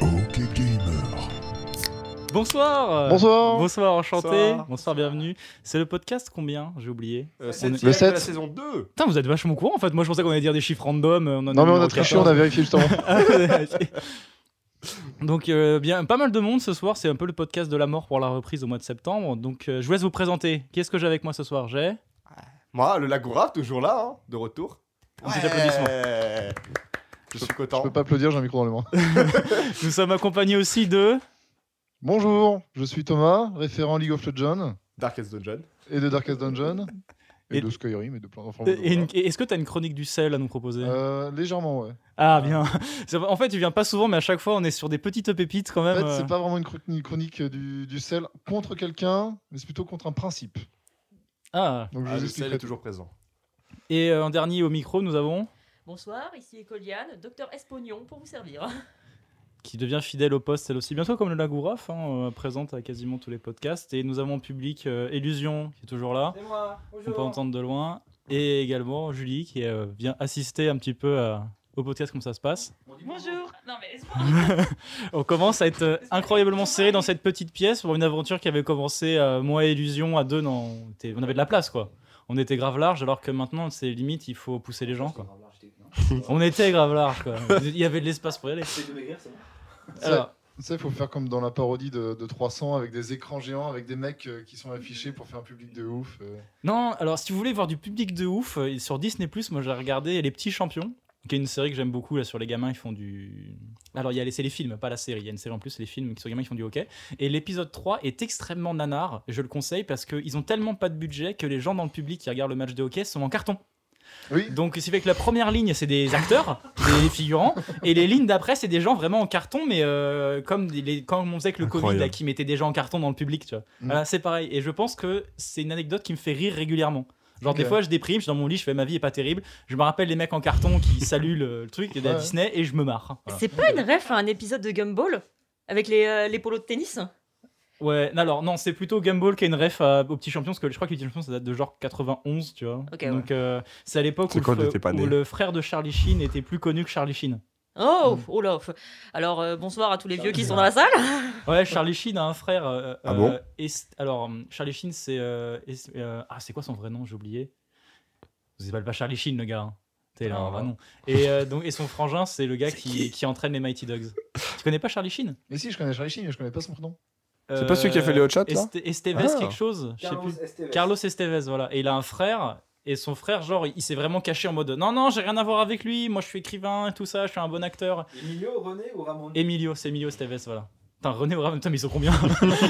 Ok Gamer. Bonsoir Bonsoir. Bonsoir, enchanté. Bonsoir, Bonsoir. bienvenue. C'est le podcast combien J'ai oublié. Euh, septième Le de sept. la saison 2. Putain, vous êtes vachement au courant en fait. Moi je pensais qu'on allait dire des chiffres random. euh, On en Non est mais on a numéro triché, on a vérifié justement. 14. Donc euh, bien, pas mal de monde ce soir. C'est un peu le podcast de la mort pour la reprise au mois de septembre. Donc euh, je vous laisse vous présenter. Qu'est-ce que j'ai avec moi ce soir J'ai Moi, le Lagoura, toujours là, hein, de retour. Un petit applaudissement. Je suis Je content. peux pas applaudir, j'ai un micro dans les mains. Nous sommes accompagnés aussi de. Bonjour, je suis Thomas, référent League of Legends Darkest Dungeon. et de Darkest Dungeon et, Et- de Skyrim et de plein d'enfants. Et une- et Est-ce que t'as une chronique du sel à nous proposer Oh, Euh, légèrement ouais. Ah bien. C'est- En fait, tu viens pas souvent, mais à chaque fois on est sur des petites pépites quand En même. fait, euh. c'est pas vraiment une chronique, chronique euh, du, du sel contre quelqu'un, mais c'est plutôt contre un principe. Ah. Donc je Ah, vous le sel est expliquerai tout. toujours présent. Et euh, en dernier au micro, nous avons. Bonsoir, ici Écoliane, docteur Espognon pour vous servir. qui devient fidèle au poste, elle aussi, bientôt comme le Lagouraf, hein, euh, présente à quasiment tous les podcasts. Et nous avons en public euh, Illusion, qui est toujours là, C'est moi, on peut entendre de loin, et également Julie, qui euh, vient assister un petit peu à- au podcast comme ça se passe. Bonjour. Non mais c'est On commence à être euh, incroyablement serré dans cette petite pièce pour une aventure qui avait commencé, euh, moi et Illusion, à deux, non, on, était- on avait de la place, quoi. On était grave large, alors que maintenant, c'est limite, il faut pousser les gens, quoi. On était grave large, quoi. Il y avait de l'espace pour y aller. Alors, Tu sais, il faut faire comme dans la parodie de, de 300 avec des écrans géants, avec des mecs euh, qui sont affichés pour faire un public de ouf. euh. Non, alors si vous voulez voir du public de ouf, euh, sur Disney ⁇ moi j'ai regardé Les Petits Champions, qui est une série que j'aime beaucoup, là sur les gamins, ils font du... Alors il y a les- c'est les films, pas la série, il y a une série en plus, c'est les films, qui sur les gamins, ils font du hockey. Et l'épisode 3 est extrêmement nanar, je le conseille, parce qu'ils ont tellement pas de budget que les gens dans le public qui regardent le match de hockey sont en carton. Oui, Donc c'est fait que la première ligne c'est des acteurs, des figurants, et les lignes d'après c'est des gens vraiment en carton, mais euh, comme des- les, quand on faisait que le Covid Incroyable. là, qui mettait des gens en carton dans le public, tu vois. Mm. Voilà, c'est pareil. Et je pense que c'est une anecdote qui me fait rire régulièrement. Genre des Ok. fois je déprime, je suis dans mon lit, je fais ma vie est pas terrible. Je me rappelle les mecs en carton qui saluent le, le truc de la Ouais. Disney et je me marre. Voilà. pas une ref à un épisode de Gumball avec les, euh, les polos de tennis Ouais, non, alors non, c'est plutôt Gumball qui est une ref à- au Petit Champion, parce que je crois que les Petits Champions ça date de genre 91, tu vois. Ok, ouais. Donc euh, c'est à l'époque C'est où, quand le on f- était pas où nés. le frère de Charlie Sheen était plus connu que Charlie Sheen. Oh, Olaf. Alors euh, bonsoir à tous les vieux qui sont dans la salle. Ouais, Charlie Sheen a un frère. euh, Ah euh, bon est- Alors, hum, Charlie Sheen, c'est. euh, est- euh, ah, c'est quoi son vrai nom J'ai oublié. Vous s'appelle pas Charlie Sheen, le gars. hein. T'es là, Ah. un vrai nom. Et, euh, donc, et son frangin, c'est le gars qui, qui entraîne les Mighty Dogs. Tu connais pas Charlie Sheen mais si, je connais Charlie Sheen, mais je connais pas son prénom. Euh, pas celui qui a fait les hot shots, là Este- Esteves, Ah. quelque chose je sais plus. Carlos Esteves, voilà. Et il a un frère. Et son frère, genre, il, il s'est vraiment caché en mode Non, non, j'ai rien à voir avec lui. Moi, je suis écrivain et tout ça. Je suis un bon acteur. Emilio, René ou Ramon Emilio, c'est Emilio Esteves, voilà. Putain, René Aura, putain, mais ils sont combien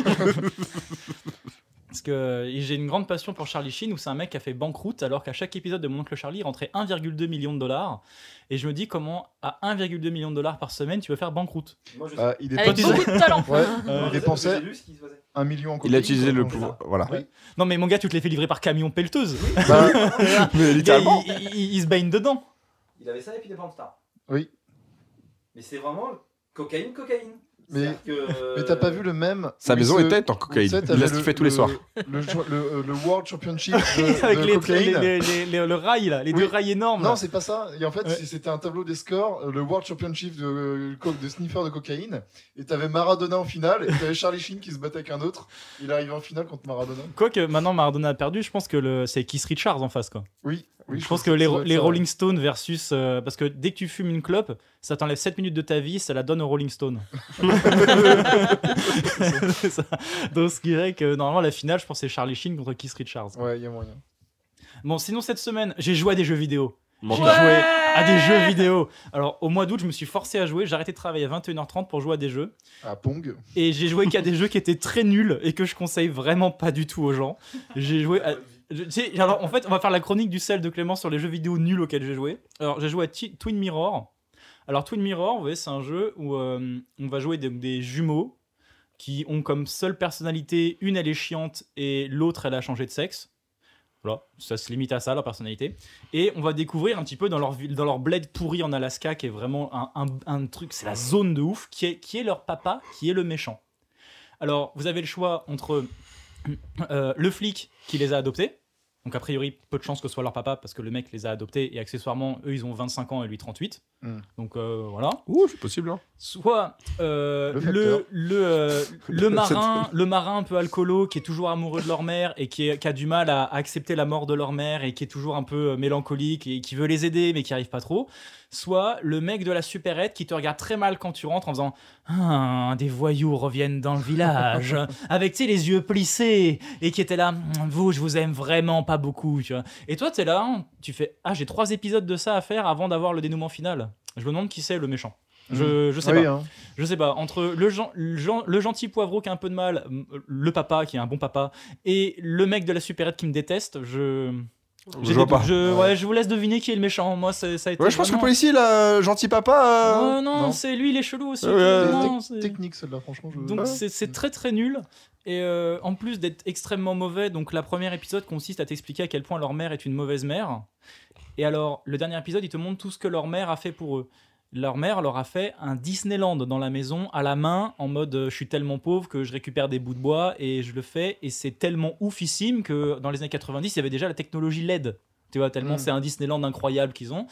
Parce que euh, j'ai une grande passion pour Charlie Sheen, où c'est un mec qui a fait banqueroute, alors qu'à chaque épisode de Mon Oncle Charlie, il rentrait 1,2 million de dollars. Et je me dis, comment à 1,2 million de dollars par semaine, tu veux faire banqueroute Moi, je Ah, il est Avec pas- beaucoup de talent. Ouais, Euh, il dépensait lu ce qui se passait. un million en Il cocaïne, a utilisé quoi, le donc, pouvoir. Voilà. Oui. Non, mais mon gars, tu te les fais livrer par camion pelleteuse. Bah, Mais Le gars, littéralement. il, il- il- il se baigne dedans. Il avait ça et puis des pommes stars. Oui. Mais c'est vraiment cocaïne, cocaïne. Mais- C'est-à-dire que- Mais t'as pas vu le même Sa maison était en Tu cocaïne. sais, Il t'avais l'a fait le- tous les le- soirs. Le, jo- le- le World Championship de, Avec Euh, de les, cocaïne. les- les- les- le rail, là, les Oui. deux rails énormes. Non, là. c'est pas ça. Et en fait, Ouais. si c'était un tableau des scores. euh, Le World Championship de, euh, co- de sniffer de cocaïne. Et t'avais Maradona en finale. Et t'avais Charlie Sheen qui se battait avec un autre. Il arrivait en finale contre Maradona. Quoique maintenant Maradona a perdu, je pense que le... c'est Keith Richards en face. Quoi. Oui, oui. je pense que ça les, doit être les ça. Rolling Stones versus. euh, parce que dès que tu fumes une clope, ça t'enlève 7 minutes de ta vie, ça la donne aux Rolling Stones. C'est ça. Donc ce qui dirait que normalement la finale, je pense, c'est Charlie Sheen contre Keith Richards. Ouais, il y a moyen. Bon, sinon cette semaine, j'ai joué à des jeux vidéo. J'ai Mental. joué à des jeux vidéo. Alors au mois d'août, je me suis forcé à jouer. J'ai arrêté de travailler à 21h30 pour jouer à des jeux. À Ah, Pong. Et j'ai joué qu'à des jeux qui étaient très nuls et que je conseille vraiment pas du tout aux gens. J'ai euh, joué à. je- tu sais, alors en fait, on va faire la chronique du sel de Clément sur les jeux vidéo nuls auxquels j'ai joué. Alors j'ai joué à Ti- Twin Mirror. Alors Twin Mirror, vous voyez, c'est un jeu où euh, on va jouer des, des jumeaux qui ont comme seule personnalité une elle est chiante et l'autre elle a changé de sexe. Voilà, ça se limite à ça leur personnalité. Et on va découvrir un petit peu dans leur ville, dans leur bled pourri en Alaska qui est vraiment un, un- un truc, c'est la zone de ouf qui est qui est leur papa, qui est le méchant. Alors, vous avez le choix entre euh, le flic qui les a adoptés, Donc a priori, peu de chances que ce soit leur papa parce que le mec les a adoptés et accessoirement, eux, ils ont 25 ans et lui 38. Hmm. Donc euh, voilà. Ouh, c'est possible, hein. Soit euh, Le facteur. le le, euh, le marin le marin un peu alcoolo qui est toujours amoureux de leur mère et qui, est- qui a du mal à, à accepter la mort de leur mère et qui est toujours un peu euh, mélancolique et qui veut les aider mais qui arrive pas trop. Soit le mec de la supérette qui te regarde très mal quand tu rentres en faisant Ah, des voyous reviennent dans le village avec tu sais, les yeux plissés et qui était là vous je vous aime vraiment pas beaucoup tu vois. Et toi t'es là hein, tu fais ah j'ai trois épisodes de ça à faire avant d'avoir le dénouement final. Je me demande qui c'est le méchant. Mhm. Je, Ah je sais pas. oui, hein. Je sais pas, entre le, gen- le, gen- le gentil poivreau qui a un peu de mal, m- le papa qui est un bon papa, et le mec de la supérette qui me déteste, je. Je j'ai vois des- pas. Je, Ouais. ouais, je vous laisse deviner qui est le méchant. Moi, c'est- ça a été. Ouais, je pense que le vraiment- policier, là, euh, gentil papa. euh, Euh, non, non. c'est lui, il est chelou aussi. Ouais, ouais, Euh, Non, c'est- Technique celle-là, franchement. Je... Ah. donc c'est c'est très très nul. Et euh, en plus d'être extrêmement mauvais, donc la première épisode consiste à t'expliquer à quel point leur mère est une mauvaise mère. Et alors, le dernier épisode, il te montre tout ce que leur mère a fait pour eux. Leur mère leur a fait un Disneyland dans la maison à la main, en mode euh, je suis tellement pauvre que je récupère des bouts de bois et je le fais. Et c'est tellement oufissime que dans les années 90, il y avait déjà la technologie LED. Tu vois, tellement Mm. c'est un Disneyland incroyable qu'ils ont.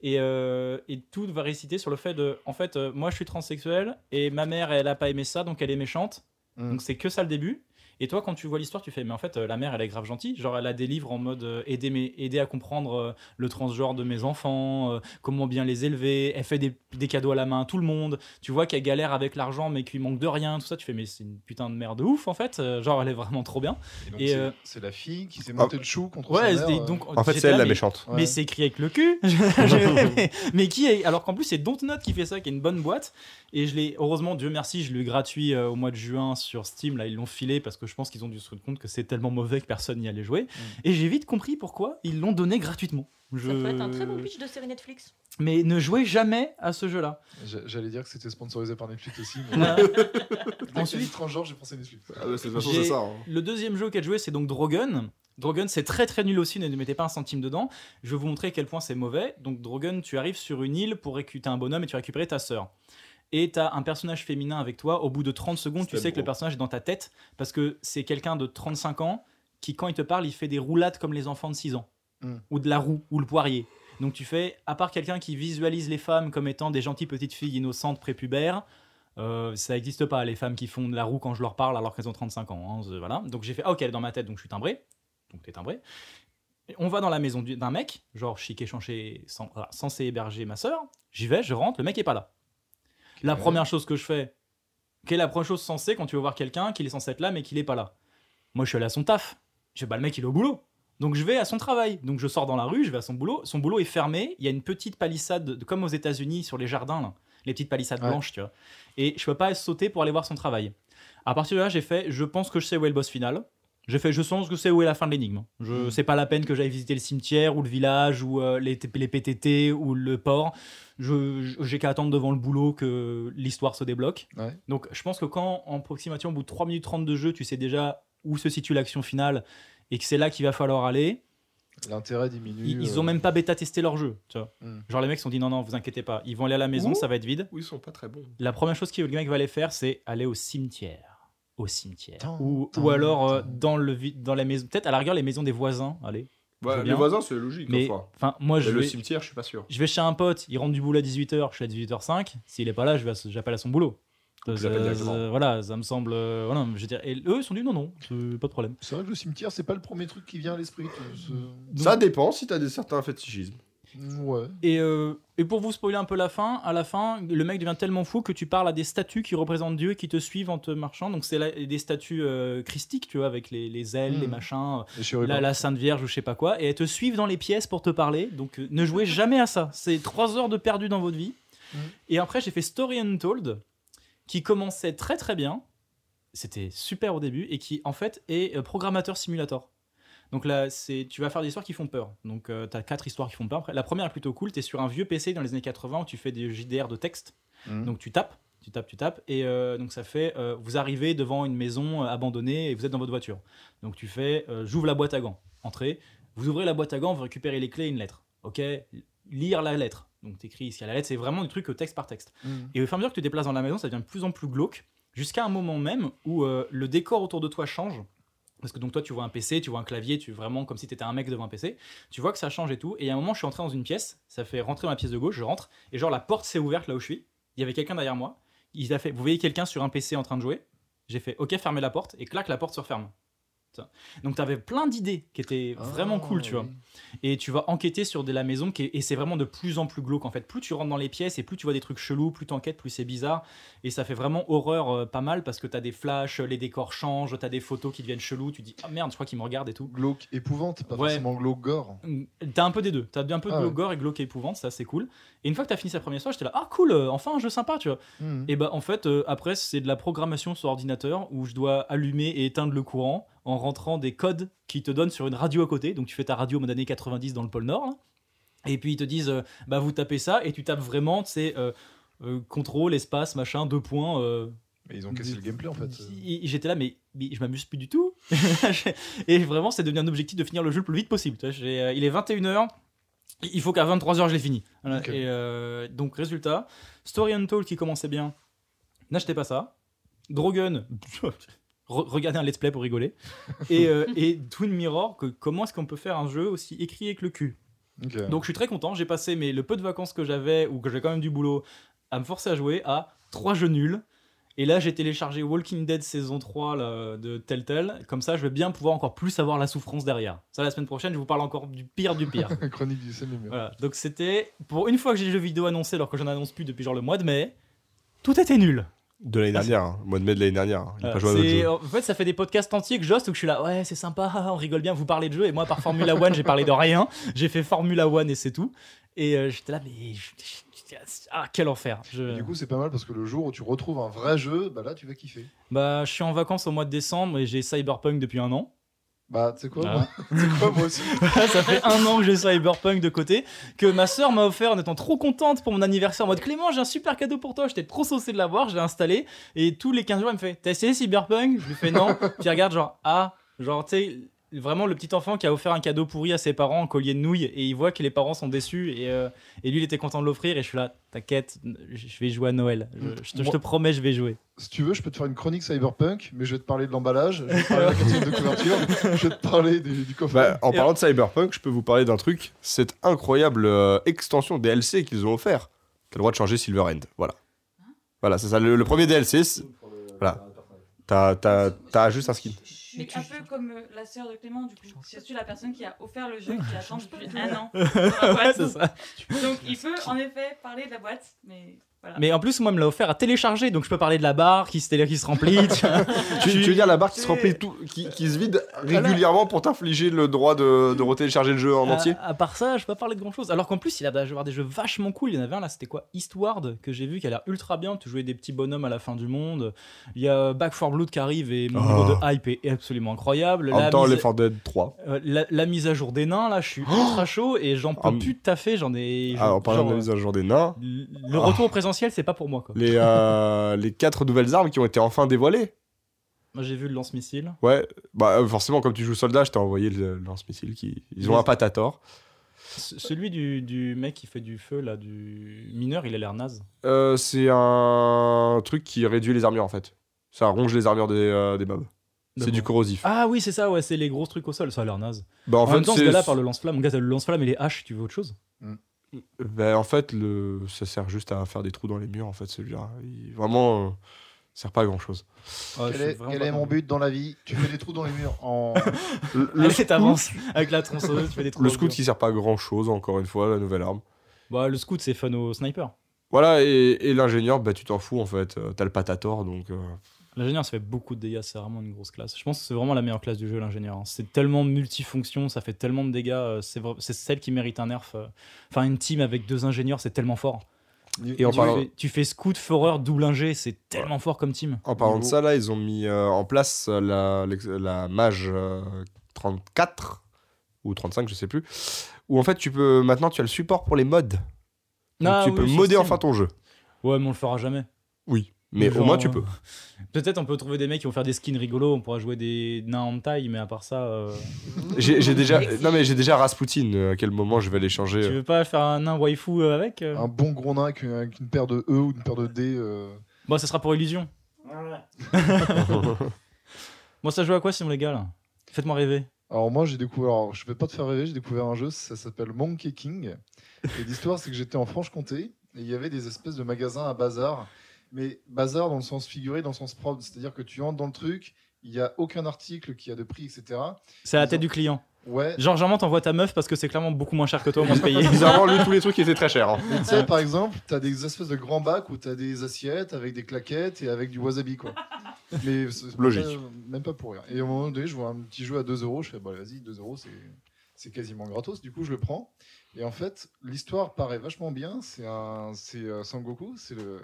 Et, euh, et tout va réciter sur le fait de, en fait, euh, moi je suis transsexuel et ma mère elle a pas aimé ça donc elle est méchante. Mm. Donc c'est que ça le début. Et toi quand tu vois l'histoire tu fais mais en fait euh, la mère elle est grave gentille. Genre elle a des livres en mode euh, aider, mes- aider à comprendre euh, le transgenre de mes enfants, euh, comment bien les élever. Elle fait des, des cadeaux à la main à tout le monde. Tu vois qu'elle galère avec l'argent mais qu'il manque de rien. Tout ça tu fais mais c'est une putain de merde de ouf en fait. Euh, genre elle est vraiment trop bien. donc, et, c'est- euh, c'est la fille qui Ah. s'est montée le chou contre Ouais. sa mère. et euh, donc En fait, j'étais c'est elle là, la mais- méchante. ouais. mais c'est écrit avec le cul. Je- mais, mais qui est Alors qu'en plus, c'est Dontnod qui fait ça, qui est une bonne boîte. Et je l'ai, heureusement, Dieu merci, je l'ai eu gratuit euh, au mois de juin sur Steam. Là, ils l'ont filé parce que je pense qu'ils ont dû se rendre compte que c'est tellement mauvais que personne n'y allait jouer. Et j'ai vite compris pourquoi ils l'ont donné gratuitement. Je... Ça peut être un très bon pitch de série Netflix. Mais ne jouez jamais à ce jeu-là. J'a- J'allais dire que c'était sponsorisé par Netflix aussi. Mais... Euh, Ensuite, Ensuite- transgenre, j'ai pensé Netflix. Ah, de toute J'ai- Le deuxième jeu auquel jouer, c'est donc Drogon. Drogon, c'est très très nul aussi, ne ne mettez pas un centime dedans. Je vais vous montrer à quel point c'est mauvais. Donc, Drogon, tu arrives sur une île pour récupérer un bonhomme et tu récupères ta sœur. Et t'as un personnage féminin avec toi. Au bout de 30 secondes, tu Stem sais que le Bro. personnage est dans ta tête parce que c'est quelqu'un de 35 ans qui, quand il te parle, il fait des roulades comme les enfants de 6 ans. Hmm. Ou de la roue, ou le poirier. Donc, tu fais, à part quelqu'un qui visualise les femmes comme étant des gentilles petites filles innocentes prépubères, euh, ça n'existe pas, les femmes qui font de la roue quand je leur parle alors qu'elles ont 35 ans. hein, c'est- voilà. Donc j'ai fait, ah ok, elle est dans ma tête, donc je suis timbré. Donc t'es timbré. Et on va dans la maison du- d'un mec, genre chic et chanché, sans- voilà, censé héberger ma soeur. J'y vais, je rentre, le mec est pas là. La première chose que je fais, quelle est la première chose sensée quand tu vas voir quelqu'un qu'il est censé être là mais qu'il est pas là Moi je suis allé à son taf. Je fais, bah le mec il est au boulot. Donc je vais à son travail. Donc je sors dans la rue, je vais à son boulot. Son boulot est fermé. Il y a une petite palissade, de- comme aux États-Unis sur les jardins, là. les petites palissades Ouais. blanches, tu vois. Et je peux pas sauter pour aller voir son travail. À partir de là, j'ai fait, je pense que je sais où est le boss final. J'ai fait, je sens que je sais où est la fin de l'énigme. Je c'est pas la peine que j'aille visiter le cimetière ou le village ou euh, les, les PTT ou le port. Je je- j'ai qu'à attendre devant le boulot que l'histoire se débloque. Ouais. Donc je pense que quand en approximation au bout de 3 minutes 30 de jeu, tu sais déjà où se situe l'action finale et que c'est là qu'il va falloir aller, L'intérêt diminue. ils, ils ont euh, même pas bêta testé leur jeu, tu vois. Hmm. Genre les mecs se sont dit non non, vous inquiétez pas, ils vont aller à la maison, Ouh. ça va être vide. Oui, ils sont pas très bons. La première chose que le mec va aller faire, c'est aller au cimetière. Au cimetière. Tant, ou, tant, ou alors euh, tant. dans, le, vi- dans la maison. Peut-être à la rigueur, les maisons des voisins. Allez. Je veux Ouais, les bien. voisins, c'est logique. Mais enfin. enfin, moi, Mais je le vais, cimetière, je suis pas sûr. je vais chez un pote, il rentre du boulot à 18h, je suis à 18h05. S'il est pas là, je vais à- j'appelle à son boulot. Donc, Ça- j'appelle ça- directement. voilà, ça me semble. euh, voilà, je veux dire, et eux, ils sont dit non, non, c'est pas de problème. C'est vrai que le cimetière, c'est pas le premier truc qui vient à l'esprit. tu- ce- Ça dépend si t'as des certains fétichismes. Mm, Ouais. Et, euh, et pour vous spoiler un peu la fin, à la fin, le mec devient tellement fou que tu parles à des statues qui représentent Dieu et qui te suivent en te marchant. Donc, c'est là- des statues euh, christiques, tu vois, avec les, les ailes, les Mhm. machins, Les chérubins. la, la Sainte Vierge ou je sais pas quoi. Et elles te suivent dans les pièces pour te parler. Donc, euh, ne jouez jamais à ça. C'est trois heures de perdu dans votre vie. Mhm. Et après, j'ai fait Story Untold, qui commençait très très bien. C'était super au début et qui, en fait, est euh, programmateur simulator. Donc là, c'est tu vas faire des histoires qui font peur. Donc euh, t'as quatre histoires qui font peur. Après, la première est plutôt cool. T'es sur un vieux PC dans les années 80 où tu fais des JDR de texte. Mhm. Donc tu tapes, tu tapes, tu tapes et euh, donc ça fait euh, vous arrivez devant une maison euh, abandonnée et vous êtes dans votre voiture. Donc tu fais euh, j'ouvre la boîte à gants. Entrée. Vous ouvrez la boîte à gants, vous récupérez les clés et une lettre. Ok. Lire la lettre. Donc t'écris ici à la lettre. C'est vraiment du truc euh, texte par texte. Mhm. Et au fur et à mesure que tu te déplaces dans la maison, ça devient de plus en plus glauque, jusqu'à un moment même où euh, le décor autour de toi change. Parce que donc toi tu vois un PC, tu vois un clavier, tu vraiment comme si t'étais un mec devant un PC, tu vois que ça change et tout. Et à un moment je suis entré dans une pièce, ça fait rentrer dans la pièce de gauche, je rentre, et genre la porte s'est ouverte là où je suis, il y avait quelqu'un derrière moi, il a fait, vous voyez quelqu'un sur un PC en train de jouer, j'ai fait ok fermez la porte, et clac la porte se referme. Ça. Donc t'avais plein d'idées qui étaient vraiment cool, tu Ah, vois. Et tu vas enquêter sur de la maison, qui est- et c'est vraiment de plus en plus glauque en fait. Plus tu rentres dans les pièces et plus tu vois des trucs chelous, plus t'enquêtes, plus c'est bizarre. Et ça fait vraiment horreur euh, pas mal parce que t'as des flashs, les décors changent, t'as des photos qui deviennent cheloues, tu dis ah merde, je crois qu'ils me regardent et tout. Glauque épouvante, pas Ouais. forcément glauque gore. Mm, T'as un peu des deux, t'as un peu de Ah ouais. gore et glauque et épouvante, ça c'est cool. Et une fois que t'as fini sa première soirée, j'étais là ah cool, euh, enfin un jeu sympa, tu vois. Mhm. Et bah en fait, euh, après, c'est de la programmation sur ordinateur où je dois allumer et éteindre le courant en rentrant des codes qui te donnent sur une radio à côté. Donc tu fais ta radio en mode années 90 dans le pôle Nord. là. Et puis ils te disent, euh, bah vous tapez ça et tu tapes vraiment, c'est contrôle, espace, machin, deux points. euh, Mais ils ont cassé le gameplay en fait. y- y- J'étais là, mais, mais je m'amuse plus du tout. et vraiment, c'est devenu un objectif de finir le jeu le plus vite possible. Tu vois, j'ai, euh, il est 21h. Il faut qu'à 23h, je l'ai fini. Voilà. Ok. Et euh, donc, résultat, Story Untold qui commençait bien, n'achetez pas ça. Drogun, re- regardez un let's play pour rigoler. Et, euh, et Twin Mirror, que, comment est-ce qu'on peut faire un jeu aussi écrit avec le cul Ok. donc je suis très content, j'ai passé mais le peu de vacances que j'avais ou que j'ai quand même du boulot à me forcer à jouer à trois jeux nuls. Et là, j'ai téléchargé Walking Dead saison 3 là, de Telltale. Comme ça, je vais bien pouvoir encore plus avoir la souffrance derrière. Ça, la semaine prochaine, je vous parle encore du pire du pire. Chronique du seul numéro. voilà. Donc, c'était pour une fois que j'ai les jeux vidéo annoncés, alors que j'en annonce plus depuis genre le mois de mai, tout était nul. De l'année dernière, hein. mois de mai de l'année dernière. hein. Il a Euh, pas joué à notre c'est- jeu. en fait, ça fait des podcasts entiers que j'hoste où je suis là, ouais, c'est sympa, ah, on rigole bien, vous parlez de jeu. Et moi, par Formula One, j'ai parlé de rien. J'ai fait Formula One et c'est tout. Et euh, j'étais là, mais. je- je- je- Ah, quel enfer. Je- Du coup, c'est pas mal parce que le jour où tu retrouves un vrai jeu, bah là, tu vas kiffer. Bah, je suis en vacances au mois de décembre et j'ai Cyberpunk depuis un an. Bah, tu sais quoi, Ah. moi- c'est quoi, moi aussi ça fait un an que j'ai Cyberpunk de côté. Que ma soeur m'a offert en étant trop contente pour mon anniversaire en mode Clément, j'ai un super cadeau pour toi. J'étais trop saucé de l'avoir, je l'ai installé. Et tous les 15 jours, elle me fait T'as essayé Cyberpunk Je lui fais non. Puis elle regarde, genre, ah, genre, tu sais, vraiment le petit enfant qui a offert un cadeau pourri à ses parents en collier de nouilles et il voit que les parents sont déçus et, euh, et lui, il était content de l'offrir. Et je suis là, t'inquiète, je vais jouer à Noël. Je, je te, je te promets, je vais jouer. Si tu veux, je peux te faire une chronique cyberpunk, mais je vais te parler de l'emballage, je vais te parler de la quantité de couverture, je vais te parler du, du coffre. Bah, en parlant de Cyberpunk, je peux vous parler d'un truc. Cette incroyable euh, extension DLC qu'ils ont offert, qui a le droit de changer Silver End. Voilà. Voilà, c'est ça. Le, le premier DLC, c'est- Pour le- Voilà. pour le personnage. t'as t'as- t'as juste un skin. Mais un peu comme euh, la sœur de Clément, du coup, je suis la personne qui a offert le jeu, qui attend depuis un an. la Ouais, boîte. c'est ça. Donc il peut en effet parler de la boîte, mais voilà. Mais en plus, moi, il me l'a offert à télécharger, donc je peux parler de la barre qui se, qui se remplit. tu vois. Tu, tu veux dire la barre qui se remplit tout, qui, qui se vide régulièrement pour t'infliger le droit de, de retélécharger le jeu en À- entier Euh, À, part ça, je peux pas parler de grand chose. Alors qu'en plus, il a dû avoir des jeux vachement cool. Il y en avait un là, c'était quoi Eastward, que j'ai vu, qui a l'air ultra bien. Tu jouais des petits bonhommes à la fin du monde. Il y a euh, Back 4 Blood qui arrive et mon Oh. niveau de hype est- est absolument incroyable. En La même temps, mise- Left 4 Dead 3. euh, la, la mise à jour des nains, là, je suis ultra chaud et j'en peux Ah, mais- plus tout à fait. J'en ai. Ah, en parlant genre, de la mise à jour des nains, euh, le le retour au présentiel, c'est pas pour moi. Quoi. les, euh, les quatre nouvelles armes qui ont été enfin dévoilées. Moi, j'ai vu le lance-missile. Ouais, bah euh, forcément, comme tu joues soldat, je t'ai envoyé le le lance-missile. Qui... Ils ont Mais- un patator. C- Celui du, du mec qui fait du feu, là, du mineur, il a l'air naze. Euh, c'est un truc qui réduit les armures en fait. Ça ronge les armures des, euh, des mobs. C'est D'accord. du corrosif. Ah oui, c'est ça, ouais, c'est les gros trucs au sol, ça a l'air naze. Bah, en, En, fait, même temps, ce c'est- gars-là, par le lance-flamme, mon gars, t'as le lance-flamme et les haches, tu veux autre chose Bah, en fait, le... ça sert juste à faire des trous dans les murs en fait, celui-là. Il- Vraiment, euh, sert pas à grand chose. Ah, je Quel suis est, vraiment quel pas est mon convaincu. but dans la vie Tu fais des trous dans les murs en. Le, le Allez, scout- t'avances avec la tronçonneuse, tu fais des trous. le dans scout mur. qui sert pas à grand chose, encore une fois, la nouvelle arme. Bah, le scout, c'est fun au sniper. Voilà, et, et l'ingénieur, bah tu t'en fous en fait. Euh, T'as le patator donc. euh, L'ingénieur, ça fait beaucoup de dégâts, c'est vraiment une grosse classe. Je pense que c'est vraiment la meilleure classe du jeu, l'ingénieur. hein. C'est tellement multifonction, ça fait tellement de dégâts. euh, C'est vra- c'est celle qui mérite un nerf. euh. Enfin, une team avec deux ingénieurs, c'est tellement fort. Et en tu, parlant- fais, tu fais scout, foreur, double ingé, c'est tellement fort comme team. En parlant de Niveau- ça, là, ils ont mis euh, en place euh, la, l'ex- la mage euh, 34 ou 35, je sais plus. Où en fait, tu peux maintenant, tu as le support pour les mods. Donc, Ah, tu oui, peux sur modder Steam. enfin ton jeu. Ouais, mais on le fera jamais. Oui, mais Genre, au moins tu euh, peux. Peut-être on peut trouver des mecs qui vont faire des skins rigolos, on pourra jouer des nains en taille, mais à part ça. euh, J'ai j'ai déjà, non mais j'ai déjà Rasputin. euh, À quel moment je vais les changer Tu euh. veux pas faire un nain waifu euh, avec euh Un bon gros nain avec une, avec une paire de E ou une paire de D. euh, Bon, ça sera pour Illusion. Ouais, ouais. Bon, ça joue à quoi sinon, les gars là Faites-moi rêver. Alors moi j'ai découvert, alors, je vais pas te faire rêver, j'ai découvert un jeu, ça s'appelle Monkey King. Et l'histoire c'est que j'étais en Franche-Comté et il y avait des espèces de magasins à bazar, mais bazar dans le sens figuré, dans le sens propre, c'est-à-dire que tu entres dans le truc, il y a aucun article qui a de prix, etc. C'est à la Ils ont- tête du client. Ouais. Genre, généralement, t'envoies ta meuf parce que c'est clairement beaucoup moins cher que toi au moins de payer. Bizarrement, lui, tous les trucs étaient très chers. hein. Mais tu sais, par exemple, t'as des espèces de grands bacs où t'as des assiettes avec des claquettes et avec du wasabi, quoi. Mais c'est- Logique. euh, même pas pour rien. Et au moment donné, je vois un petit jeu à 2 euros, je fais, bah vas-y, 2 euros, c'est- c'est quasiment gratos. Du coup, je le prends. Et en fait, l'histoire paraît vachement bien. C'est un, c'est euh, Sangoku, c'est le,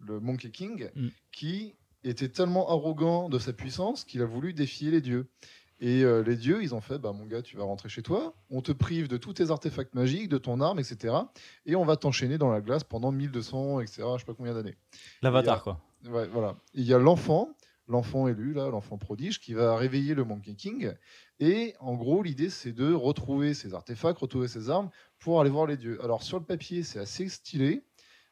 le Monkey King, Mm. qui était tellement arrogant de sa puissance qu'il a voulu défier les dieux. Et euh, les dieux, ils ont fait, bah mon gars, tu vas rentrer chez toi, on te prive de tous tes artefacts magiques, de ton arme, etc et on va t'enchaîner dans la glace pendant 1200, etc. Je sais pas combien d'années. L'avatar, quoi. Ouais, voilà. Il y a l'enfant, l'enfant élu, là, l'enfant prodige, qui va réveiller le Monkey King. Et en gros, l'idée, c'est de retrouver ses artefacts, retrouver ses armes pour aller voir les dieux. Alors, sur le papier, c'est assez stylé.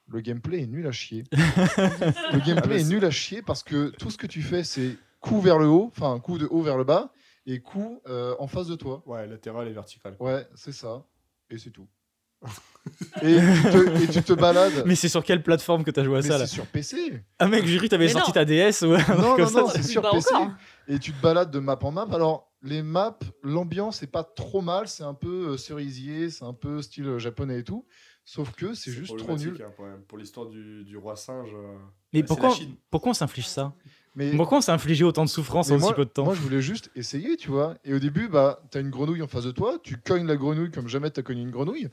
Le gameplay est nul à chier. le Ah, mais gameplay est c'est- nul à chier parce que tout ce que tu fais, c'est coup vers le haut, enfin, coup de haut vers le bas, et coup euh, en face de toi. Ouais, latéral et vertical. Ouais, c'est ça. Et c'est tout. et, tu te, et tu te balades. Mais c'est sur quelle plateforme que t'as joué à Mais ça, là c'est sur PC. Ah, mec, j'ai cru que t'avais Mais sorti non. ta DS ou un truc Non, comme non, ça. non, c'est Plus sur bas PC. encore. Et tu te balades de map en map. Alors, les maps, l'ambiance est pas trop mal. C'est un peu euh, cerisier, c'est un peu style euh, japonais et tout. Sauf que c'est juste trop nul. hein, pour l'histoire du, roi singe. euh, Mais pourquoi, pourquoi on s'inflige ça Mais Pourquoi on s'est infligé autant de souffrance Mais en si peu de temps moi, je voulais juste essayer, tu vois. Et au début, bah, t'as une grenouille en face de toi, tu cognes la grenouille comme jamais t'as cogné une grenouille,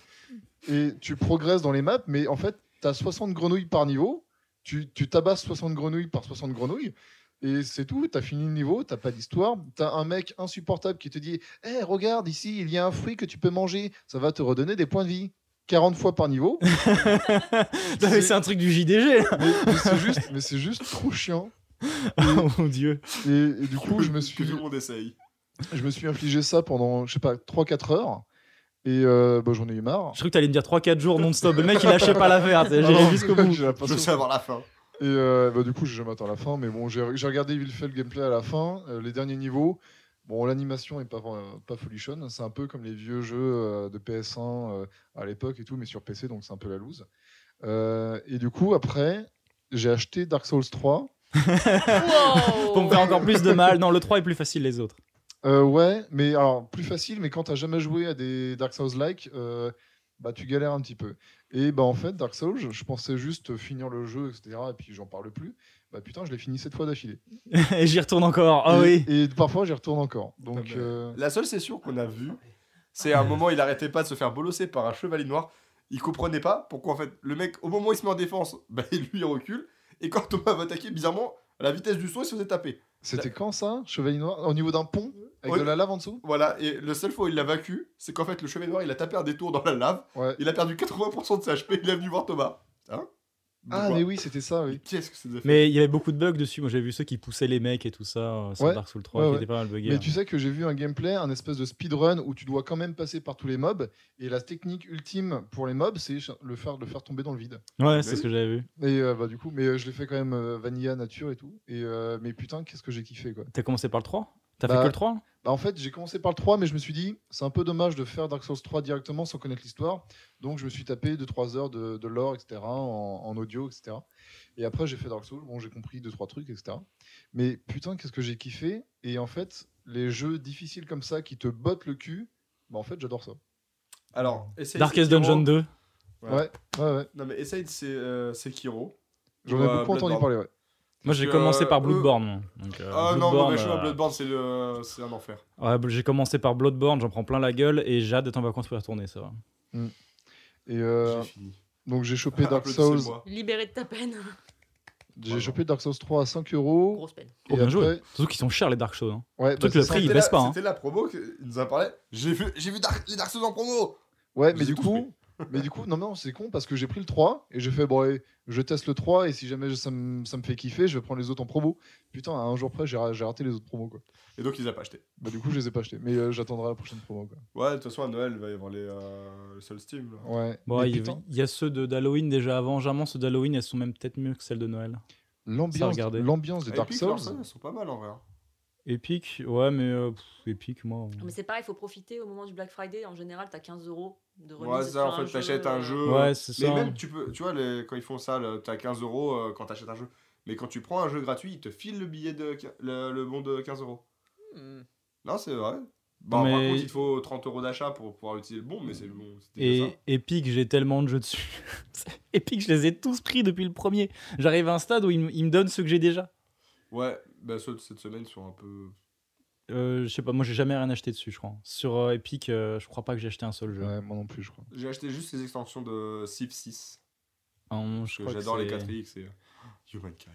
et tu progresses dans les maps, mais en fait, t'as 60 grenouilles par niveau, tu, tu tabasses 60 grenouilles par 60 grenouilles, et c'est tout, t'as fini le niveau, t'as pas d'histoire, t'as un mec insupportable qui te dit Hé, regarde, ici, il y a un fruit que tu peux manger, ça va te redonner des points de vie. 40 fois par niveau, Non, mais C'est un truc du JDG mais, mais c'est juste, mais c'est juste trop chiant. Oh mon dieu Et, et du coup, je me suis. monde essaye. je me suis infligé ça pendant, je sais pas, 3-4 heures. Et euh, bah, j'en ai eu marre. Je crois que t'allais me dire 3-4 jours non-stop. Le mec, il lâchait pas l'affaire. t'sais, Ah J'irai non, jusqu'au bout. j'ai l'impression- savoir la fin. Et euh, bah, du coup, j'ai jamais atteint la fin. Mais bon, j'ai j'ai regardé vite fait le gameplay à la fin, euh, les derniers niveaux. Bon, l'animation est pas, euh, pas folichonne. C'est un peu comme les vieux jeux euh, de PS1 euh, à l'époque et tout, mais sur PC, donc c'est un peu la loose. Euh, et du coup, après, j'ai acheté Dark Souls 3. Wow. Pour me faire encore plus de mal. Non, le 3 est plus facile les autres. Euh, ouais, mais alors plus facile, mais quand t'as jamais joué à des Dark Souls-like, euh, bah tu galères un petit peu. Et bah en fait, Dark Souls, je- je pensais juste finir le jeu, etc. Et puis j'en parle plus. Bah putain, je l'ai fini sept fois d'affilée. Et j'y retourne encore. Ah et, oui. Et parfois, j'y retourne encore. Donc bah. euh, La seule session qu'on a vue, c'est à un moment, il arrêtait pas de se faire bolosser par un chevalier noir. Il comprenait pas pourquoi, en fait, le mec, au moment où il se met en défense, bah, lui, il recule. Et quand Thomas va attaquer, bizarrement, à la vitesse du son, il se faisait taper. c'était quand ça, Chevalier Noir Au niveau d'un pont avec Ouais. de la lave en dessous Voilà, et le seul fois où il l'a vaincu, c'est qu'en fait, le chevalier noir, il a tapé un détour dans la lave. Ouais. Il a perdu 80% de ses HP. Il est venu voir Thomas. Hein Ah Pourquoi mais oui, c'était ça, oui. Qu'est-ce que c'est de Mais il y avait beaucoup de bugs dessus. Moi, j'avais vu ceux qui poussaient les mecs et tout ça euh, sur Ouais. Dark Souls 3 Ouais, qui ouais. était pas mal hein. buggé. Mais tu sais que j'ai vu un gameplay, un espèce de speedrun où tu dois quand même passer par tous les mobs. Et la technique ultime pour les mobs, c'est le faire, le faire tomber dans le vide. Ouais, c'est Mais ce que j'avais vu. Et euh, bah, du coup, mais euh, je l'ai fait quand même euh, vanilla nature et tout. Et euh, mais putain, qu'est-ce que j'ai kiffé quoi. T'as commencé par le 3 T'as Bah, fait que le 3 Bah, en fait, j'ai commencé par le 3, mais je me suis dit, c'est un peu dommage de faire Dark Souls 3 directement sans connaître l'histoire. Donc je me suis tapé 2-3 heures de, de lore, etc., en, en audio, etc. Et après, j'ai fait Dark Souls. Bon, j'ai compris 2-3 trucs, etc. Mais putain, qu'est-ce que j'ai kiffé. Et en fait, les jeux difficiles comme ça qui te bottent le cul, bah en fait, j'adore ça. Alors, essaye Darkest Sekiro. Dungeon 2 Ouais. Ouais, ouais, ouais. Non, mais essaye c'est euh, Sekiro. J'en Ou, ai euh, beaucoup entendu Bloodborne. parler, ouais. Moi, j'ai Parce que, commencé euh, par Bloodborne. moi. Donc, euh, Ah non, Bloodborne, mauvais choix. euh, Bloodborne, c'est le... c'est un enfer. ouais, j'ai commencé par Bloodborne, j'en prends plein la gueule et j'ai hâte d'être en vacances pour y retourner, ça va. Et euh, J'ai fini. donc j'ai chopé Dark Applaudissez-moi. Souls. Libéré de ta peine. J'ai chopé Dark Souls 3 à 5 euros. Grosse peine. Oh, et bien joué. après- Surtout qu'ils sont chers, les Dark Souls. hein. Ouais, Truc bah, le c'est prix, ça. il C'était baisse la- pas, hein. C'était la promo qu'il nous a parlé. J'ai vu, j'ai vu Dark- les Dark Souls en promo. Ouais, Vous mais avez du tous coup, mais du coup, non, non, c'est con parce que j'ai pris le 3 et j'ai fait, bon, allez, je teste le 3 et si jamais je- ça me ça me fait kiffer, je vais prendre les autres en promo. Putain, à un jour près, j'ai ra- j'ai raté les autres promos, quoi. Et donc, ils n'ont pas acheté. Bah, du coup, je les ai pas achetés, mais euh, j'attendrai la prochaine promo, quoi. Ouais, de toute façon, à Noël, il va y avoir les euh, Souls Steam. là. Ouais. Bon, mais il putain, il y a ceux de- d'Halloween déjà avant. Généralement, ceux d'Halloween, elles sont même peut-être mieux que celles de Noël. l'ambiance, regarder. l'ambiance de Et Dark puis, Souls. Clarkson, elles sont pas mal en vrai. hein. Epic, ouais, mais euh, pff, Epic, moi. Mais c'est pareil, il faut profiter au moment du Black Friday. En général, t'as 15 euros de remise. Ouais, ça, sur en fait, jeu, t'achètes un euh, jeu. Ouais, c'est Mais ça. hein. même, tu peux, tu vois, les- quand ils font ça, le- t'as 15 euros euh, quand t'achètes un jeu. Mais quand tu prends un jeu gratuit, ils te filent le billet de qui- le, le bon de 15 euros. Hmm. Non, c'est vrai. Bon, par Mais- contre, il te faut 30 euros d'achat pour pouvoir utiliser le bon, mais c'est le bon. c'est déjà Et Epic, j'ai tellement de jeux dessus. Epic, je les ai tous pris depuis le premier. J'arrive à un stade où ils, me- ils me donnent ceux que j'ai déjà. ça. Ouais, bah ceux de cette semaine sont un peu. Euh, je sais pas, moi j'ai jamais rien acheté dessus, je crois. Sur euh, Epic, euh, je crois pas que j'ai acheté un seul jeu. Ouais, moi non plus, je crois. J'ai acheté juste les extensions de Civ 6. Hein, je parce que crois que J'adore les c'est- 4X et euh, Humankind.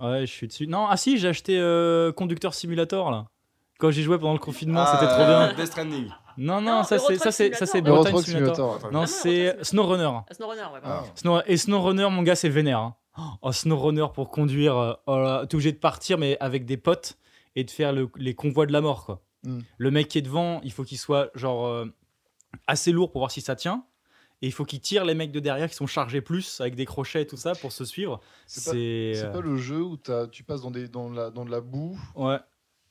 Ouais, je suis dessus. Non, ah si, j'ai acheté euh, Conducteur Simulator là. Quand j'y jouais pendant le confinement, Ah, c'était trop bien. Death Stranding. Non, non, Non, ça Euro c'est Truck ça c'est ça c'est Simulator. Euro Euro Truck Truck Simulator. Simulator. Attends, Non, Ah, c'est Simulator. SnowRunner. à SnowRunner, ouais. Ah. Snow- et SnowRunner, mon gars, c'est vénère. hein. Oh, SnowRunner pour conduire, euh, oh là, t'es obligé de partir, mais avec des potes et de faire le- les convois de la mort, quoi. Mm. Le mec qui est devant, il faut qu'il soit genre euh, assez lourd pour voir si ça tient. Et il faut qu'il tire les mecs de derrière qui sont chargés plus avec des crochets et tout ça pour se suivre. C'est pas- C'est. euh, C'est pas le jeu où t'as- tu passes dans, des, dans, la, dans de la boue Ouais.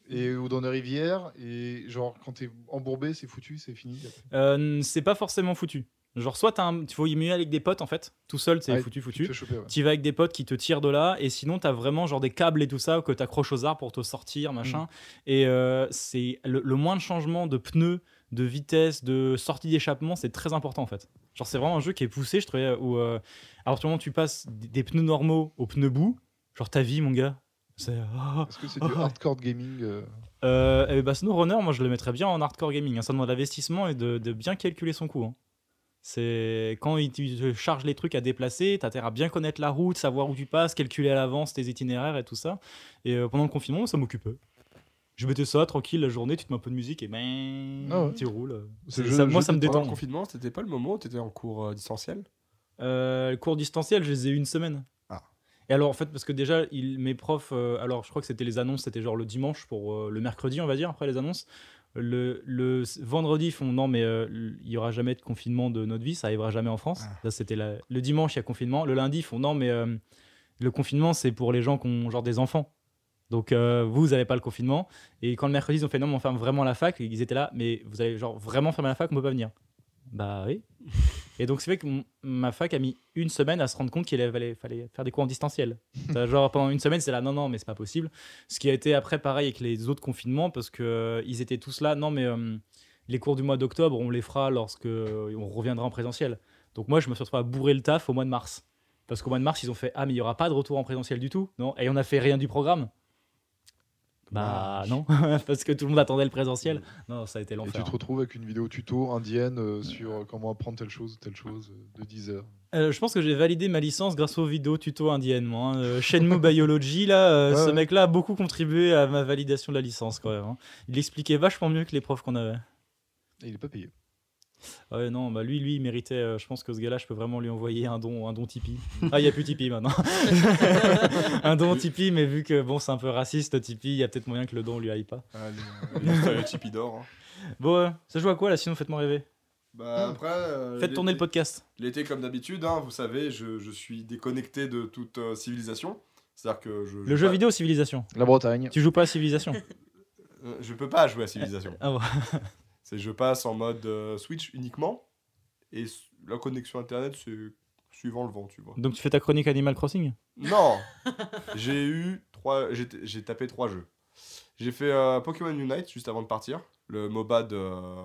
et, ou dans des rivières et genre quand t'es embourbé, c'est foutu, c'est fini. Euh, c'est pas forcément foutu. Genre, soit t'as un... tu faut y mieux avec des potes en fait. Tout seul, c'est Ouais, foutu, Tu te foutu. fais choper, ouais. Tu vas avec des potes qui te tirent de là, et sinon, t'as vraiment genre des câbles et tout ça que t'accroches aux arbres pour te sortir, machin. Et euh, c'est le, le moins de changement de pneus, de vitesse, de sortie d'échappement, c'est très important en fait. Genre, c'est vraiment un jeu qui est poussé, je trouvais, où euh, à partir du moment où tu passes des des pneus normaux aux pneus bout, genre ta vie, mon gars, c'est. oh. Est-ce que c'est Oh, du ouais. hardcore gaming euh, Euh, eh ben, SnowRunner, moi je le mettrais bien en hardcore gaming. hein. Ça demande l'investissement et de, de bien calculer son coût. hein. C'est quand il te charge les trucs à déplacer, t'as intérêt à bien connaître la route, savoir où tu passes, calculer à l'avance tes itinéraires et tout ça. Et euh, pendant le confinement, ça m'occupait. Je mettais ça tranquille la journée, tu te mets un peu de musique et ben Ah ouais. tu roules. C'est C'est- le jeu- ça- le moi jeu ça me Pendant le détend. confinement, c'était pas le moment où t'étais en cours euh, distanciel Euh, le cours distanciel, je les ai eu une semaine. Ah. Et alors, en fait, parce que déjà, il, mes profs, euh, alors je crois que c'était les annonces, c'était genre le dimanche pour euh, le mercredi, on va dire, après les annonces. Le, le s- vendredi, ils font non, mais euh, l- il y aura jamais de confinement de notre vie, ça arrivera jamais en France. Ça, c'était la- le dimanche, il y a confinement. Le lundi, ils font non, mais euh, le confinement, c'est pour les gens qui ont genre des enfants. Donc, euh, vous, vous n'avez pas le confinement. Et quand le mercredi, ils ont fait non, mais on ferme vraiment la fac, ils étaient là, mais vous allez genre vraiment fermer la fac, on peut pas venir. Bah oui. Et donc, c'est fait que m- ma fac a mis une semaine à se rendre compte qu'il allait- fallait faire des cours en distanciel. T'as Genre, pendant une semaine, c'est là, non, non, mais c'est pas possible. Ce qui a été après pareil avec les autres confinements, parce que euh, ils étaient tous là, non, mais euh, les cours du mois d'octobre, on les fera lorsque euh, on reviendra en présentiel. Donc, moi, je me suis retrouvé à bourrer le taf au mois de mars. Parce qu'au mois de mars, ils ont fait, ah, mais il y aura pas de retour en présentiel du tout, non Et on a fait rien du programme. Bah non, parce que tout le monde attendait le présentiel. Non, ça a été Et l'enfer. tu te retrouves avec une vidéo tuto indienne euh, sur euh, comment apprendre telle chose ou telle chose euh, de 10 heures. Euh, je pense que j'ai validé ma licence grâce aux vidéos tuto indiennes. Moi, hein. Euh, Shenmue Biology, là, euh, Ouais, ce ouais. mec-là a beaucoup contribué à ma validation de la licence quand même. hein. Il expliquait vachement mieux que les profs qu'on avait. Et il est pas payé. Ouais, non, bah lui, lui, il méritait. euh, je pense que ce gars-là, je peux vraiment lui envoyer un don, un don Tipeee. Ah, il n'y a plus Tipeee maintenant. un don Tipeee, mais vu que bon, c'est un peu raciste Tipeee, il y a peut-être moyen que le don lui aille pas. Ah, le, le- le Tipeee d'or. hein. Bon, euh, ça joue à quoi là Sinon, faites-moi rêver. Bah, après, euh, Faites tourner le l'été- podcast. L'été, comme d'habitude, hein, vous savez, je, je suis déconnecté de toute euh, civilisation. C'est-à-dire que je. Le jeu vidéo Civilisation. La Bretagne. Tu joues pas à Civilisation Euh, Je peux pas jouer à civilisation. Ah bon. C'est je passe en mode euh, Switch uniquement. Et s- la connexion internet, c'est suivant le vent, tu vois. Donc, tu fais ta chronique Animal Crossing Non J'ai eu trois. J'ai t- j'ai tapé trois jeux. J'ai fait euh, Pokémon Unite juste avant de partir, le MOBA de, euh,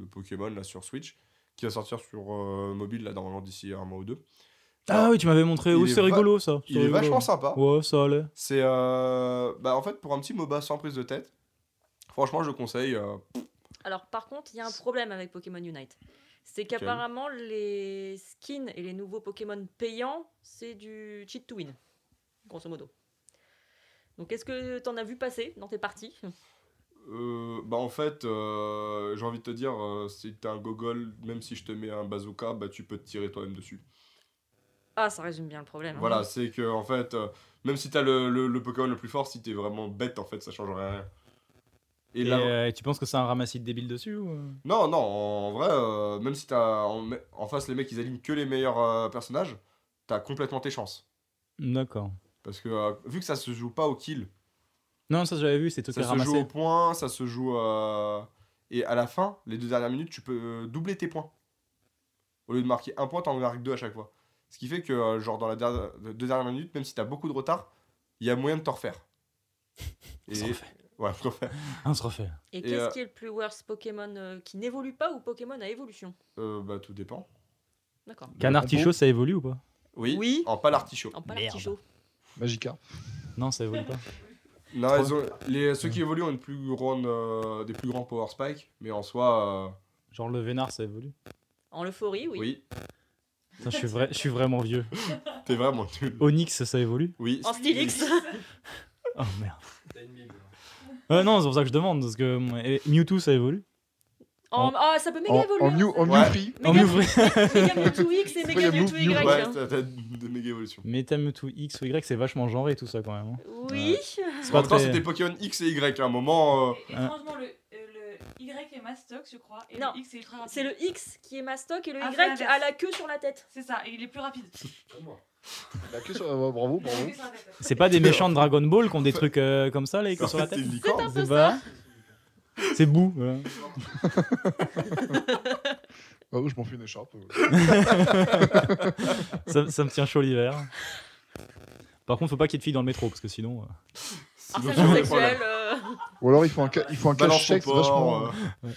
de Pokémon là sur Switch, qui va sortir sur euh, mobile là normalement d'ici un mois ou deux. Ah oui, tu m'avais montré. Il Oui, est c'est va- rigolo ça. C'est Il est rigolo. vachement sympa. Ouais, ça allait. C'est euh, bah en fait pour un petit MOBA sans prise de tête. Franchement, je conseille. euh, Alors, par contre, il y a un problème avec Pokémon Unite. C'est qu'apparemment, les skins et les nouveaux Pokémon payants, c'est du cheat to win, grosso modo. Donc, est-ce que t'en as vu passer dans tes parties euh, bah en fait, euh, j'ai envie de te dire, euh, si t'es un gogol, même si je te mets un bazooka, bah tu peux te tirer toi-même dessus. Ah, ça résume bien le problème. hein. Voilà, c'est que en fait, euh, même si t'as le, le, le Pokémon le plus fort, si t'es vraiment bête, en fait, ça change rien. Et, Et là, euh, tu penses que c'est un ramassis de débiles dessus ou... euh non, non, en vrai, euh, même si t'as en, en face les mecs, ils alignent que les meilleurs euh, personnages, t'as complètement tes chances. D'accord. Parce que euh, vu que ça se joue pas au kill, Non, ça j'avais vu, c'est tout Ça qui se ramassé. joue au point, ça se joue. euh, Et à la fin, les deux dernières minutes, tu peux euh, doubler tes points. Au lieu de marquer un point, t'en marques deux à chaque fois. Ce qui fait que, euh, genre, dans la dernière- les deux dernières minutes, même si t'as beaucoup de retard, il y a moyen de t'en refaire. Et... se Ouais, on se refait. On se refait. Et, Et, qu'est-ce euh, qui est le plus worst Pokémon euh, qui n'évolue pas ou Pokémon à évolution Euh, bah, tout dépend. D'accord. Canard compo. artichaut, ça évolue ou pas Oui. Oui. En pal artichaut. En parle Merde. artichaut. Magica. Non, ça évolue pas. Non, elles ont- les, ceux qui évoluent ont une plus grande, euh, des plus grands power spikes, mais en soi, euh, Genre le vénard, ça évolue. En euphorie, oui. oui. Putain, je suis, vrai, je suis vraiment vieux. t'es vraiment nul. Onyx, ça évolue Oui. En Stylix. Oh merde. T'as une bible. hein. Euh, non, c'est pour ça que je demande, parce que euh, et Mewtwo, ça évolue. en... Ah, ça peut méga En, évoluer. hein. en new, en new Ouais. free. En Méga- Mewtwo- Méga Mewtwo X et Ouais, méga il y a Mewtwo Mew- Y. hein. Ouais, t'as t'as des méga évolutions. Mais t'as Mewtwo X ou Y, c'est vachement genré tout ça quand même. hein. Oui. C'est En pas même temps, très- c'était Pokémon X et Y à un moment. euh, Et Étrangement, le, euh, le Y est mastoc, je crois, et Non. le X est ultra rapide. C'est le X qui est mastoc et le Ah, Y c'est l'inverse. a la queue sur la tête. C'est ça, et il est plus rapide. La queue sur- euh, ouais, bravo, Il a bravo. que sur la tête. C'est pas des méchants de Dragon Ball qui ont des trucs euh, comme ça, les en queues sur la fait, tête t'es une licorne. un peu C'est pas. C'est Bou. voilà. Bah oui, je m'en fais une écharpe. euh. ouais. Ça, ça me tient chaud l'hiver. Par contre, faut pas qu'il y ait de filles dans le métro, parce que sinon. euh, C'est le Harcèlement premier problème. sexuel. euh, Ou alors il faut un, ca- il faut un Balance cash ton sexe port, vachement. hein. euh, Ouais.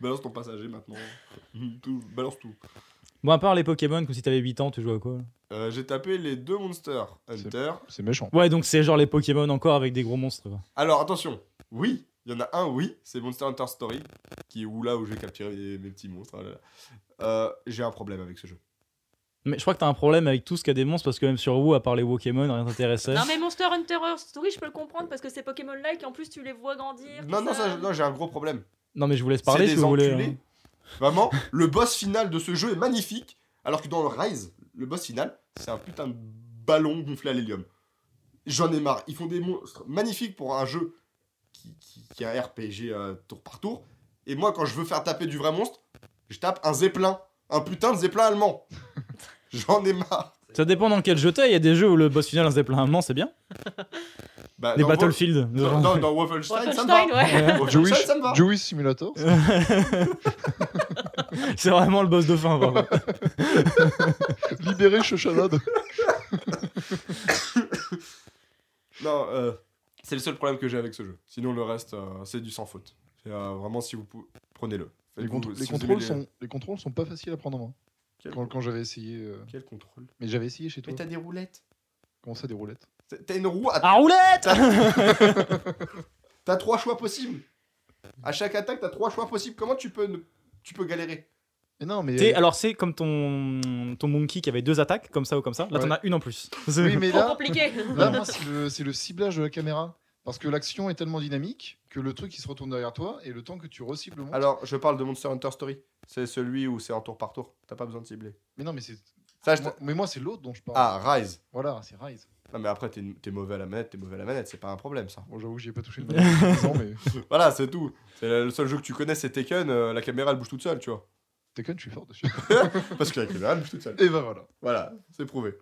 Balance ton passager maintenant. Mm, tout- balance tout. Bon, à part les Pokémon, comme si t'avais 8 ans, tu jouais à quoi là Euh, J'ai tapé les deux Monster Hunter. C'est méchant. Ouais, donc c'est genre les Pokémon encore avec des gros monstres. quoi. Alors attention, oui, il y en a un, oui, c'est Monster Hunter Story, qui est où là où je vais capturer mes, mes petits monstres. ah là là. Euh, J'ai un problème avec ce jeu. Mais je crois que t'as un problème avec tout ce qu'il y a des monstres, parce que même sur WoW, à part les Pokémon, rien t'intéressait. Non mais Monster Hunter Story, je peux le comprendre parce que c'est Pokémon-like. En plus, tu les vois grandir. Non, tout non, ça, je- non, j'ai un gros problème. Non, mais je vous laisse C'est parler des si vous voulez. enculés. hein. Vraiment, le boss final de ce jeu est magnifique, alors que dans le Rise, le boss final, c'est un putain de ballon gonflé à l'hélium. J'en ai marre. Ils font des monstres magnifiques pour un jeu qui, qui, qui est un RPG euh, tour par tour. Et moi, quand je veux faire taper du vrai monstre, je tape un zeppelin. Un putain de zeppelin allemand. J'en ai marre. Ça dépend dans quel jeu t'es. Il y a des jeux où le boss final un zeppelin allemand, c'est bien. Bah, Des dans Battlefield. Wolf- Dans, dans- dans Wolfenstein, ça me Wolfenstein, va. ouais. Wolfenstein, Jewish, ça me va. Jewish Simulator. c'est vraiment le boss de fin. par contre. Libéré Shoshana de- Non, euh, c'est le seul problème que j'ai avec ce jeu. Sinon, le reste, euh, c'est du sans faute. C'est, euh, vraiment, si vous pou- prenez-le. Les, Faites-vous- contr- si les vous aimez contrôles les- sont, les contrôles sont pas faciles à prendre en main. Quel, Quand, quand j'avais essayé, euh, quel contrôle mais j'avais essayé chez toi. Mais t'as des roulettes. Comment ça des roulettes T'as- T'as une roue. à- Ah roulette T'as trois choix possibles. À chaque attaque, t'as trois choix possibles. Comment tu peux, ne- tu peux galérer Mais non, mais T'es- Alors, c'est comme ton... ton Monkey qui avait deux attaques, comme ça ou comme ça. Là, t'en Ouais. as une en plus. oui, mais Trop là, compliqué. Là, moi, c'est le, c'est le ciblage de la caméra. Parce que l'action est tellement dynamique que le truc il se retourne derrière toi et le temps que tu recibles le monstre. Alors, je parle de Monster Hunter Story. C'est celui où c'est en tour par tour. T'as pas besoin de cibler. Mais non, mais c'est. Ça, je- moi- mais moi, c'est l'autre dont je parle. Ah, Rise. Voilà, c'est Rise. Non, mais après, t'es t'es mauvais à la manette, t'es mauvais à la manette. C'est pas un problème, ça. Bon, j'avoue que j'y ai pas touché de manière depuis 10 ans, mais. voilà, c'est tout. C'est le seul jeu que tu connais, c'est Tekken. euh, la caméra, elle bouge toute seule, tu vois. Tekken, je suis fort dessus. Parce que la caméra, elle bouge toute seule. et ben voilà. Voilà, c'est prouvé.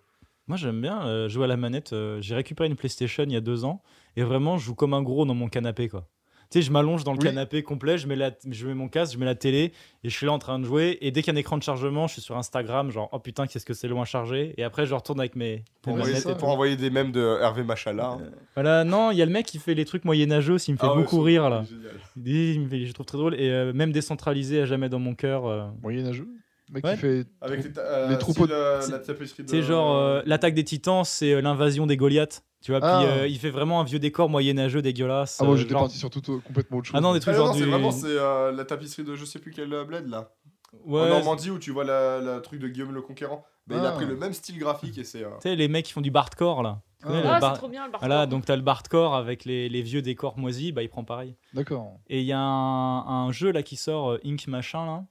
Moi, j'aime bien euh, jouer à la manette. euh, J'ai récupéré une PlayStation il y a deux ans et vraiment, je joue comme un gros dans mon canapé, quoi. Tu sais, je m'allonge dans le Oui. canapé complet, je mets, la, je mets mon casque, je mets la télé et je suis là en train de jouer. Et dès qu'il y a un écran de chargement, je suis sur Instagram, genre oh putain, qu'est-ce que c'est loin chargé. Et après, je retourne avec mes, mes Pour, Ouais, envoyer, manettes c'est Ah, ça, et pour tout. envoyer des mèmes de Hervé Machala. hein. Voilà, non, il y a le mec qui fait les trucs moyenâgeux aussi, il me fait Ah ouais, beaucoup c'est- rire là. c'est génial. Il- il me fait- je trouve très drôle et euh, même décentralisé à jamais dans mon cœur. euh, Moyen-âgeux. Le Mec Ouais. Ah, qui fait. Avec les, ta- euh, Les si, troupeaux de- la- c'est- la tapisserie de- C'est genre euh, l'attaque des titans, c'est euh, l'invasion des Goliaths. Tu vois, Ah. puis euh, il fait vraiment un vieux décor moyenâgeux dégueulasse. Ah, moi, euh, j'étais genre- parti sur tout euh, complètement autre chose. Ah non, des Ah trucs non, genre non, c'est du- vraiment c'est euh, la tapisserie de je sais plus quel euh, bled là. En Ouais, Normandie où tu vois la, la truc de Guillaume le Conquérant. Mais il a Ah. pris le même style graphique et c'est. euh, Tu sais, les mecs qui font du bardcore là. Tu connais Ah. le Ah, bar- c'est trop bien le Voilà, barcode. donc t'as le bardcore avec les, les vieux décors moisis, bah il prend pareil. D'accord. Et il y a un, un jeu là qui sort, euh, Ink machin là,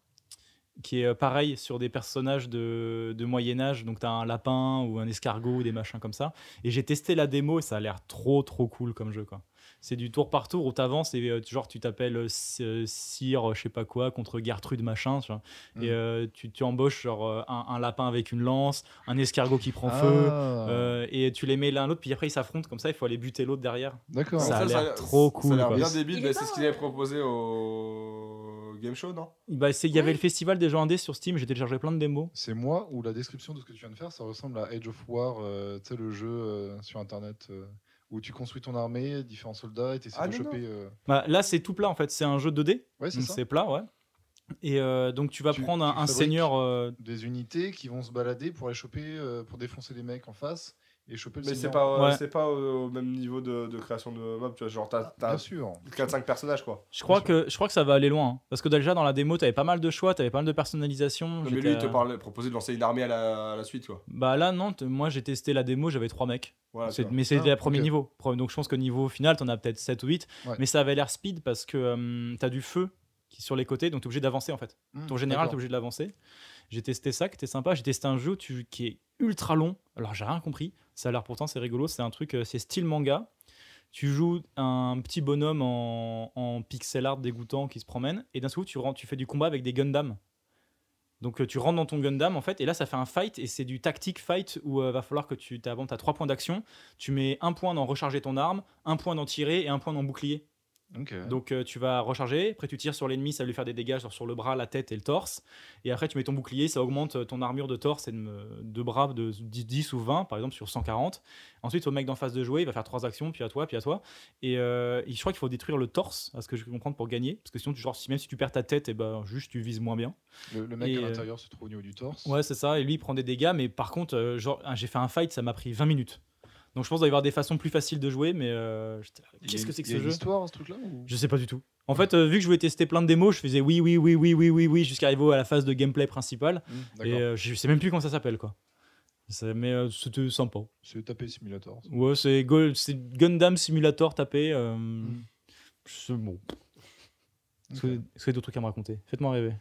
qui est euh, pareil sur des personnages de, de Moyen Âge. Donc t'as un lapin ou un escargot ou des machins comme ça. Et j'ai testé la démo et ça a l'air trop trop cool comme jeu quoi. C'est du tour par tour où t'avances et euh, genre tu t'appelles euh, C- euh, Sire euh, je sais pas quoi contre Gertrude machin tu vois. Mhm. Mm. Et euh, tu, tu embauches genre euh, un, un lapin avec une lance, un escargot qui prend feu. Ah, euh, et tu les mets l'un à l'autre, puis après ils s'affrontent comme ça. Il faut aller buter l'autre derrière. D'accord. ça a l'air trop Ça cool, a l'air quoi. bien Il débile, est mais pas, c'est ce qu'il avait proposé au Game Show, non Bah, c'est- il y avait Oui. le festival des jeux indés sur Steam. J'ai téléchargé plein de démos. C'est moi où la description de ce que tu viens de faire, ça ressemble à Age of War, euh, tu sais, le jeu euh, sur internet euh, où tu construis ton armée, différents soldats et tu essaies Ah, de non, non. choper. euh, Bah, là, c'est tout plat en fait. C'est un jeu 2D. Ouais, c'est donc ça. c'est plat, ouais. Et euh, donc tu vas Tu- prendre un, tu un fabriques. seigneur. euh, Des unités qui vont se balader pour aller choper, euh, pour défoncer les mecs en face et choper le Mais c'est seigneur. pas, euh, Ouais. c'est pas au, au même niveau de, de création de map, tu vois. Genre, t'as, t'as Ah, Bien sûr. 4-5 personnages, quoi. je crois sûr. que je crois que ça va aller loin. hein. Parce que déjà dans la démo, t'avais pas mal de choix, t'avais pas mal de personnalisation. Non, mais lui, j'étais il te à- parlait, proposait de lancer une armée à la, à la suite, quoi. Bah là, non. t- Moi, j'ai testé la démo, j'avais trois mecs. Voilà, C'est- tu vois. mais c'est Ah, le premier ok. niveau. Pro- Donc je pense que niveau final, t'en as peut-être 7 ou 8. Ouais. Mais ça avait l'air speed parce que euh, t'as du feu qui est sur les côtés, donc t'es obligé d'avancer en fait. Mmh, Ton général, t'es d'accord. obligé de l'avancer. J'ai testé ça, qui était sympa. J'ai testé un jeu tu- qui est ultra long. Alors, j'ai rien compris. Ça a l'air pourtant, c'est rigolo. C'est un truc, euh, c'est style manga. Tu joues un petit bonhomme en, en pixel art dégoûtant qui se promène. Et d'un seul coup, tu, rentres- tu fais du combat avec des Gundam. Donc, euh, tu rentres dans ton Gundam, en fait. Et là, ça fait un fight. Et c'est du tactique fight où euh, va falloir que tu t'as- bon, t'as trois points d'action. Tu mets un point d'en recharger ton arme, un point d'en tirer et un point d'en bouclier. Ok. Donc euh, tu vas recharger, après tu tires sur l'ennemi, ça va lui faire des dégâts genre, sur le bras, la tête et le torse. Et après tu mets ton bouclier, ça augmente euh, ton armure de torse et de, me- de bras de 10, 10 ou 20, par exemple sur 140. Ensuite au mec d'en face de jouer, il va faire trois actions, puis à toi, puis à toi. Et, euh, et je crois qu'il faut détruire le torse, à ce que je comprends, pour gagner. Parce que sinon, tu, genre, si, même si tu perds ta tête, et ben, juste tu vises moins bien. Le, le mec Et, à euh, l'intérieur se trouve au niveau du torse. Ouais, c'est ça. Et lui, il prend des dégâts, mais par contre, euh, genre, ah, j'ai fait un fight, ça m'a pris 20 minutes. Donc je pense qu'il va y avoir des façons plus faciles de jouer, mais euh, j'étais là, Il y a qu'est-ce une- que c'est que il y a ce une jeu Mmh. histoire, ce truc-là ou- je sais pas du tout. En fait, euh, vu que je voulais tester plein de démos, je faisais oui, oui, oui, oui, oui, oui, oui, jusqu'à arriver à la phase de gameplay principale. Mmh, Et D'accord. euh, je sais même plus comment ça s'appelle, quoi. Ça- mais euh, c'était sympa. C'est taper simulator. ça. Ouais, c'est Go- c'est Gundam Simulator tapé. euh, C'est bon. Est-ce que- Mm. Ok. est-ce qu'il y a d'autres trucs à me raconter Faites-moi rêver.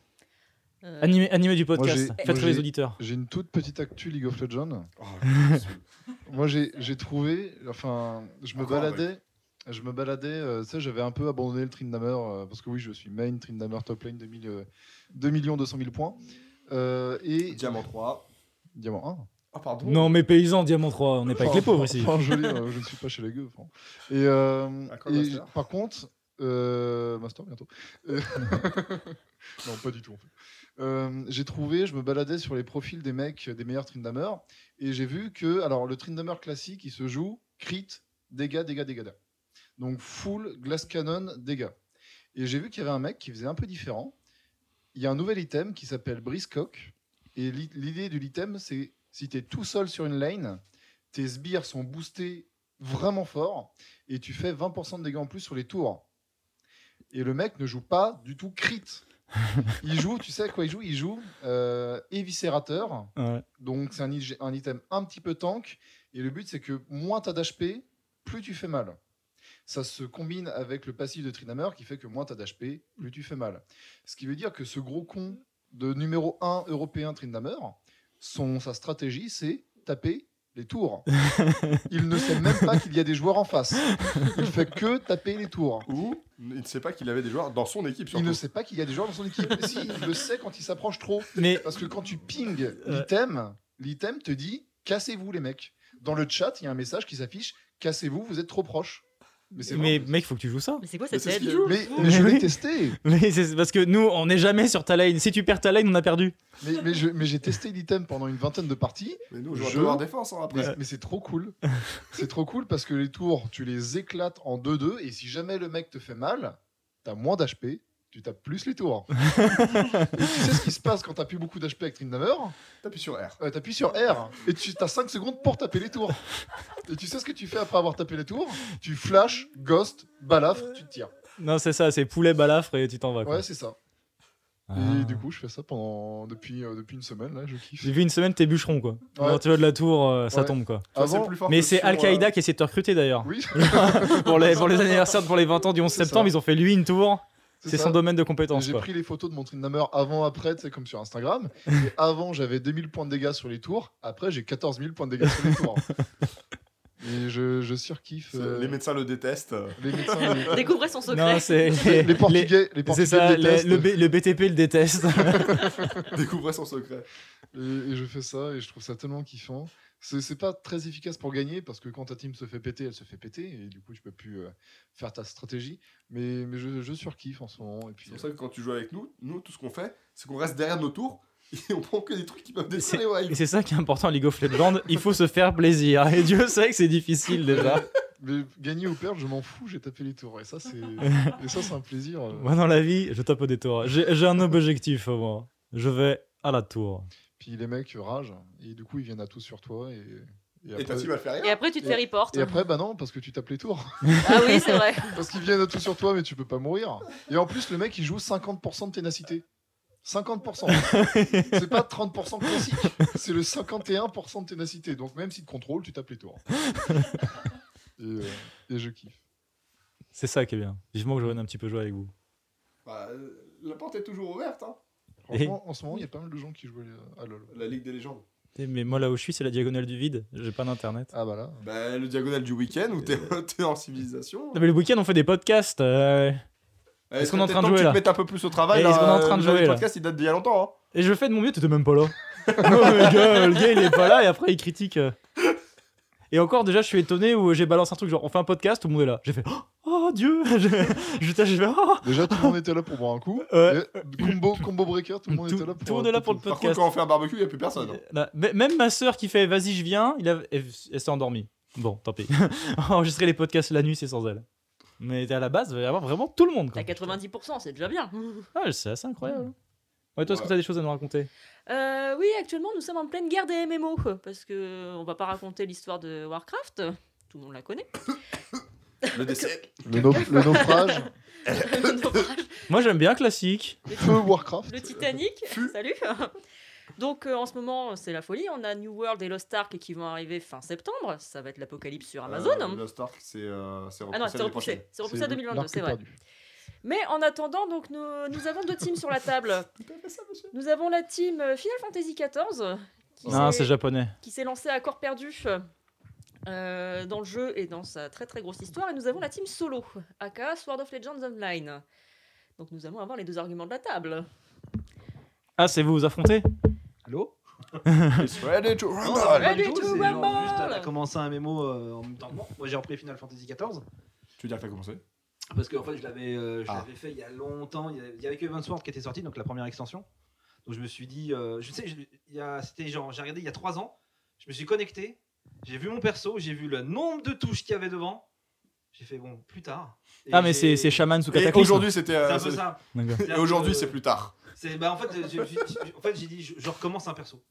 Euh, Animé, animé du podcast. j'ai- Faites moi, rêver les j'ai- auditeurs. J'ai une toute petite actu League of Legends. Oh, Moi, j'ai j'ai trouvé, enfin, je me Encore, baladais, je me baladais, euh, tu sais, j'avais un peu abandonné le Trindamer, euh, parce que oui, je suis main, Trindamer top lane, 2000, euh, 2 200 000 points. Euh, et Diamant 3. Diamant Ah, pardon. Non, mais paysans, Diamant 3, on n'est 1. pas avec les pauvres ici. Enfin, joli, euh, je ne suis pas chez les gueux. enfin. Et, euh, À quoi, et Master par contre, euh, Master bientôt. Euh, non, pas du tout en fait. Euh, j'ai trouvé, je me baladais sur les profils des mecs, des meilleurs Trindamer, et j'ai vu que, alors le Trindamer classique, il se joue crit, dégâts, dégâts, dégâts. dégâts. Donc full, glass cannon, dégâts. Et j'ai vu qu'il y avait un mec qui faisait un peu différent. Il y a un nouvel item qui s'appelle Briscock. Et l'i- l'idée de l'item, c'est si tu es tout seul sur une lane, tes sbires sont boostés vraiment fort et tu fais 20% de dégâts en plus sur les tours. Et le mec ne joue pas du tout crit. Il joue, tu sais à quoi il joue Il joue euh, éviscérateur. Ouais. Donc c'est un, ig- un item un petit peu tank. Et le but c'est que moins t'as d'HP, plus tu fais mal. Ça se combine avec le passif de Trinamer qui fait que moins t'as d'HP, plus tu fais mal. Ce qui veut dire que ce gros con de numéro 1 européen Trindamer, son, sa stratégie c'est taper les tours. Il ne sait même pas qu'il y a des joueurs en face. Il fait que taper les tours. Ou il ne sait pas qu'il avait des joueurs dans son équipe, Il surtout. ne sait pas qu'il y a des joueurs dans son équipe. si, il le sait quand il s'approche trop. Mais Parce que quand tu ping l'item, l'item te dit cassez-vous les mecs. Dans le chat, il y a un message qui s'affiche cassez-vous, vous êtes trop proche. Mais c'est mais vrai. mec, faut que tu joues ça. Mais c'est quoi Mais cette c'est ce aide qu'il joue. mais, mais Mais je oui. l'ai testé. Mais c'est parce que nous, on n'est jamais sur ta lane. Si tu perds ta lane, on a perdu. Mais, mais je- mais j'ai testé l'item pendant une vingtaine de parties. Mais nous, on joue à Je- devoir défense, hein, après. Mais, mais c'est trop cool. C'est trop cool parce que les tours, tu les éclates en 2-2. Et si jamais le mec te fait mal, t'as moins d'HP. Tu tapes plus les tours. Et tu sais ce qui se passe quand t'as plus beaucoup d'HP avec Trindamer T'appuies sur R. Euh, t'appuies sur R et tu as 5 secondes pour taper les tours. Et tu sais ce que tu fais après avoir tapé les tours Tu flash, ghost, balafre, tu te tires. Non, c'est ça, c'est poulet balafre et tu t'en vas. Quoi. Ouais, c'est ça. Ah. Et du coup, je fais ça pendant depuis, euh, depuis une semaine là, je kiffe. J'ai vu une semaine, t'es bûcheron quoi. Ouais. Quand tu vas de la tour, euh, ça Ouais. tombe quoi. Tu vois, c'est Avant- plus fort Mais que c'est sur, euh, Al-Qaïda qui essaie de te recruter d'ailleurs. Oui. pour, les, pour les anniversaires, pour les 20 ans du 11 C'est septembre, ça. ils ont fait lui une tour. C'est ça. son domaine de Et compétence. J'ai quoi. pris les photos de mon Trindamer avant, après, tu sais, comme sur Instagram. Et avant, j'avais 2000 points de dégâts sur les tours. Après, j'ai 14 000 points de dégâts sur les tours. Et je, je surkiffe. euh, Les médecins le détestent. les médecins, les- euh, Découvrez son Non, secret. c'est les, les- Portugais. les Portugais C'est ça, les- détestent. le, B- le BTP le déteste. Découvrez son secret. Et, et je fais ça et je trouve ça tellement kiffant. C'est c'est pas très efficace pour gagner parce que quand ta team se fait péter, elle se fait péter et du coup tu peux plus euh, faire ta stratégie. Mais, mais je, je surkiffe en ce moment. Et puis, euh, C'est pour ça que quand tu joues avec nous, nous, tout ce qu'on fait, c'est qu'on reste derrière nos tours et on prend que des trucs qui peuvent détruire les Et wives. c'est ça qui est important à League of Legends, il faut se faire plaisir. Et Dieu sait que c'est difficile déjà. mais gagner ou perdre, je m'en fous, j'ai tapé les tours. Et ça, c'est et ça, c'est un plaisir. euh. Moi dans la vie, je tape des tours. J'ai j'ai un objectif moi. Je vais à la tour. Puis les mecs ragent et du coup ils viennent à tous sur toi. Et, et Et ta après, team elle fait Et rien. après, tu te fais report. et après, bah non, parce que tu tapes les tours. Ah oui, c'est vrai. parce qu'ils viennent à tous sur toi, mais tu peux pas mourir. Et en plus, le mec il joue 50% de ténacité. 50%. c'est pas 30% classique, c'est le 51% de ténacité. Donc même si tu contrôles, tu tapes les tours. et, euh, et je kiffe. C'est ça qui est bien. Vivement que je revienne un petit peu jouer avec vous. Bah, euh, la porte est toujours ouverte, hein. Franchement, en ce moment, il y a pas mal de gens qui jouent à LoL. La Ligue des légendes. Eh, Mais moi là où je suis, c'est la diagonale du vide. J'ai pas d'internet. Ah bah là. Bah, le diagonal du week-end où t'es t'es en civilisation. Non mais le week-end on fait des podcasts. euh, Eh, Est-ce serait qu'on est en peut-être train de temps que jouer, Tu là te mettes un peu plus au travail. Eh, est-ce là, qu'on est en train de euh, le jouer, là podcast il date d'il y a longtemps. hein. Et je fais de mon mieux, t'étais même pas là. non mais gars, le gars il est pas là et après il critique. euh. Et encore déjà je suis étonné où j'ai balancé un truc genre on fait un podcast, tout le monde est là. J'ai fait oh, oh, Dieu, je je t'ai- j'ai fait oh. Déjà, tout le monde était là pour boire un coup. Ouais. Et combo, combo breaker, tout le monde Tout- était là pour tout le monde est là pour le Par Podcast. contre, quand on fait un barbecue, il n'y a plus personne. hein. Là, m- Même ma soeur qui fait vas-y je viens, il a- elle, elle s'est endormie. Bon tant pis. Enregistrer les podcasts la nuit c'est sans elle. Mais à la base, il va y avoir vraiment tout le monde. T'as Quoi. 90%, c'est déjà bien. Ah, c'est assez incroyable. Ouais, toi, est-ce que Ouais. t'as des choses à nous raconter Euh, oui, actuellement, nous sommes en pleine guerre des MMO, parce que on va pas raconter l'histoire de Warcraft. Tout le monde la connaît. Le décès. Le, nau- le naufrage, le naufrage, Moi, j'aime bien classique. le feu Warcraft. le Titanic. Salut. Donc euh, en ce moment, c'est la folie. On a New World et Lost Ark qui vont arriver fin septembre. Ça va être l'apocalypse sur Amazon. Euh, Lost Ark, c'est euh, c'est ah non, repoussé c'est l'année prochaine. repoussé. C'est repoussé à le- 2022, l'arc c'est vrai. perdu. Mais en attendant, donc nous, nous avons deux teams sur la table. Nous avons la team euh, Final Fantasy XIV qui Non, s'est- Ah, c'est japonais. qui s'est lancée à corps perdu euh, dans le jeu et dans sa très très grosse histoire. Et nous avons la team solo, aka Sword of Legends Online. Donc nous allons avoir les deux arguments de la table. Ah, c'est vous vous affrontez Allô It's ready to rumble. pas Ready du tout, to Ah, bah, c'est genre rumble juste, elle a commencé un mémo euh, en même temps que moi. Moi, j'ai repris Final Fantasy XIV. Tu veux dire que t'as commencé Parce que en fait, je l'avais euh, je Ah. l'avais fait il y a longtemps. Il y avait- il y avait que Advance Wars qui était sorti, donc la première extension. Donc je me suis dit, euh, je sais, je- il y a- c'était genre, j'ai regardé il y a trois ans. Je me suis connecté, j'ai vu mon perso, j'ai vu le nombre de touches qu'il y avait devant. J'ai fait bon, plus tard. Et Ah, mais c'est j'ai- c'est Shaman sous Et Cataclysme. Aujourd'hui, c'était. C'est euh, un peu c'est- ça. D'accord. Et aujourd'hui, c'est plus tard. C'est bah en fait, euh, je me suis- en fait, j'ai dit, je, je recommence un perso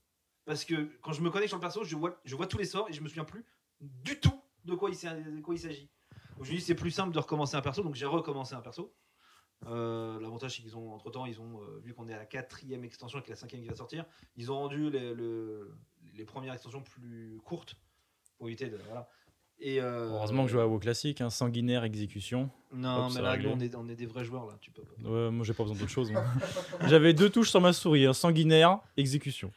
parce que quand je me connecte sur le perso, je vois, je vois tous les sorts et je me souviens plus du tout de quoi il, s'a- de quoi il s'agit. Donc je me dis c'est plus simple de recommencer un perso, donc j'ai recommencé un perso. Euh, L'avantage c'est qu'ils ont entre temps ils ont euh, vu qu'on est à la quatrième extension et que la cinquième qui va sortir, ils ont rendu les, le- les premières extensions plus courtes pour éviter de voilà. Et euh, Heureusement que je joue à WoW classique, hein, sanguinaire, exécution. Non Hop, ça mais a là nous, réglé. on est, on est des vrais joueurs là, tu peux. pas- Ouais, moi, j'ai pas besoin d'autre chose. moi. J'avais deux touches sur ma souris, hein, sanguinaire, exécution.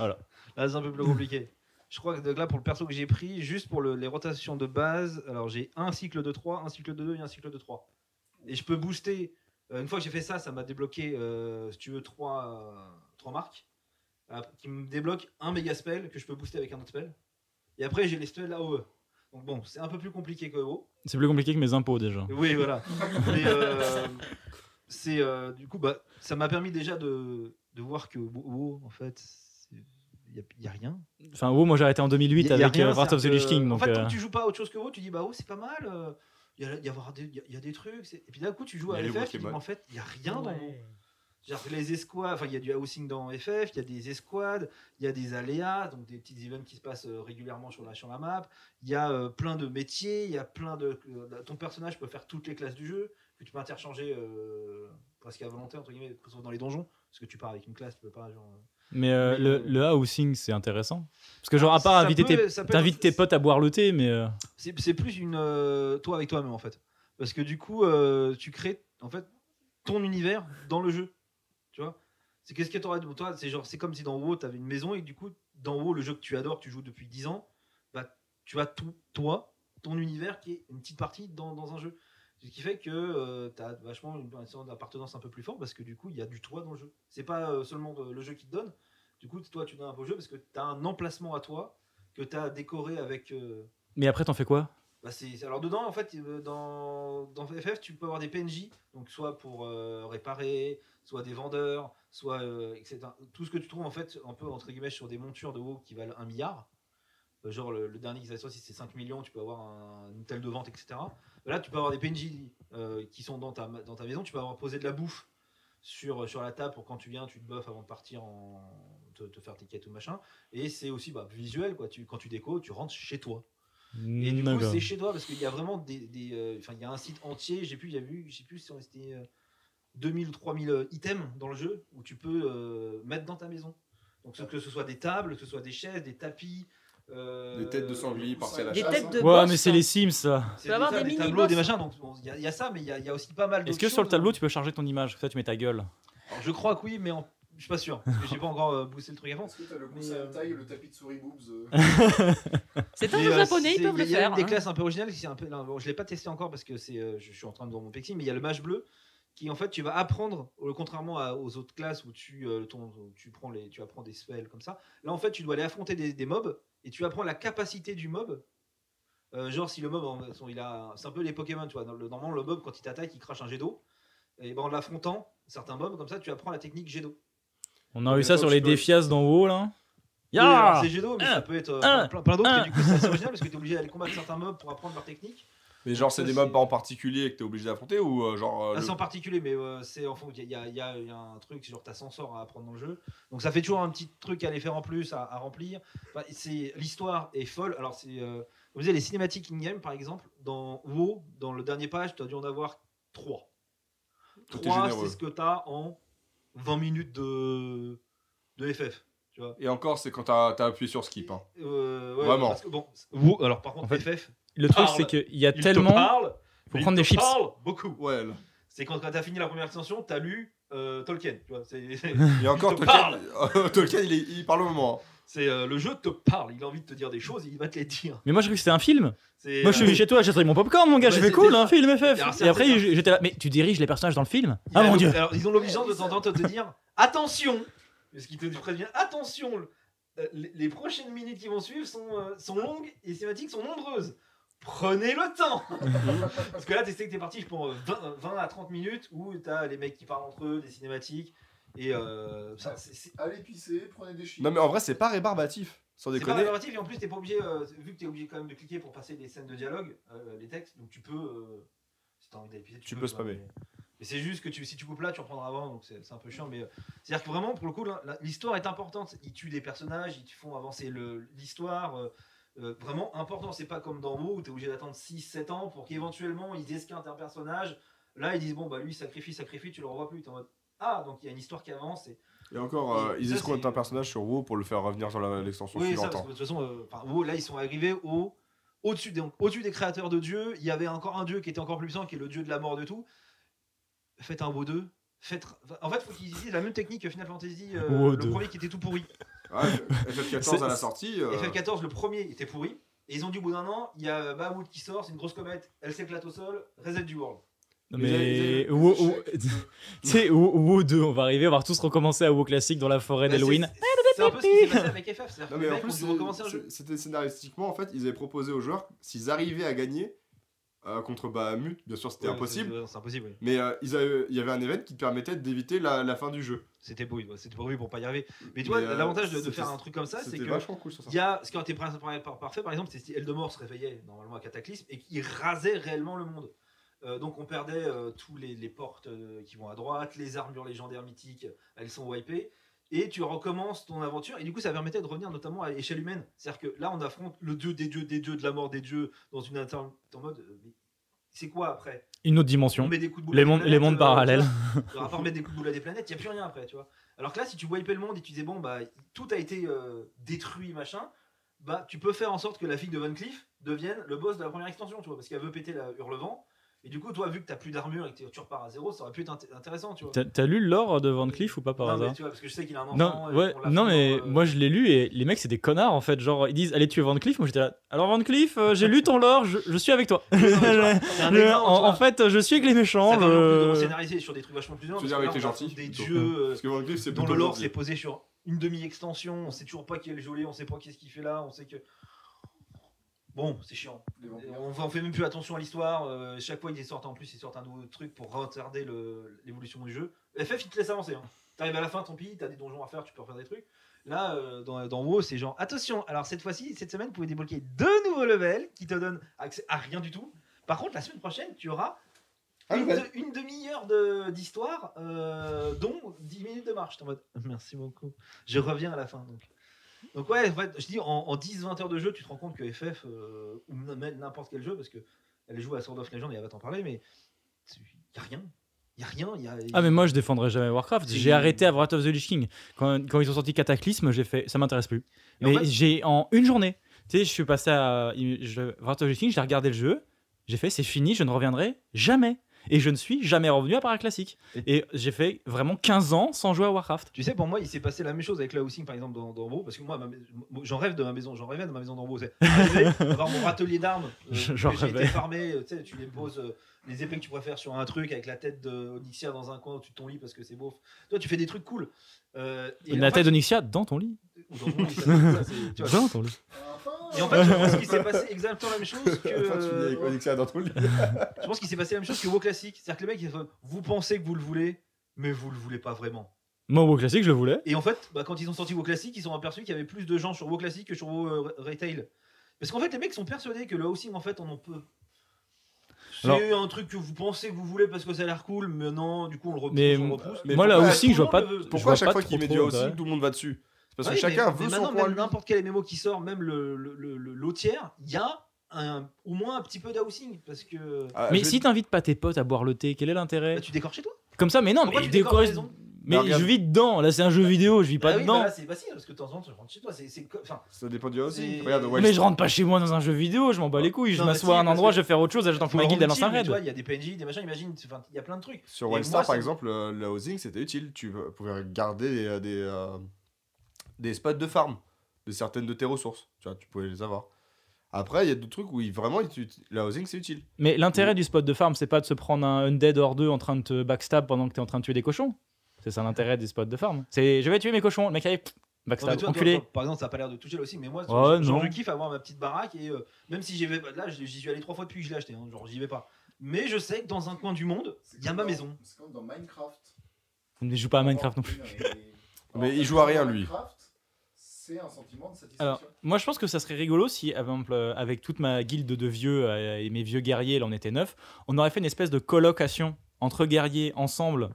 Là, Ah, c'est un peu plus compliqué. Je crois que donc là, pour le perso que j'ai pris, juste pour le- les rotations de base, alors j'ai un cycle de 3, un cycle de 2 et un cycle de 3. Et je peux booster. euh, une fois que j'ai fait ça, ça m'a débloqué, euh, si tu veux, 3, marques. euh, qui me débloque un méga spell que je peux booster avec un autre spell. Et après, j'ai les spells AOE. Donc bon, c'est un peu plus compliqué que haut. C'est plus compliqué que mes impôts déjà. Oui, voilà. Mais euh, c'est euh, du coup, bah, ça m'a permis déjà de, de voir que WoW, en fait, il n'y a rien. Enfin, WoW, moi, j'ai arrêté en 2008 Y a- y a avec rien, euh, Wrath of the c'est-à-dire Lich King. que, Donc, en fait, euh, quand tu joues pas à autre chose que WoW, tu dis bah oh, c'est pas mal. euh, Il y a, il y a avoir des- il y a- il y a des trucs. c'est- Et puis d'un coup, tu joues Il à y a les FF, tu dis, Pokémon. mais en fait, il y a rien dans WoW. Genre les escouades, enfin il y a du housing dans FF, il y a des escouades, il y a des aléas, donc des petits events qui se passent euh, régulièrement sur la, sur la map, il y a euh, plein de métiers, il y a plein de... euh, ton personnage peut faire toutes les classes du jeu, que tu peux interchanger euh, presque à volonté, entre guillemets, sauf dans les donjons, parce que tu pars avec une classe, tu peux pas... Genre, Mais euh, le, le housing, c'est intéressant. Parce que, genre, à part Ah, Ça inviter peut- tes, ça peut être- t'invites tes potes à boire le thé, mais. euh, C'est c'est plus une euh, toi avec toi-même en fait. Parce que du coup, euh, tu crées en fait ton univers dans le jeu. Tu vois C'est qu'est-ce que t'aurais de toi C'est genre, c'est comme si dans WoW, t'avais une maison et que du coup, dans WoW, le jeu que tu adores, tu joues depuis 10 ans, bah, tu as tout, toi, ton univers qui est une petite partie dans, dans un jeu. Ce qui fait que tu as vachement une une sorte d'appartenance un peu plus forte parce que du coup, il y a du toi dans le jeu. C'est pas euh, seulement euh, le jeu qui te donne. Du coup, toi, tu donnes un peu au jeu parce que tu as un emplacement à toi que tu as décoré avec. euh, Mais après, t'en fais quoi bah, c'est- alors dedans, en fait, euh, dans, dans FF, tu peux avoir des PNJ, donc soit pour euh, réparer, soit des vendeurs, soit euh, etc. Tout ce que tu trouves en fait, un peu entre guillemets, sur des montures de haut qui valent un milliard. Euh, genre le, le dernier qui s'assoit, si c'est 5 millions, tu peux avoir un, une telle de vente, etc. Là, tu peux avoir des PNJ euh, qui sont dans ta, ma- dans ta maison, tu peux avoir posé de la bouffe sur, sur la table pour quand tu viens, tu te buffes avant de partir en te, te faire tes quêtes ou machin. Et c'est aussi bah, visuel, quoi. Tu, quand tu déco, tu rentres chez toi. Et du coup, c'est chez toi parce qu'il y a vraiment des. des, euh, Enfin, il y a un site entier, j'ai plus, il y a eu, je sais plus si on était euh, 2000, 3000 euh, items dans le jeu où tu peux euh, mettre dans ta maison. Donc, que ce soit des tables, que ce soit des chaises, des tapis. euh, Des têtes de sanglier, parcelles à Des chasse, têtes hein. de Ouais, boss, mais c'est les Sims, ça. c'est peux avoir tables, des mini-boss. tableaux, des machins. Donc, bon, il y, a- il y a ça, mais il y, a- il y a aussi pas mal de. Est-ce que sur le tableau, tu peux charger ton image Ça, tu mets ta gueule. Je crois que oui, mais en- je suis pas sûr. Parce que j'ai pas encore euh, boosté le truc avant. Est-ce que t'as le Mais, euh, taille le tapis de souris boobs euh, C'est un Mais, jeu euh, japonais, c'est- ils peuvent le Il y a faire. même des hein. classes un peu originales. Qui, c'est un peu, non, bon, je l'ai pas testé encore parce que c'est, euh, je, je suis en train de dans mon pexing, mais il y a le mage bleu qui en fait tu vas apprendre, euh, contrairement à- aux autres classes où tu, euh, ton- où tu prends les, tu apprends des spells comme ça. Là en fait tu dois aller affronter des, des mobs et tu apprends la capacité du mob. Euh, genre si le mob, en- son- il a, c'est un peu les Pokémon, tu vois. Dans le- Normalement le mob quand il t'attaque, il crache un jet d'eau. Et ben en l'affrontant, certains mobs comme ça, tu apprends la technique jet d'eau. Ah, On a mais eu ça attends, sur tu les peux- défias d'en haut, là. Oui, alors, Ya c'est jet d'eau, mais Un, ça peut être euh, un, plein, plein d'autres. un. Et du coup, c'est assez original parce que tu es obligé d'aller combattre certains mobs pour apprendre leur technique. Mais genre, c'est Ça, des c'est- mobs en particulier que t'es obligé d'affronter ou euh, genre. euh, Ah, le- c'est en particulier, mais euh, c'est en fond, il y a, il y a- il y a un truc, genre t'as 100 sorts à apprendre dans le jeu. Donc ça fait toujours un petit truc à aller faire en plus, à, à remplir. Enfin, c'est L'histoire est folle. Alors, c'est. euh, vous savez, les cinématiques in-game, par exemple, dans WoW, dans le dernier page, tu as dû en avoir 3. Tout est 3, généreux. c'est ce que tu as en 20 minutes de, de FF. Tu vois Et encore, c'est quand t'as t'as appuyé sur skip. hein. Euh, ouais, Vraiment. parce que, bon, WoW, alors par contre, En fait, FF, Le truc, parle. c'est qu'il y a il te tellement. parle, Faut il prendre te des chips. parle beaucoup. Ouais. là. C'est quand, quand t'as fini la première extension, t'as lu euh, Tolkien. Tu vois, c'est, Et encore, te Tolkien, Tolkien, il, est- il parle au moment. hein. c'est, euh, le jeu te parle. Il a envie de te dire des choses, il va te les dire. Mais moi, je croyais que c'était un film. C'est, Moi, je suis euh, venu chez toi, j'ai pris mon popcorn, mon gars, Ouais, j'ai fait c'était cool, ça. un film Alors, FF. c'est Et un après, peu j'étais là, mais tu diriges les personnages dans le film il Ah a- mon dieu Alors, ils ont l'obligeance de temps en temps de te dire attention, parce qu'ils te préviennent attention. le- euh, Les, les prochaines minutes qui vont suivre sont, euh, sont longues et les cinématiques sont nombreuses. Prenez le temps! Parce que là, tu sais que t'es parti pour euh, 20, 20 à 30 minutes où t'as les mecs qui parlent entre eux, des cinématiques, et euh, ça, c'est- c'est- Allez pisser, prenez des chiffres. Non, mais en vrai, c'est pas rébarbatif. Sans C'est pas déconner. rébarbatif et en plus t'es pas obligé, euh, vu que t'es obligé quand même de cliquer pour passer les scènes de dialogue, euh, les textes, donc tu peux, euh, si t'as envie d'aller pisser, Tu peux quoi, spammer. Mais, mais c'est juste que tu, si tu coupes là, tu reprendras avant, donc c'est c'est un peu chiant. Mais euh, c'est-à-dire que vraiment pour le coup, là, là, l'histoire est importante. Ils tuent des personnages, ils te font avancer le- l'histoire. euh, euh, vraiment important, c'est pas comme dans WoW où t'es obligé d'attendre 6-7 ans pour qu'éventuellement ils esquintent un personnage. Là ils disent bon bah lui sacrifie, sacrifie, tu le revois plus. T'es en mode ah donc il y a une histoire qui avance. Et... Et encore, euh, Et ils ça, escomptent c'est- un personnage sur WoW pour le faire revenir sur la- l'extension Oui, ça, suivante. parce hein. que de toute façon, euh, enfin, WoW, là, ils sont arrivés au au-dessus des, donc, au-dessus des créateurs de dieux. Il y avait encore un dieu qui était encore plus puissant, qui est le dieu de la mort de tout. Faites un WoW 2. Faites... En fait, faut qu'ils utilisent la même technique que Final Fantasy, euh, WoW le 2. premier qui était tout pourri. Ouais, FF14 à la C'est- sortie. euh, FF14, le premier était pourri. Et ils ont dit au bout d'un an, il y a Bahamut qui sort, c'est une grosse comète, elle s'éclate au sol, reset du world. Mais. WoW- WoW- Tu sais, WoW WoW 2, on va arriver, on va tous recommencer à WoW classique dans la forêt Bah, c'est- d'Halloween. C'est un peu ce qui s'est passé avec FF. Non, C'est-à-dire que mais les en mecs plus, ont dû recommencer un c'est- jeu. c'est- c'était scénaristiquement, en fait, ils avaient proposé aux joueurs, s'ils arrivaient à gagner euh, contre Bahamut, bien sûr, c'était Ouais, impossible. c'est- ouais, C'est impossible, oui. Mais euh, ils avaient- il y avait un event qui te permettait d'éviter la, la fin du jeu. C'était pourri, ouais, c'était pourri pour pas y arriver. Mais tu vois, Mais, euh, l'avantage de, de c'était- faire un truc comme ça, c'est C'était que. vachement cool sur ça. Il y a ce qui aurait été par- par- par- parfait, par exemple, c'est si Eldemort se réveillait normalement à Cataclysme et qu'il rasait réellement le monde. Euh, donc on perdait euh, tous les, les portes euh, qui vont à droite, les armures légendaires mythiques, elles sont wipées. Et tu recommences ton aventure, et du coup ça permettait de revenir notamment à l'échelle humaine. C'est-à-dire que là on affronte le dieu des dieux des dieux de la mort des dieux dans une inter- en mode. euh, mais c'est quoi après Une autre On dimension. met des coups de boule Les à des mondes, les planètes, mondes euh, parallèles. alors, à part mettre des coups de boule à des planètes, il n'y a plus rien après, tu vois. Alors que là, si tu wipais le monde et tu disais, bon, bah, tout a été euh, détruit, machin, bah, tu peux faire en sorte que la fille de Van Cleef devienne le boss de la première extension, tu vois, parce qu'elle veut péter la Hurlevent. Et du coup, toi, vu que t'as plus d'armure et que t'es- tu repars à zéro, ça aurait pu être int- intéressant, tu vois. T'as- T'as lu l'or de Van Cleef ou pas par non, hasard mais tu vois, parce que je sais qu'il a un enfant. Non, et ouais, qu'on l'a non fait mais dans, euh, moi je l'ai lu et les mecs c'est des connards en fait. Genre ils disent allez tuer Van Cleef. Moi j'étais là. Alors Van Cleef, euh, j'ai lu ton lore, je, je suis avec toi. c'est un Le- exemple, tu en, vois. en fait, je suis avec les méchants. Ça permet en plus de je- scénariser sur des trucs vachement plus durs. Tu veux parce dire que avec là, les on gentils, Des plutôt. dieux euh, Parce que Van Cleef, c'est dont plutôt le lore gentil. s'est posé sur une demi-extension, on sait toujours pas qui est le gelé, on sait pas qu'est-ce qu'il fait là, on sait que. Bon, c'est chiant. On, va- on fait même plus attention à l'histoire. euh, chaque fois, ils sortent en plus, ils sortent un nouveau truc pour retarder le- l'évolution du jeu. FF, il te laisse avancer. Hein. T'arrives à la fin, tant pis, t'as des donjons à faire, tu peux refaire des trucs. Là, euh, dans, dans WoW, c'est genre attention. Alors cette fois-ci, cette semaine, vous pouvez débloquer deux nouveaux levels qui te donnent accès à rien du tout. Par contre, la semaine prochaine, tu auras Ah, une, ouais. de- une demi-heure de- d'histoire, euh, dont 10 minutes de marche. T'es en mode, merci beaucoup. Je reviens à la fin. Donc, donc ouais, en fait, je dis, en, en 10-20 heures de jeu, tu te rends compte que FF, euh, ou même n'importe quel jeu, parce que elle joue à Sword of Legend et elle va t'en parler, mais il n'y a rien. Il n'y a rien. y a- Ah mais moi je défendrai jamais Warcraft. C'est- J'ai arrêté à Wrath of the Lich King quand, quand ils ont sorti Cataclysme, j'ai fait ça m'intéresse plus. Et en mais fait- j'ai en une journée, tu sais, je suis passé à je- Wrath of the Lich King, j'ai regardé le jeu, j'ai fait c'est fini, je ne reviendrai jamais. Et je ne suis jamais revenu à Paris Classique. Et j'ai fait vraiment 15 ans sans jouer à Warcraft. Tu sais, pour moi, il s'est passé la même chose avec la housing, par exemple, dans, dans WoW, parce que moi, ma mais- moi, j'en rêve de ma maison, j'en rêvais de ma maison dans WoW. C'est arriver, avoir mon râtelier d'armes, euh, J'en que j'ai été rêvais. farmé, euh, tu sais, tu les poses, euh, les épées que tu préfères sur un truc, avec la tête de Onyxia dans un coin, tu ton lit parce que c'est beau. Toi, tu fais des trucs cool. Euh, et la en fait- tête d'Onyxia dans ton lit. ou dans mon lit, ça, c'est- ça, c'est- tu vois. Dans ton lit. Et en fait, je pense qu'il s'est passé exactement la même chose que. Enfin, tu vis avec euh, Onyxia dans ton lit. je pense qu'il s'est passé la même chose que WoW classique. C'est-à-dire que les mecs, ils font, vous pensez que vous le voulez, mais vous le voulez pas vraiment. Moi, au classique, je le voulais. Et en fait, bah, quand ils ont sorti WoW Classic, ils ont aperçu qu'il y avait plus de gens sur WoW Classic que sur WoW euh, Re- Retail. Parce qu'en fait, les mecs sont persuadés que le housing, en fait, on en peut. C'est un truc que vous pensez que vous voulez parce que ça a l'air cool, mais non, du coup, on le repousse. Mais- on le repousse. mais moi, là pourquoi- aussi, je vois pas. Pourquoi je Pourquoi vois à chaque pas fois qu'il trop, met trop du d'intérêt. housing, tout le monde va dessus C'est Parce que Ouais, chacun mais- veut mais son maintenant, coin à même lui. n'importe quel MMO qui sort, même le, le, le, le- l'hôtière, il y a un, au moins un petit peu d'housing. Parce que. Ah, Mais je- si t'invites pas tes potes à boire le thé, quel est l'intérêt Bah, tu décores chez toi. Comme ça, mais non, Pourquoi mais tu des décores la corres- maison Mais Bah, regarde. je vis dedans, là c'est un jeu vidéo, je vis pas Ah oui, dedans. bah là, c'est bah, si, parce que de temps en temps, tu rentres chez toi. C'est, c'est... co- Enfin, Ça dépend du housing. C'est- Regarde, mais je rentre pas chez moi dans un jeu vidéo, je m'en bats les couilles, je Non, mais m'assois à si, un parce endroit, que- je vais faire autre chose, j'attends que faut le ma guide rendre elle lance un utile, mais tu vois, raid. Il y a des PNJ, des machins, imagine, enfin, il y a plein de trucs. Sur Et Wildstar, moi, par ça- exemple, le, le housing, c'était utile. Tu euh, pouvais garder des, euh, des, euh, des spots de farm de certaines de tes ressources. Tu vois, tu pouvais les avoir. Après, il y a d'autres trucs où il- vraiment, il t'ut- la housing, c'est utile. Mais l'intérêt du spot de farm, c'est pas de se prendre un undead hors 2 en train de te backstab pendant que t'es en train de tuer des cochons. C'est ça l'intérêt des spots de farm. C'est je vais tuer mes cochons, le mec arrive, pff, Non, mais backstab, toi, toi, enculé. toi, par exemple, ça a pas l'air de toucher là aussi, mais moi, Ouais, genre, non. je kiffe avoir ma petite baraque et euh, même si j'y vais pas, là, j'y suis allé trois fois depuis que je l'ai acheté, hein, genre j'y vais pas. Mais je sais que dans un coin du monde, il y a ma maison. C'est comme dans Minecraft. Mais je joue pas à Minecraft non plus. Mais il joue à rien, lui. Minecraft, c'est un sentiment de Alors, satisfaction. Ah, moi je pense que ça serait rigolo si, par exemple, euh, avec toute ma guilde de vieux euh, et mes vieux guerriers, là on était neuf, on aurait fait une espèce de colocation entre guerriers ensemble,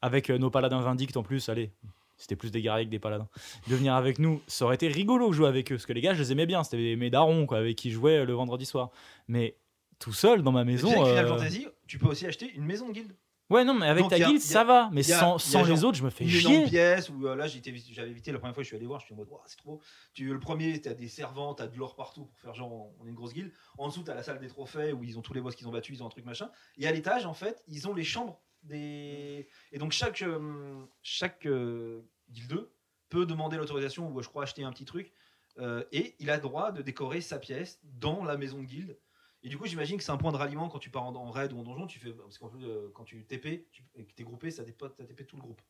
avec euh, nos paladins vindictes en plus, allez, c'était plus des guerriers que des paladins, de venir avec nous. Ça aurait été rigolo de jouer avec eux, parce que les gars, je les aimais bien, c'était mes darons quoi, avec qui je jouais euh, le vendredi soir. Mais tout seul dans ma tu sais maison. que Final euh, Fantasy, tu peux aussi acheter une maison de guilde. Ouais, non, mais avec Donc, ta y a- guilde, y a- ça va, mais y a- sans, y a sans les genre autres, je me fais Une énorme chier. pièce où euh, là, j'étais- j'avais évité la première fois que je suis allé voir, je suis en mode, Ouah, c'est trop. beau. Tu, le premier, t'as des servants, t'as de l'or partout pour faire genre, on est une grosse guilde. En dessous, t'as la salle des trophées où ils ont tous les boss qu'ils ont battus, ils ont un truc machin. Et à l'étage, en fait, ils ont les chambres des. Et donc, chaque, euh, chaque euh, guilde peut demander l'autorisation ou, je crois, acheter un petit truc. euh, et il a droit de décorer sa pièce dans la maison de guilde. Et du coup, j'imagine que c'est un point de ralliement quand tu pars en, en raid ou en donjon. Tu fais, parce qu'en plus, euh, quand tu TP, tu, et que t'es groupé, ça TP, ça TP tout le groupe.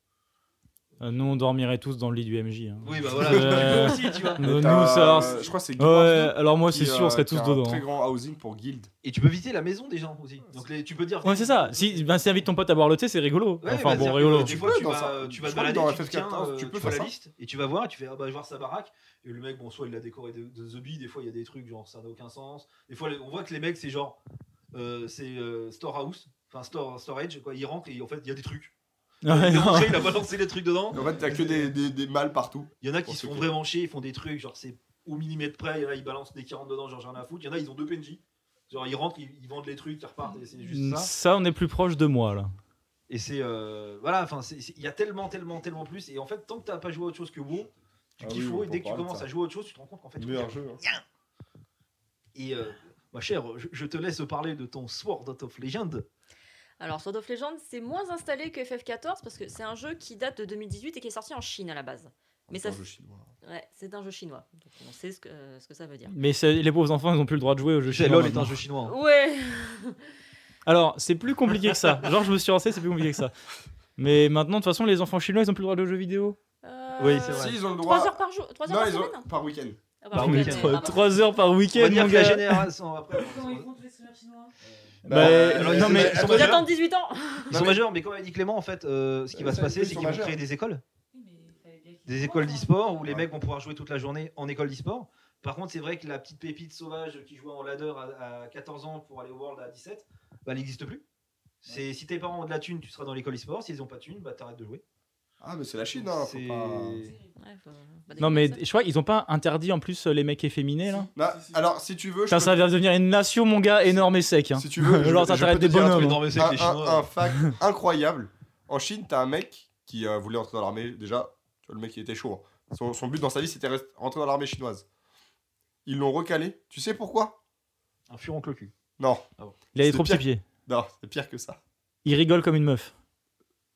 Euh, Nous, on dormirait tous dans le lit du MJ. hein. Oui, bah voilà, Euh, tu peux aussi, tu vois. Nous, T'as, ça. euh, Je crois que c'est Ouais, Guild alors moi qui, c'est sûr, on euh, serait qui tous a dedans. hein. Un très grand housing pour guild. Et tu peux visiter la maison des gens aussi. Donc les- tu peux dire. Ouais, c'est ça. Si, ben, si t'invites ton pote à boire le thé, c'est rigolo. enfin, Ouais, bah, bon, c'est-à-dire que rigolo. Tu Tu vois, peux tu dans vas, ça. tu vas Je te crois que balader, dans tu, FF14, tiens, euh, tu tu peux faire vois la ça. liste et tu vas voir, tu fais ah bah je vais voir sa baraque et le mec bon soit il a décoré de, de The Bee, des fois il y a des trucs genre ça n'a aucun sens. Des fois on voit que les mecs c'est genre euh, c'est euh, storehouse, enfin store storage quoi, ils rentrent et en fait il y a des trucs. Ouais, il, a non. rentré, il a balancé des trucs dedans. En fait, t'as que des, des, des mâles partout. Il y en a qui Pour se ceux font qui- vraiment chier, ils font des trucs, genre c'est au millimètre près, il y en a ils balancent dès qu'ils rentrent dedans, genre j'ai rien à foutre. Il y en a ils ont deux PNJ. Genre ils rentrent, ils, ils vendent les trucs, ils repartent et c'est juste Mm, ça. Ça, on est plus proche de moi là. Et c'est. euh, voilà, enfin, c'est- c'est- il y a tellement, tellement, tellement plus. Et en fait, tant que t'as pas joué à autre chose que WoW, tu Ah kiffes oui, WoW, on et peut dès que tu parler de commences ça. à jouer à autre chose, tu te rends compte qu'en fait. tu Meilleur kiffes. jeu. hein. Et euh, ma chère, je, je te laisse parler de ton Sword Art of Legend. Alors, Sword of Legend, c'est moins installé que FF14 parce que c'est un jeu qui date de 2018 et qui est sorti en Chine à la base. Mais ça, Attends, je suis loin. ouais, c'est un jeu chinois, donc on sait ce que, ce que ça veut dire. Mais c'est- les pauvres enfants, ils ont plus le droit de jouer au jeu chinois. LOL est maintenant. un jeu chinois. hein. Ouais, Alors, c'est plus compliqué que ça. Genre, je me suis renseigné, c'est plus compliqué que ça. Mais maintenant, de toute façon, les enfants chinois, ils ont plus le droit de jeux vidéo. Oui, c'est vrai. Si, ils ont le droit. 3 Euh, heures par jour, 3 heures Non, par ils semaine ont. Par week-end. Ah, par oui, week-end. mais- Trois- ah, bah, Trois heures par On va week-end, dire mon que la gars. génération après. Comment ils font tous les streamers chinois Bah, Bah, non, ils non, sont- mais- ils sont Ils majeurs. attendent 18 ans Ils Non, sont mais- majeurs, mais comme a dit Clément, en fait, euh, ce qui Euh, va se ça, ils passer, c'est sont qu'ils vont majeurs. créer des écoles. Oui, mais il fallait bien qu'ils Des soient écoles forts, hein. d'e-sport où les Ouais. mecs vont pouvoir jouer toute la journée en école d'e-sport. Par contre, c'est vrai que la petite pépite sauvage qui jouait en ladder à, à 14 ans pour aller au World à 17, bah, elle n'existe plus. C'est si tes parents ont de la thune, tu seras dans l'école e-sport. S'ils n'ont pas de thune, bah t'arrêtes de jouer. Ah, mais c'est la Chine, hein. faut C'est- pas- Ouais, faut- bah, Non, mais découvrir ça. je crois qu'ils ont pas interdit en plus euh, les mecs efféminés là. Non, alors, si tu veux, je Putain, peux ça va devenir une nation, mon gars, énorme et sec. hein. Si tu veux, je- Genre, je ça peux t'arrête te des dire un bonhommes. truc Non, mais c'est un, que les un- Chinois, un fact incroyable. En Chine, t'as un mec qui euh, voulait entrer dans l'armée. Déjà, tu vois, le mec, il était chaud. hein. Son, son but dans sa vie, c'était rest- rentrer dans l'armée chinoise. Ils l'ont recalé. Tu sais pourquoi un furon clocu. Non, Il a des C'est trop petits pire. pieds. non, c'est pire que ça. Il rigole comme une meuf.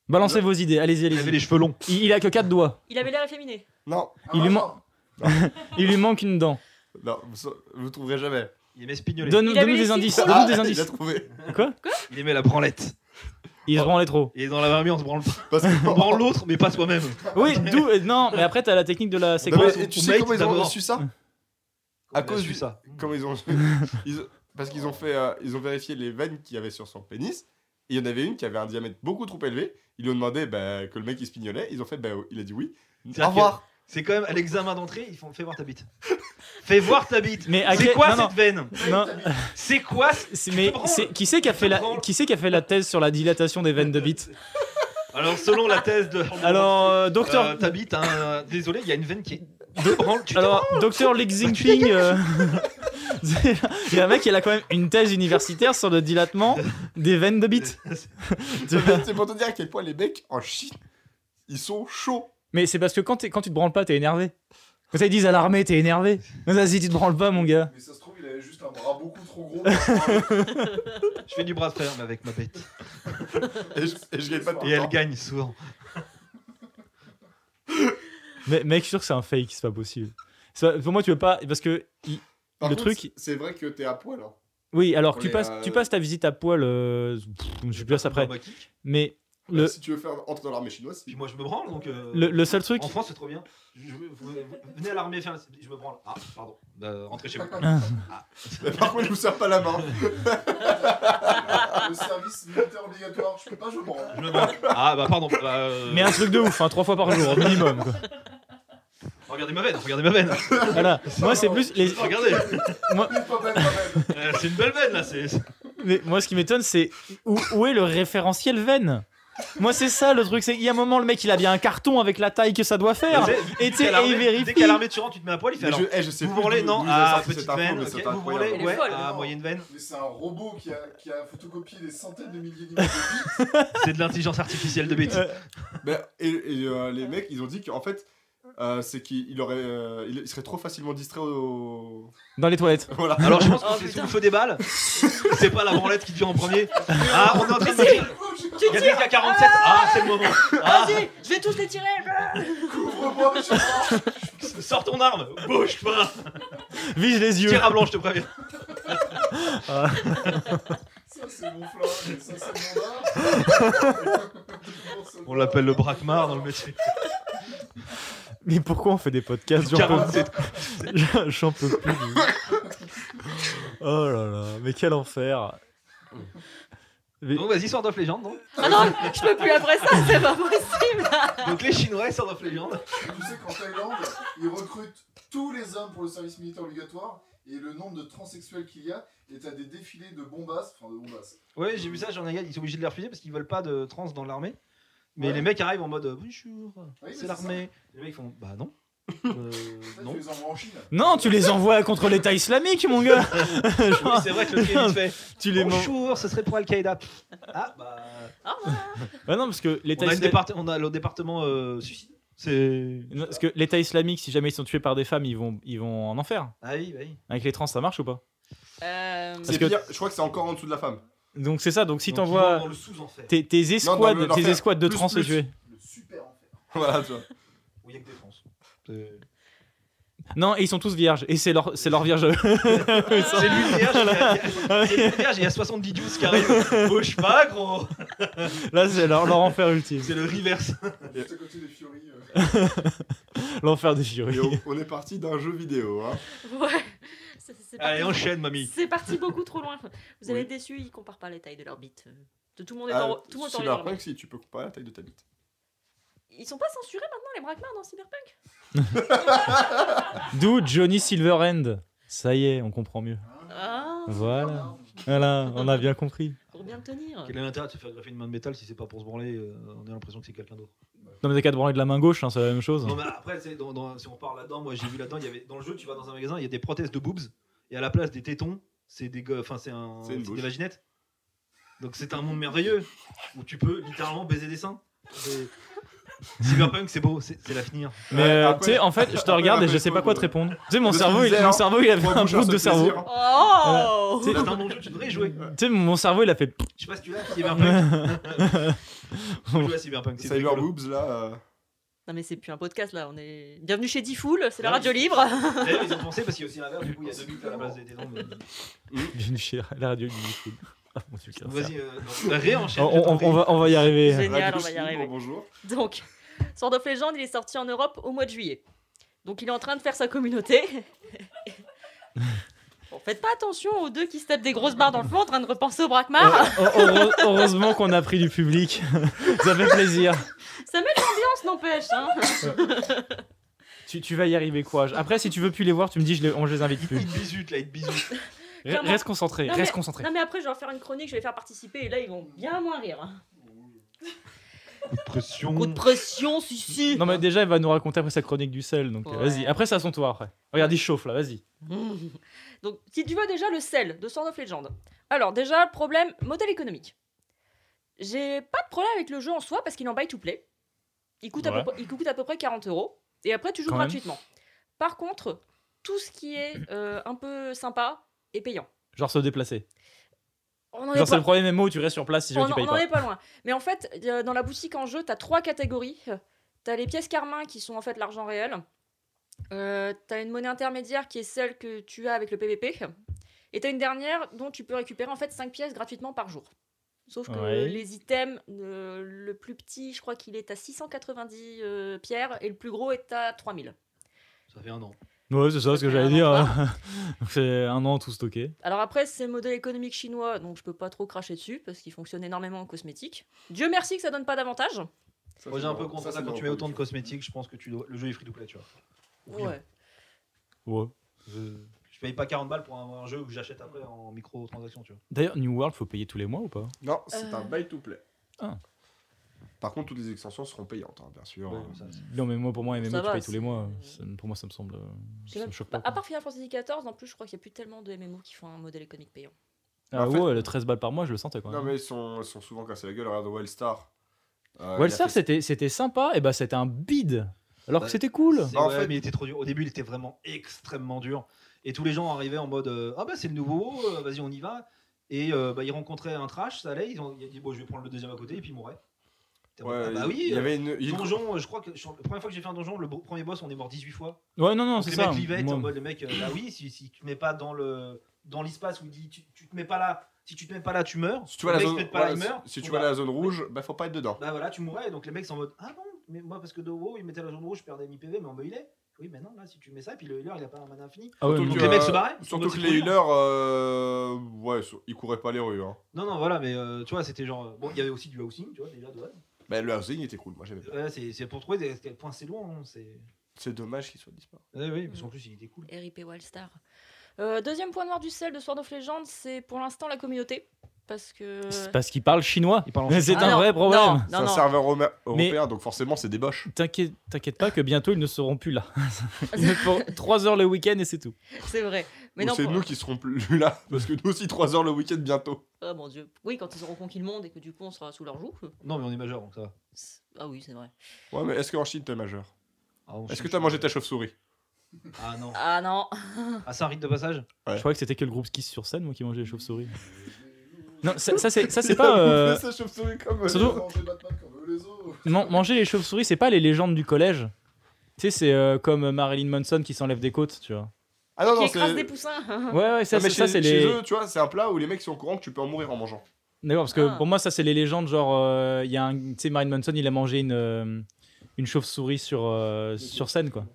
Balancez vos idées, allez-y, Il avait allez-y. les cheveux longs. Il, il a que quatre doigts. Il avait l'air efféminé. Non, Il lui, man- il lui manque une dent. non, vous, vous le trouverez jamais. Ah, Il aimait spignoler. Donne- Donne-nous Il avait les des six indices. trous. Donne-nous des il a indices. trouvé. Il aimait la branlette. Il se branlait trop. Et dans la marmite, on se branle pas. Parce que- On branle l'autre, mais pas soi-même. Oui, d'où. euh, Non, mais après, t'as la technique de la Ah. Non, séquence. mais- et tu on sais mate comment ils ont d'abord. reçu ça À cause du du- ça. Comment ils ont ils ont- Parce qu'ils ont fait, euh, ils ont vérifié les veines qu'il y avait sur son pénis. Et il y en avait une qui avait un diamètre beaucoup trop élevé. Ils lui ont demandé bah, que le mec il spignolait. Ils ont fait, bah, il a dit oui. C'est-à-dire Au revoir. C'est quand même à l'examen d'entrée, ils font fais voir ta bite. fais voir ta bite. Mais à C'est quel- quoi non, cette non. veine Non, C'est quoi ce- c'est- mais c'est- qui c'est qui a fait la qui c'est qui a fait la thèse sur la dilatation des veines de bite Alors selon la thèse de Alors, euh, docteur, Euh, ta bite, hein, désolé, il y a une veine qui est de branle. Tu Alors, docteur Bah, Li Xingping, euh, il y a un mec, il a quand même une thèse universitaire sur le dilatement des veines de bite. Tu vois C'est pour te dire à quel point les mecs en Chine, ils sont chauds. Mais c'est parce que quand, t'es- quand tu te branles pas, t'es énervé. Quand ils disent à l'armée, t'es énervé. Mais Vas-y, tu te branles pas, mon gars. Mais ça se trouve, il avait juste un bras beaucoup trop gros. Je fais du bras de fer mais avec ma bête. Et je, et je gagne pas de Et elle gagne souvent. Mais mec, je suis sûr que c'est un fake, c'est pas possible. C'est pas- pour moi, tu veux pas. Parce que. il- Par le contre, truc- C'est vrai que t'es à poil. hein. Oui, alors, Pour tu les, passes, euh, tu passes ta visite à poil. euh, pff, je suis plus après. Bah, kick. Mais le, Si tu veux faire entrer dans l'armée chinoise, Puis moi je me branle donc. euh, le, le seul truc. En France c'est trop bien. Je- je- vous- vous- venez à l'armée faire. la- Je me branle. Ah pardon. Bah, rentrez chez vous. Mais par contre, je vous serre pas la main. Ah. Le service militaire obligatoire, je peux pas, je prends. Je me branle. Ah bah pardon. Bah, euh, Mais un truc de ouf, hein, trois fois par jour, au minimum. quoi. Regardez ma veine. Regardez ma veine. Voilà. Moi, c'est plus. Les, Regardez. Il est pas mal, quand même. Euh, c'est une belle veine là. C'est. Mais moi, ce qui m'étonne, c'est où, où est le référentiel veine Moi, c'est ça le truc. C'est qu'il y a un moment, le mec, il a bien un carton avec la taille que ça doit faire. Mais Et Dès tu qu'à sais, et il l'armée- vérifie. dès qu'à l'armée tu rentres, tu te mets à poil, il fait Mais alors. je, eh, je sais Vous plus branlez, d'où- non, d'où ils ont à sorti cette petite info, veine, mais ok, c'est vous branlez, incroyable. Elle est ouais, folle, à vraiment. moyenne veine. Mais c'est un robot qui a, qui a photocopié des centaines de milliers d'images. C'est de l'intelligence artificielle de bête. Euh, Mais- et et, euh, les mecs, ils ont dit qu'en fait, euh, c'est qu'il aurait, euh, il il serait trop facilement distrait au. Dans les toilettes. Voilà. Alors je pense que Oh, c'est sous putain. le feu des balles. C'est pas la branlette qui tire en premier. Ah, on est en train de Mais tirer. Il y a des k 47. Ah, c'est le moment. Ah, Vas-y, je vais tous les tirer Ouvre-moi, je prends. sors ton arme. Bouge pas. Vise les yeux. Tire à blanc, je te préviens. Ça, c'est mon flingue, et ça, c'est mon arme. On l'appelle le braquemar dans le métier. Mais pourquoi on fait des podcasts J'en peux 47. plus. J'en peux plus. Oh là là. Mais quel enfer. Donc vas-y, Sword of Legend. Donc, Ah non, je peux plus après ça, c'est pas possible donc les Chinois, Sword of Legend. Tu sais qu'en Thaïlande, ils recrutent tous les hommes pour le service militaire obligatoire et le nombre de transsexuels qu'il y a, et t'as des défilés de bombasses, enfin de bombasses. Ah Ouais, j'ai vu ça, j'en ai ils sont obligés de les refuser parce qu'ils veulent pas de trans dans l'armée. Mais les mecs arrivent en mode euh, bonjour, mais c'est c'est l'armée. Les mecs font bah non. Euh, Ça, non. tu les envoies en Chine. Non, tu les envoies contre l'État islamique, mon gars. Oh, Oui, c'est vrai que le film fait. Tu les manges. Bonjour, ce serait pour Al-Qaïda. Pff, Ah bah. Au revoir. Ah non, parce que l'État On a, une islamique. départe- on a le département euh, suicide. C'est. Non, Parce que l'État islamique, si jamais ils sont tués par des femmes, ils vont, ils vont en enfer. Ah oui, bah oui. Avec les trans, ça marche ou pas Euh, C'est que- pire, je crois que c'est encore en dessous de la femme. Donc c'est ça, donc si Donc, ils vont dans t'envoies le sous-enfer, tes, tes escouades, Non, dans le- tes l'enfer. escouades de Plus, trans, plus. tu es- Le super enfer. Voilà, tu vois. où il n'y a que des France. Non, et ils sont tous vierges, et c'est leur, c'est leur vierge. Ah C'est lui le vierge, il y a- c'est lui le vierge, il y a 70 douces qui arrivent. Bouge pas, gros Là, c'est leur, leur enfer ultime, C'est le reverse. Juste à côté des Fiori. euh, l'enfer des furies. Et on, on est parti d'un jeu vidéo. Hein. ouais. C'est- c'est parti. Allez, enchaîne, mamie. C'est parti beaucoup trop loin. Vous allez Oui. être déçus, ils comparent pas les tailles de leur bite. Euh, de Tout le monde est Ah, en tout le monde est en Cyberpunk, leur bite. si, tu peux comparer la taille de ta bite. Ils sont pas censurés maintenant les braquements dans Cyberpunk D'où Johnny Silverhand. Ça y est, on comprend mieux. hein. Ah, Voilà, voilà, on a bien compris. pour bien tenir. Quel est l'intérêt de se faire greffer une main de métal si c'est pas pour se branler euh, On a l'impression que c'est quelqu'un d'autre. Non, mais t'as qu'à te branler de la main gauche, hein, c'est la même chose. Non, mais après, c'est dans- dans- si on parle là-dedans, moi j'ai vu là-dedans, il y avait dans le jeu, tu vas dans un magasin, il y a des prothèses de boobs et à la place des tétons, c'est des, go- enfin c'est un, C'est une c'est bouche. des vaginettes. Donc c'est un monde merveilleux où tu peux littéralement baiser des seins. C'est- Cyberpunk, c'est beau, c'est c'est l'avenir. Mais Ouais, euh, après- tu sais, en fait, je te après, regarde et après, je sais pas faut- quoi te répondre. Tu sais, mon Je cerveau, te il, disais, mon hein, cerveau, il a fait Trois un bouches, un bout de seul cerveau. plaisir. Oh C'est- C'est un bon jeu, tu devrais y jouer. Tu sais, mon cerveau, il a fait. Je sais pas si tu l'as, Cyberpunk. Faut jouer à Cyberpunk, c'est Cyber rigolo. Boobs, là. euh, Non mais c'est plus un podcast là, on est bienvenue chez Difool, c'est la radio libre. D'ailleurs, ils ont pensé parce qu'il y a aussi l'inverse, du coup, il y a deux buts à la place des tétons. mais- Bienvenue chez la radio du Liverpool. Ah, mon Dieu, quel enfer. Vas-y, euh, non, réenchaîne. on, on- on va, on va y arriver. Génial, Radio on va y Libre, arriver. Bonjour. Donc, Sword of Legend, il est sorti en Europe au mois de juillet. Donc il est en train de faire sa communauté. Bon, faites pas attention aux deux qui se tapent des grosses barres dans le fond en train de repenser au braquemar. Heure- heure- Heureusement qu'on a pris du public. Ça fait plaisir. Ça met l'ambiance, n'empêche. Hein. Tu, tu vas y arriver, courage. Après, si tu veux plus les voir, tu me dis, je les, on je les invite Il plus. te bisute là, il te bisute. Re- Reste concentré, Non, reste mais- concentré. Non mais après je vais leur faire une chronique, je vais les faire participer et là ils vont bien moins rire. hein. Pression. Coup de pression, si si. Non, mais déjà, elle va nous raconter après sa chronique du sel. Donc, euh, Ouais. vas-y. Après, c'est à son tour après. Regarde, il chauffe là, vas-y. Mmh. Donc, si tu vois déjà le sel de Sword of Legend. Alors, déjà, problème, modèle économique. J'ai pas de problème avec le jeu en soi parce qu'il est en buy to play. Il coûte, à Ouais. peu, près- il coûte à peu près 40 euros. Et après, tu joues Quand même. gratuitement. Par contre, tout ce qui est euh, un peu sympa est payant. Genre se déplacer. On n'en est, Genre, c'est pas- le premier MMO où tu restes sur place si on jamais tu en- payes on en pas. est pas loin. Mais en fait, euh, dans la boutique en jeu, t'as trois catégories. T'as les pièces carmin qui sont en fait l'argent réel. Euh, t'as une monnaie intermédiaire qui est celle que tu as avec le PVP. Et t'as une dernière dont tu peux récupérer en fait 5 pièces gratuitement par jour. Sauf que Ouais. les items, euh, le plus petit, je crois qu'il est à 690 euh, pierres et le plus gros est à 3000. Ça fait un an. Ouais, c'est ça ce que C'est j'allais un dire. an, Donc, c'est un an tout stocké. Alors après, c'est le modèle économique chinois, donc je peux pas trop cracher dessus parce qu'il fonctionne énormément en cosmétique. Dieu merci que ça donne pas davantage. Ça, Moi c'est j'ai un bon. peu contre ça, c'est quand bon, tu mets autant de production. cosmétiques, je pense que tu dois... le jeu est free to play, tu vois. Oublions. Ouais. Ouais. Je... je paye pas 40 balles pour un, un jeu que j'achète après en micro-transaction, tu vois. D'ailleurs, New World, faut payer tous les mois ou pas Non, c'est Euh. un buy to play. Ah. Par contre, toutes les extensions seront payantes, hein, bien sûr. Ouais, ça, c'est- Non, mais moi, pour moi, MMO, Ça tu va, payes tous les c'est- mois. Ça- pour moi, ça me semble. euh, Je sais Ça me même- choque bah, pas. à quoi. part Final Fantasy XIV, en plus, je crois qu'il n'y a plus tellement de MMO qui font un modèle économique payant. Ah En fait- ouais, le 13 balles par mois, je le sentais quand Non, même. mais ils sont, ils sont souvent cassés la gueule. Regarde Wildstar. Euh, il a Wellstar, fait- c'était c'était sympa, et bah c'était un bide. Alors que Bah, c'était cool. C'est- Bah, en ouais, fait- mais il était trop dur. Au début, il était vraiment extrêmement dur. Et tous les gens arrivaient en mode euh, Ah bah c'est le nouveau, euh, vas-y, on y va. Et euh, bah, ils rencontraient un trash, ça allait. Ils ont ils ont dit Bon, je vais prendre le deuxième à côté, et puis ils mouraient. T'es en Ouais, mode, Ah bah oui, il y euh, avait une. il- Donjon, euh, je crois que sur- la première fois que j'ai fait un donjon, le bo- premier boss, on est mort 18 fois. Ouais, non, non, Donc c'est les ça. mecs l'yvette, Moi- en mode le mec, euh, bah oui, si, si tu te mets pas dans le dans l'espace où il dit tu, tu te mets pas là, si tu te mets pas là, tu meurs. Si tu vois la Les mecs zone, se mettent pas là, ouais, ils si- meurent. si tu On vois va- la zone rouge, bah faut pas être dedans. bah voilà, tu mourrais. Et donc les mecs sont en mode ah bon, mais moi parce que de haut, il mettait la zone rouge, je perdais mi PV, mais on me healait. Oui, mais non, là, si tu mets ça, et puis le healer, il a pas un mana infini. Ah ouais, Surtout non. Donc que, les euh, mecs se barraient. ils sont Surtout en mode, que c'est les trop dur. healers, euh, ouais, so- ils couraient pas les rues. Hein. Non, non, voilà, mais euh, tu vois, c'était genre. euh, Bon, il y avait aussi du housing, tu vois, déjà de base. Bah, le housing était cool, moi j'aimais bien. Ouais, c'est c'est pour trouver des, à quel point c'est loin. hein, c'est. C'est dommage qu'il soit disparu. Ouais, oui, parce qu'en plus, il était cool. RIP Wildstar. Euh, deuxième point noir du sel de Sword of Legend, c'est pour l'instant la communauté. Parce que. C'est parce qu'il parle chinois. Il parle en Mais chinois. c'est Euh, Ah un non, vrai problème. C'est Non, un non, serveur roma- Mais- européen, donc forcément c'est des boches. T'inquiète t'inquiète pas que bientôt ils ne seront plus là. Ils ne feront 3 heures le week-end et c'est tout. c'est vrai. Mais Ou non, c'est pour- nous qui serons plus là, parce que nous aussi 3 heures le week-end bientôt. Ah, mon dieu. Oui, quand ils auront conquis le monde et que du coup on sera sous leur joue. Non, mais on est majeur, donc ça va. Ah oui, c'est vrai. Ouais, mais est-ce qu'en Chine t'es majeur Ah, on Est-ce cherche- que t'as mangé ta chauve-souris Ah non. Ah non. Ah, c'est un rite de passage Je croyais que c'était que le groupe Skis sur scène, moi qui mangeais les chauves-souris. non, ça, ça, c'est ça, c'est pas. euh, Sa chauve-souris comme. euh, Surtout- Manger Batman comme eux les autres. man- manger les chauves-souris, c'est pas les légendes du collège. Tu sais, c'est euh, comme Marilyn Manson qui s'enlève des côtes, tu vois. Ah non, Qui non, c'est. écrase des poussins. Ouais, ouais, ça, Non, mais c'est- ça, chez- c'est chez les. eux, tu vois, c'est un plat où les mecs sont au courant que tu peux en mourir en mangeant. D'accord, parce que Ah. pour moi, ça, c'est les légendes. Genre, euh, il y a un. Tu sais, Marilyn Manson, il a mangé une, euh, une chauve-souris sur, euh, sur scène, quoi.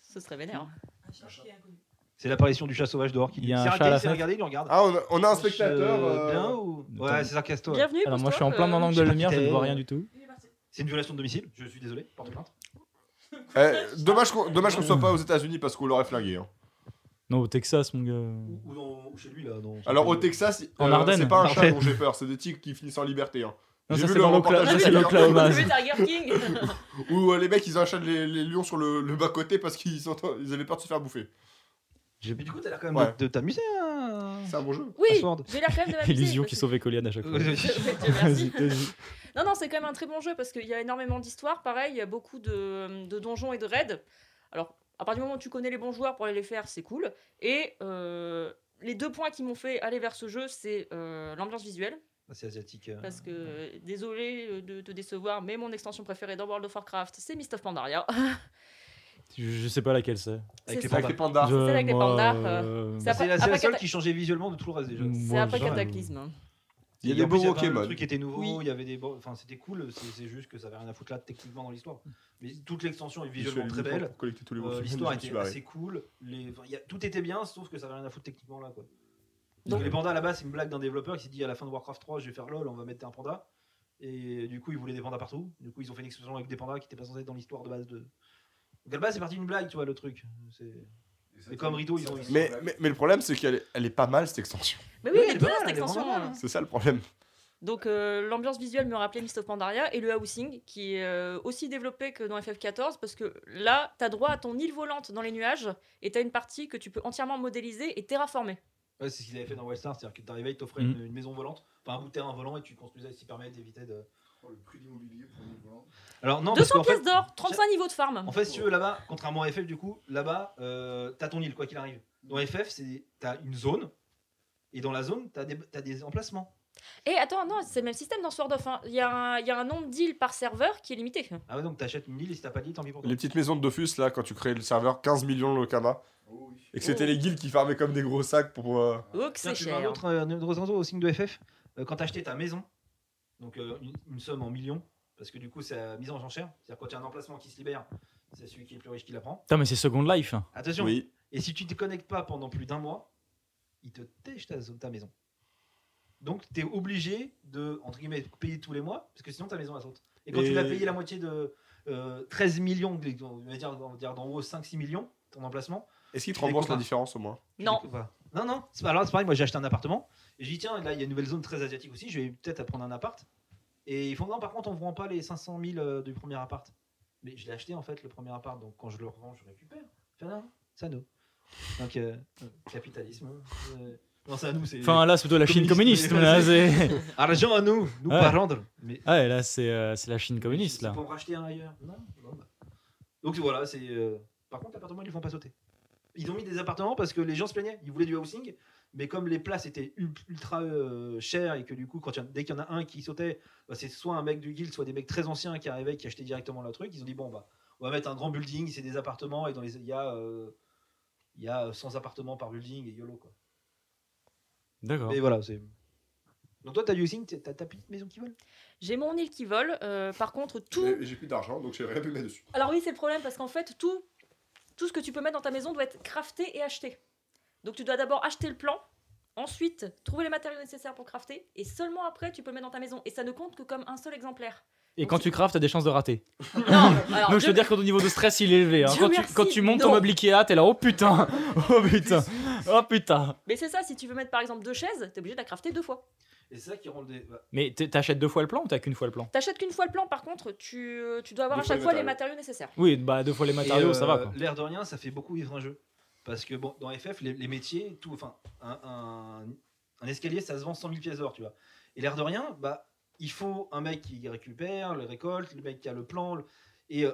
Ce serait vénère. C'est l'apparition du chat sauvage dehors qui Il y a un chat C'est à raté, la c'est fin. regardé, il le regarde. Ah, on a, on a un spectateur. Euh, euh, bien ou Ouais, Attends. c'est sarcasto. ouais. Bienvenue. Alors, moi, je suis pose-toi, en plein dans euh, l'angle de lumière, je ne j'habitais- vois rien du tout. C'est une violation de domicile, je suis désolé, porte plainte. eh, dommage qu'on dommage qu'on soit pas aux États-Unis parce qu'on l'aurait flingué. hein. Non, au Texas, mon gars. Ou, ou dans- ou chez lui là. dans- Alors au Texas, En euh, Ardenne. c'est pas un chat Parfait. dont j'ai peur, c'est des tigres qui finissent en liberté. hein. Non, J'ai ça, vu c'est le dans reportage l'Ocla- ça, c'est de- l'Oklahoma. T'as vu Tiger King Ou euh, les mecs ils achètent les, les lions sur le, le bas-côté parce qu'ils sont- ils avaient peur de se faire bouffer. J'ai- Mais du coup, t'as l'air quand même Ouais. de, de t'amuser. Hein... C'est un bon jeu. Oui, Password. j'ai l'air quand même de m'amuser, Illusion qui parce- sauvait Coliane à chaque fois. Dieu Vas-y, merci. vas-y. Non, non, c'est quand même un très bon jeu parce qu'il y a énormément d'histoires. Pareil, il y a beaucoup de, de donjons et de raids. Alors, à partir du moment où tu connais les bons joueurs pour aller les faire, c'est cool. Et euh, les deux points qui m'ont fait aller vers ce jeu, c'est euh, l'ambiance visuelle. C'est asiatique. euh. Parce que, désolé euh, de te décevoir, mais mon extension préférée dans World of Warcraft, c'est Mist of Pandaria. Je je sais pas laquelle c'est. C'est les ça. Avec les pandas. Je- avec les moi, pandas, euh, ça- C'est la, c'est Après la seule cata- qui changeait visuellement de tout le reste déjà. Mm. C'est Moi, après j'aurais- Cataclysme. Il y a Et des en plus, beaux plein de Pokémon. trucs qui étaient nouveaux, Oui. il y avait des. bo- Enfin, c'était cool, c'est c'est juste que ça avait rien à foutre là techniquement dans l'histoire. Mais toute l'extension est visuellement très belle. Pour collecter tous les Euh, Pokémon, L'histoire je me suis était barré. assez cool. Les, enfin, il y a- tout était bien, sauf que ça avait rien à foutre techniquement là. Quoi. Donc- Donc, les pandas là-bas, c'est une blague d'un développeur qui s'est dit à la fin de Warcraft 3, je vais faire lol, on va mettre un panda. Et du coup, ils voulaient des pandas partout. Du coup, ils ont fait une explosion avec des pandas qui n'étaient pas censés être dans l'histoire de base de. Donc à la base, c'est parti d'une blague, tu vois, le truc. C'est- C'est comme Rideau, ils ont- Mais, mais, mais le problème, c'est qu'elle est, elle est pas mal cette extension. Mais oui, Ouais, elle est elle est bien pas cette mal, elle est extension. vraiment hein. mal, C'est ça le problème. Donc euh, l'ambiance visuelle me rappelait Mist of Pandaria et le housing qui est euh, aussi développé que dans FF14 parce que là t'as droit à ton île volante dans les nuages et t'as une partie que tu peux entièrement modéliser et terraformer. Ouais, c'est ce qu'ils avaient fait dans Wildstar, c'est-à-dire que t'arrivais, ils t'offraient Mhm. une, une maison volante, enfin un bout de terrain volant, et tu construisais, s'ils permettent d'éviter de. Oh, le prix de l'immobilier pour les volants. Alors non, parce 200 qu'en fait, pièces d'or, 35 niveaux de farm. En fait, si tu veux, là-bas, contrairement à FF, du coup, là-bas, euh, t'as ton île, quoi qu'il arrive. Dans FF, c'est- t'as une zone, et dans la zone, t'as des, t'as des emplacements. Et attends, non, c'est le même système dans Sword of. hein. Il y, a un- il y a un nombre d'îles par serveur qui est limité. Ah ouais, donc t'achètes une île, et si t'as pas d'île, tant pis pour toi. Les petites maisons de Dofus, là, quand tu créais le serveur, 15 millions de Lokama, Oh oui. et que c'était les guildes qui farmaient comme des gros sacs pour. euh, Donc Tiens, Oh, c'est tu veux un cher. autre, euh, un autre réseau au signe de FF, euh, quand t'as acheté ta maison, donc euh, une, une somme en millions, parce que du coup, c'est euh, mise en enchère, c'est-à-dire quand t'as un emplacement qui se libère, c'est celui qui est le plus riche qui la prend. Putain, mais c'est Second Life. Attention, Oui. Et si tu ne te connectes pas pendant plus d'un mois, il te tèche ta, ta maison. Donc, tu es obligé de, entre guillemets, payer tous les mois, parce que sinon ta maison elle saute. Et quand Et- tu l'as payé la moitié de euh, 13 millions, de- on va dire, on va dire d'en haut 5-6 millions, ton emplacement, Est-ce qu'ils te Les remboursent la copains. différence au moins tu Oh. Non. le coupes pas. Non, non, c'est pas alors, c'est pareil, moi j'ai acheté un appartement, et j'ai dit, tiens, là il y a une nouvelle zone très asiatique aussi, je vais peut-être à prendre un appart. Et ils font, non, par contre, on ne vend pas les 500 000 euh, du premier appart. Mais je l'ai acheté en fait, le premier appart, donc quand je le revends, je récupère. Enfin, non, ça nous. Donc, euh, euh, capitalisme. hein. Euh, non, c'est à nous, c'est. Enfin, là, c'est plutôt la Chine communiste. Communiste, oui, là, vas-y. c'est- Argent à nous, nous Ouais. pas rendre. Mais Ouais, là, c'est euh, c'est la Chine communiste, c'est là. pour racheter un ailleurs. Non, non, bah. Donc voilà, c'est. euh, Par contre, l'appartement, ils ne font pas sauter. Ils ont mis des appartements parce que les gens se plaignaient. Ils voulaient du housing, mais comme les places étaient ul- ultra euh, chères et que du coup, quand il y en- dès qu'il y en a un qui sautait, bah, c'est soit un mec du guild, soit des mecs très anciens qui arrivaient, qui achetaient directement le truc. Ils ont dit bon bah, on va mettre un grand building, c'est des appartements et dans les il y a euh, il y a euh, 100 appartements par building et yolo quoi. D'accord. Mais voilà, c'est. Donc toi, t'as du housing, t'as t'as ta petite maison qui vole. J'ai mon île qui vole. euh, par contre, tout. Mais J'ai plus d'argent, donc j'ai rien pu mettre dessus. Alors oui, c'est le problème parce qu'en fait, tout, tout ce que tu peux mettre dans ta maison doit être crafté et acheté. Donc tu dois d'abord acheter le plan, ensuite trouver les matériaux nécessaires pour crafter, et seulement après tu peux le mettre dans ta maison. Et ça ne compte que comme un seul exemplaire. Et quand tu craftes, t'as des chances de rater. Non, alors, Donc, je Dieu- veux dire que ton niveau de stress, il est élevé. hein. Dieu Quand, tu, merci, quand tu montes ton non. meuble Ikea, t'es là, oh putain Oh putain Oh putain Mais c'est ça, si tu veux mettre par exemple deux chaises, t'es obligé de la crafter deux fois. Et c'est ça qui rend le. dé- bah, Mais t'- t'achètes deux fois le plan ou t'as qu'une fois le plan T'achètes qu'une fois le plan, par contre, tu, euh, tu dois avoir Deux à fois chaque les fois les matériaux. matériaux nécessaires. Oui, bah deux fois les matériaux, Et, ça va euh, quoi. L'air de rien, ça fait beaucoup vivre un jeu. Parce que bon, dans FF, les, les métiers, tout, enfin, un, un- un escalier, ça se vend 100 000 pièces d'or, tu vois. Et l'air de rien, bah, il faut un mec qui récupère, le récolte, le mec qui a le plan. le- Et euh,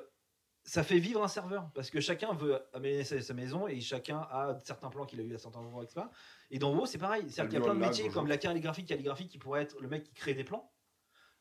ça fait vivre un serveur parce que chacun veut amener sa sa maison et chacun a certains plans qu'il a eu à certains endroits, etc. Et dans WoW, c'est pareil. C'est-à-dire qu'il y Lui, a on plein de l'a, métiers bonjour. comme la calligraphie, calligraphie qui pourrait être le mec qui crée des plans.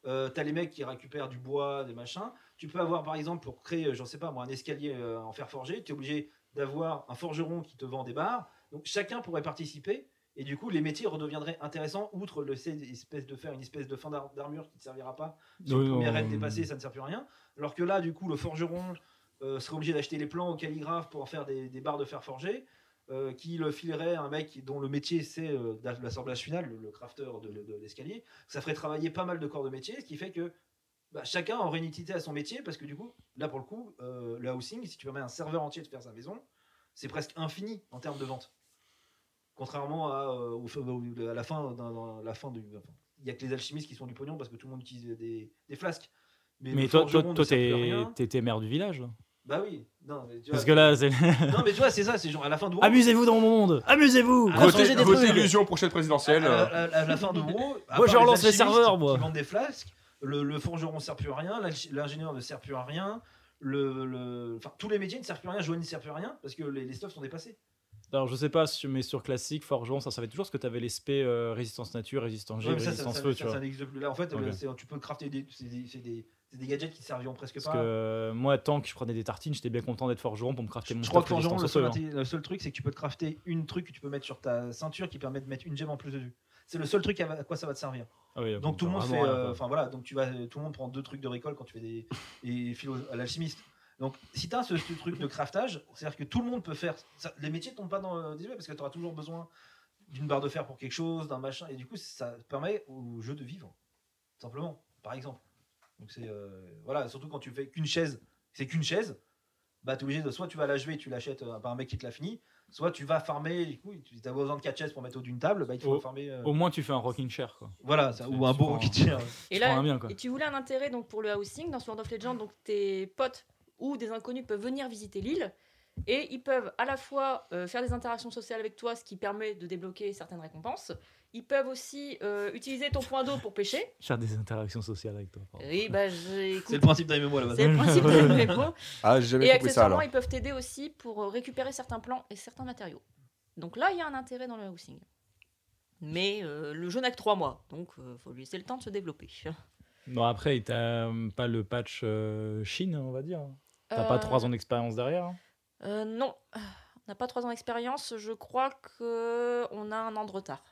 Euh, T'as les mecs qui récupèrent du bois, des machins. Tu peux avoir, par exemple, pour créer, euh, j'en sais pas moi, un escalier euh, en fer forgé, tu es obligé d'avoir un forgeron qui te vend des barres. Donc chacun pourrait participer. Et du coup, les métiers redeviendraient intéressants, outre le fait espèce de faire une espèce de fin d'ar- d'armure qui ne servira pas si Oui, le premier on- raid dépassé, ça ne sert plus à rien. Alors que là, du coup, le forgeron euh, serait obligé d'acheter les plans au calligraphe pour en faire des, des barres de fer forgé, euh, qui le filerait à un mec dont le métier c'est euh, d'a- l'assemblage final, le, le crafter de, de- de l'escalier. Ça ferait travailler pas mal de corps de métier, ce qui fait que bah, chacun aurait une utilité à son métier, parce que du coup, là pour le coup, euh, le housing, si tu permets à un serveur entier de faire sa maison, c'est presque infini en termes de vente. Contrairement à, euh, au fa- au- à la fin, d'un- d'un- la fin du. enfin, il n'y a que les alchimistes qui sont du pognon parce que tout le monde utilise des, des flasques. Mais le toi, toi, forgeron ne toi, sert plus à t'es- rien. t'es- t'es maire du village. là. Bah oui. Non, mais tu vois, Parce que là, c'est. non, mais tu vois, c'est ça, c'est genre à la fin de WoW. Amusez-vous dans mon monde Amusez-vous Ah, Construisez Votez- des Vos trucs illusions prochaine à, présidentielle. à- euh, à- à la fin de WoW. à Moi, je part relance les alchimistes serveurs, moi. Qui vendent des flasques. Le, le forgeron ne sert plus à rien. l'alchi- L'ingénieur ne sert plus à rien. Le, le- enfin, tous les métiers ne servent plus à rien. Joanie ne sert plus à rien parce que les, les stuffs sont dépassés. Alors, je sais pas, sur- mais sur classique, forgeron, ça savait toujours ce que t'avais les spé euh, résistance nature, résistance G, Ouais, mais ça, ça, résistance ça- feu, ça- tu vois. ça n'existe plus. Là, en fait, Ok. euh, c'est- tu peux crafter des, c'est des, c'est des, c'est des gadgets qui ne serviront presque Parce pas. que euh, moi, tant que je prenais des tartines, j'étais bien content d'être forgeron pour me crafter mon Je crois que stuff forgeron, le résistance au seul, feu, hein. inté- le seul truc, c'est que tu peux te crafter une truc que tu peux mettre sur ta ceinture qui permet de mettre une gemme en plus dessus. C'est le seul truc à à quoi ça va te servir. Ah oui, Donc tout le monde fait, vraiment rien, euh, quoi. enfin voilà, donc tu vas, tout le monde prend deux trucs de récolte quand tu fais des et file au- à l'alchimiste. Donc si t'as ce, ce truc de craftage, c'est-à-dire que tout le monde peut faire. ça- les métiers tombent pas dans le désuet parce que tu auras toujours besoin d'une barre de fer pour quelque chose, d'un machin, et du coup ça permet au jeu de vivre, simplement, par exemple. Donc c'est euh, voilà, surtout quand tu fais qu'une chaise, c'est qu'une chaise, bah t'es obligé de soit tu vas la jouer, et tu l'achètes euh, par un mec qui te l'a fini, soit tu vas farmer, du coup tu as besoin de quatre chaises pour mettre au d'une table, bah il te faut Oh. farmer. euh, Au moins, tu fais un rocking chair, quoi. voilà, ça- ou un Tu beau prends un- roquetier. hein. Et Je prends là, un bien, quoi. et tu voulais un intérêt donc pour le housing dans Sword of Legends, donc tes potes ou des inconnus peuvent venir visiter l'île et ils peuvent à la fois euh, faire des interactions sociales avec toi, ce qui permet de débloquer certaines récompenses. Ils peuvent aussi euh, utiliser ton point d'eau pour pêcher. Faire des interactions sociales avec toi. pardon. Oui, bah j'ai C'est le écoute, principe d'un MMO à la base. C'est le principe de MMO. Ah, j'ai Et jamais compris ça accessoirement, alors. ils peuvent t'aider aussi pour euh, récupérer certains plans et certains matériaux. Donc là, il y a un intérêt dans le housing. Mais euh, le jeu n'a que 3 mois, donc il faut lui laisser le temps de se développer. Non, après, t'as euh, pas le patch euh, Chine, on va dire. T'as pas 3 ans d'expérience derrière. hein. Euh, non, on n'a pas trois ans d'expérience. Je crois que on a un an de retard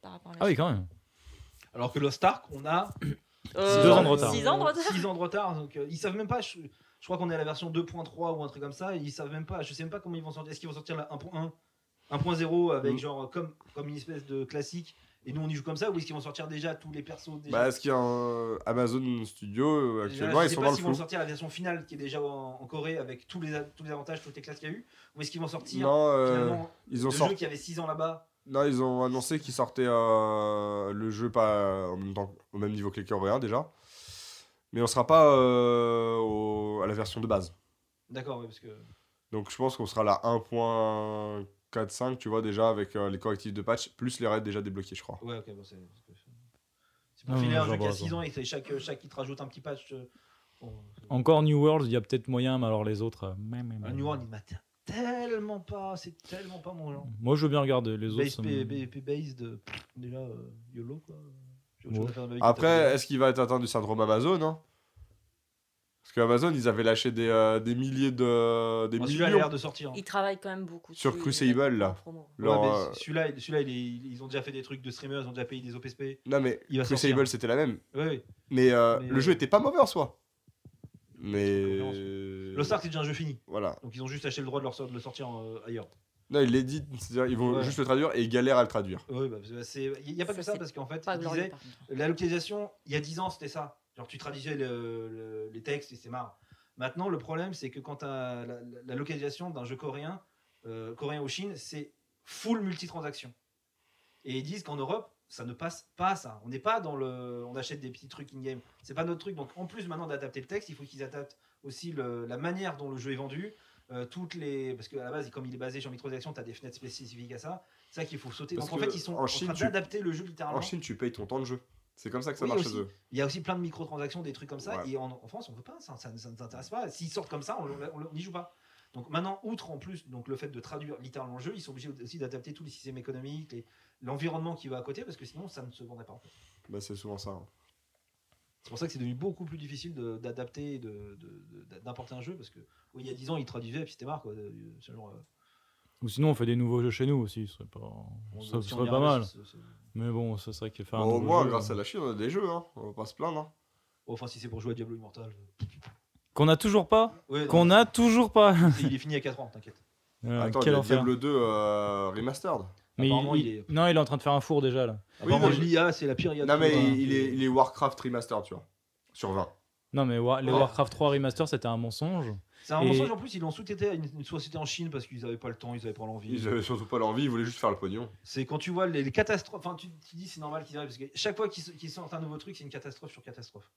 par rapport à la Ah oui, Chine. quand même. Alors que Lost Ark, on a Euh, Deux ans de retard. Six ans de retard. six ans de retard, Donc euh, ils savent même pas. Je, je crois qu'on est à la version 2.3 ou un truc comme ça. Ils savent même pas. Je sais même pas comment ils vont sortir. Est-ce qu'ils vont sortir la 1.1, 1.0 avec Mm. genre euh, comme comme une espèce de classique. Et nous on y joue comme ça. Ou est-ce qu'ils vont sortir déjà tous les persos déjà Bah, est-ce qu'il y a un Amazon Studio euh, ah, Déjà, actuellement je Ils sais sont pas dans le s'ils vont flou. sortir la version finale qui est déjà en, en Corée avec tous les a- tous les avantages, toutes les classes qu'il y a eu. Ou est-ce qu'ils vont sortir Non, euh, finalement ils ont le sorti. jeu qui avait 6 ans là-bas Non, ils ont annoncé qu'ils sortaient euh, le jeu pas en même temps, au même niveau que les Coréens déjà. Mais on sera pas euh, au- à la version de base. D'accord, ouais, parce que Donc je pense qu'on sera à la 1.45, tu vois, déjà avec euh, les correctifs de patch, plus les raids déjà débloqués, je crois. Ouais, ok, bon, c'est. parce que- C'est pour Non, filer non, un j'en jeu qui vois, a j'en 6 vois. ans et que chaque, chaque qui te rajoute un petit patch. euh, bon, Encore New World, il y a peut-être moyen, mais alors les autres. euh, mais, mais, euh, mais. New World, il m'atteint tellement pas, c'est tellement pas mon genre. Moi, je veux bien regarder les autres. Base, ça me- P- P- P- based, euh, pff, déjà, euh, YOLO, quoi. J'ai autre Ouais. chose à faire de ma vie que Après, de est-ce qu'il va être atteint du syndrome Amazon hein Parce qu'Amazon, ils avaient lâché des, euh, des milliers de. des taper. Oh, Celui-là, il a millions. l'air de sortir. hein. Ils travaillent quand même beaucoup. Sur dessus, Crucible, en là. promo. Leur, Ouais, mais euh, Celui-là, il- celui-là, il est- ils ont déjà fait des trucs de streamers, ils ont déjà payé des OPSP. Non, mais Il va sortir. Crucible, c'était la même. Ouais, ouais. Mais, euh, Mais, le euh, jeu était pas mauvais en soi. Mais. Conférence. Lost Euh, Ark, c'est déjà un jeu fini. Voilà. Donc, ils ont juste acheté le droit de, leur sort- de le sortir euh, ailleurs. Non, il l'édite, c'est-à-dire ils vont Ouais. juste le traduire et ils galèrent à le traduire. Ouais, bah, c'est- il n'y a pas Ça, que ça, c'est parce qu'en fait, Pas ils glorieux, disaient, par contre. La localisation, il y a 10 ans, c'était ça. Genre, tu traduisais le- le- les textes et c'est marre. Maintenant, le problème, c'est que quand t'as la, la- la localisation d'un jeu coréen, euh, coréen ou Chine, c'est full multitransaction. Et ils disent qu'en Europe, ça ne passe pas ça. On n'est pas dans le. On achète des petits trucs in-game. C'est pas notre truc. Donc, en plus, maintenant d'adapter le texte, il faut qu'ils adaptent aussi le- la manière dont le jeu est vendu. euh, toutes les. Parce qu'à la base, comme il est basé sur microtransaction, tu as des fenêtres spécifiques à ça. C'est ça qu'il faut sauter. Parce Donc, en que fait, ils sont en en, Chine, train tu- d'adapter le jeu littéralement. En Chine, tu payes ton temps de jeu. C'est comme ça que ça Oui, marche aussi. chez eux. Il y a aussi plein de microtransactions, des trucs comme ça. Ouais. Et en, en France, on veut pas, ça, ça, ça ne t'intéresse pas. S'ils sortent comme ça, on on- on n'y joue pas. Donc maintenant, outre en plus donc le fait de traduire littéralement le jeu, ils sont obligés aussi d'adapter tout le système économique, les- l'environnement qui va à côté, parce que sinon, ça ne se vendrait pas. en fait. Bah, c'est souvent ça. hein. C'est pour ça que c'est devenu beaucoup plus difficile de- d'adapter, et de- de- de- d'importer un jeu, parce que oui, il y a 10 ans, ils traduisaient, et puis c'était marre. Quoi, de- de- ce genre, euh, Ou sinon, on fait des nouveaux jeux chez nous aussi. Ce serait pas, on- ça si on serait y pas arrive, mal. c'est- c'est- Mais bon, ça serait que faire Bah, un au nouveau moins, jeu, grâce euh, à la Chine, on a des jeux. Hein. On va pas se plaindre. hein. Oh, Enfin, si c'est pour jouer à Diablo Immortal. euh, Qu'on a toujours pas ouais, non, Qu'on a toujours pas c'est- Il est fini à 4 ans, t'inquiète. Euh, Attends, il Quel y a enfer. Diablo 2 euh, Remastered. Mais Apparemment, il est- Non, il est en train de faire un four déjà là. Oui, Apparemment, mais- l'IA, c'est la pire IA. de Non, tous mais les temps. il, il est, il est Warcraft Remastered, tu vois. Sur 20. Non, mais Wa- les Ouais. Warcraft 3 Remaster, c'était un mensonge. C'est un Et- mensonge en plus, ils l'ont sous-traité à une, une société en Chine parce qu'ils n'avaient pas le temps, ils n'avaient pas l'envie. Ils euh, avaient surtout pas l'envie, ils voulaient juste faire le pognon. C'est quand tu vois les, les catastrophes, enfin tu, tu dis c'est normal qu'ils arrivent parce que chaque fois qu'ils qu'ils sortent un nouveau truc, c'est une catastrophe sur catastrophe.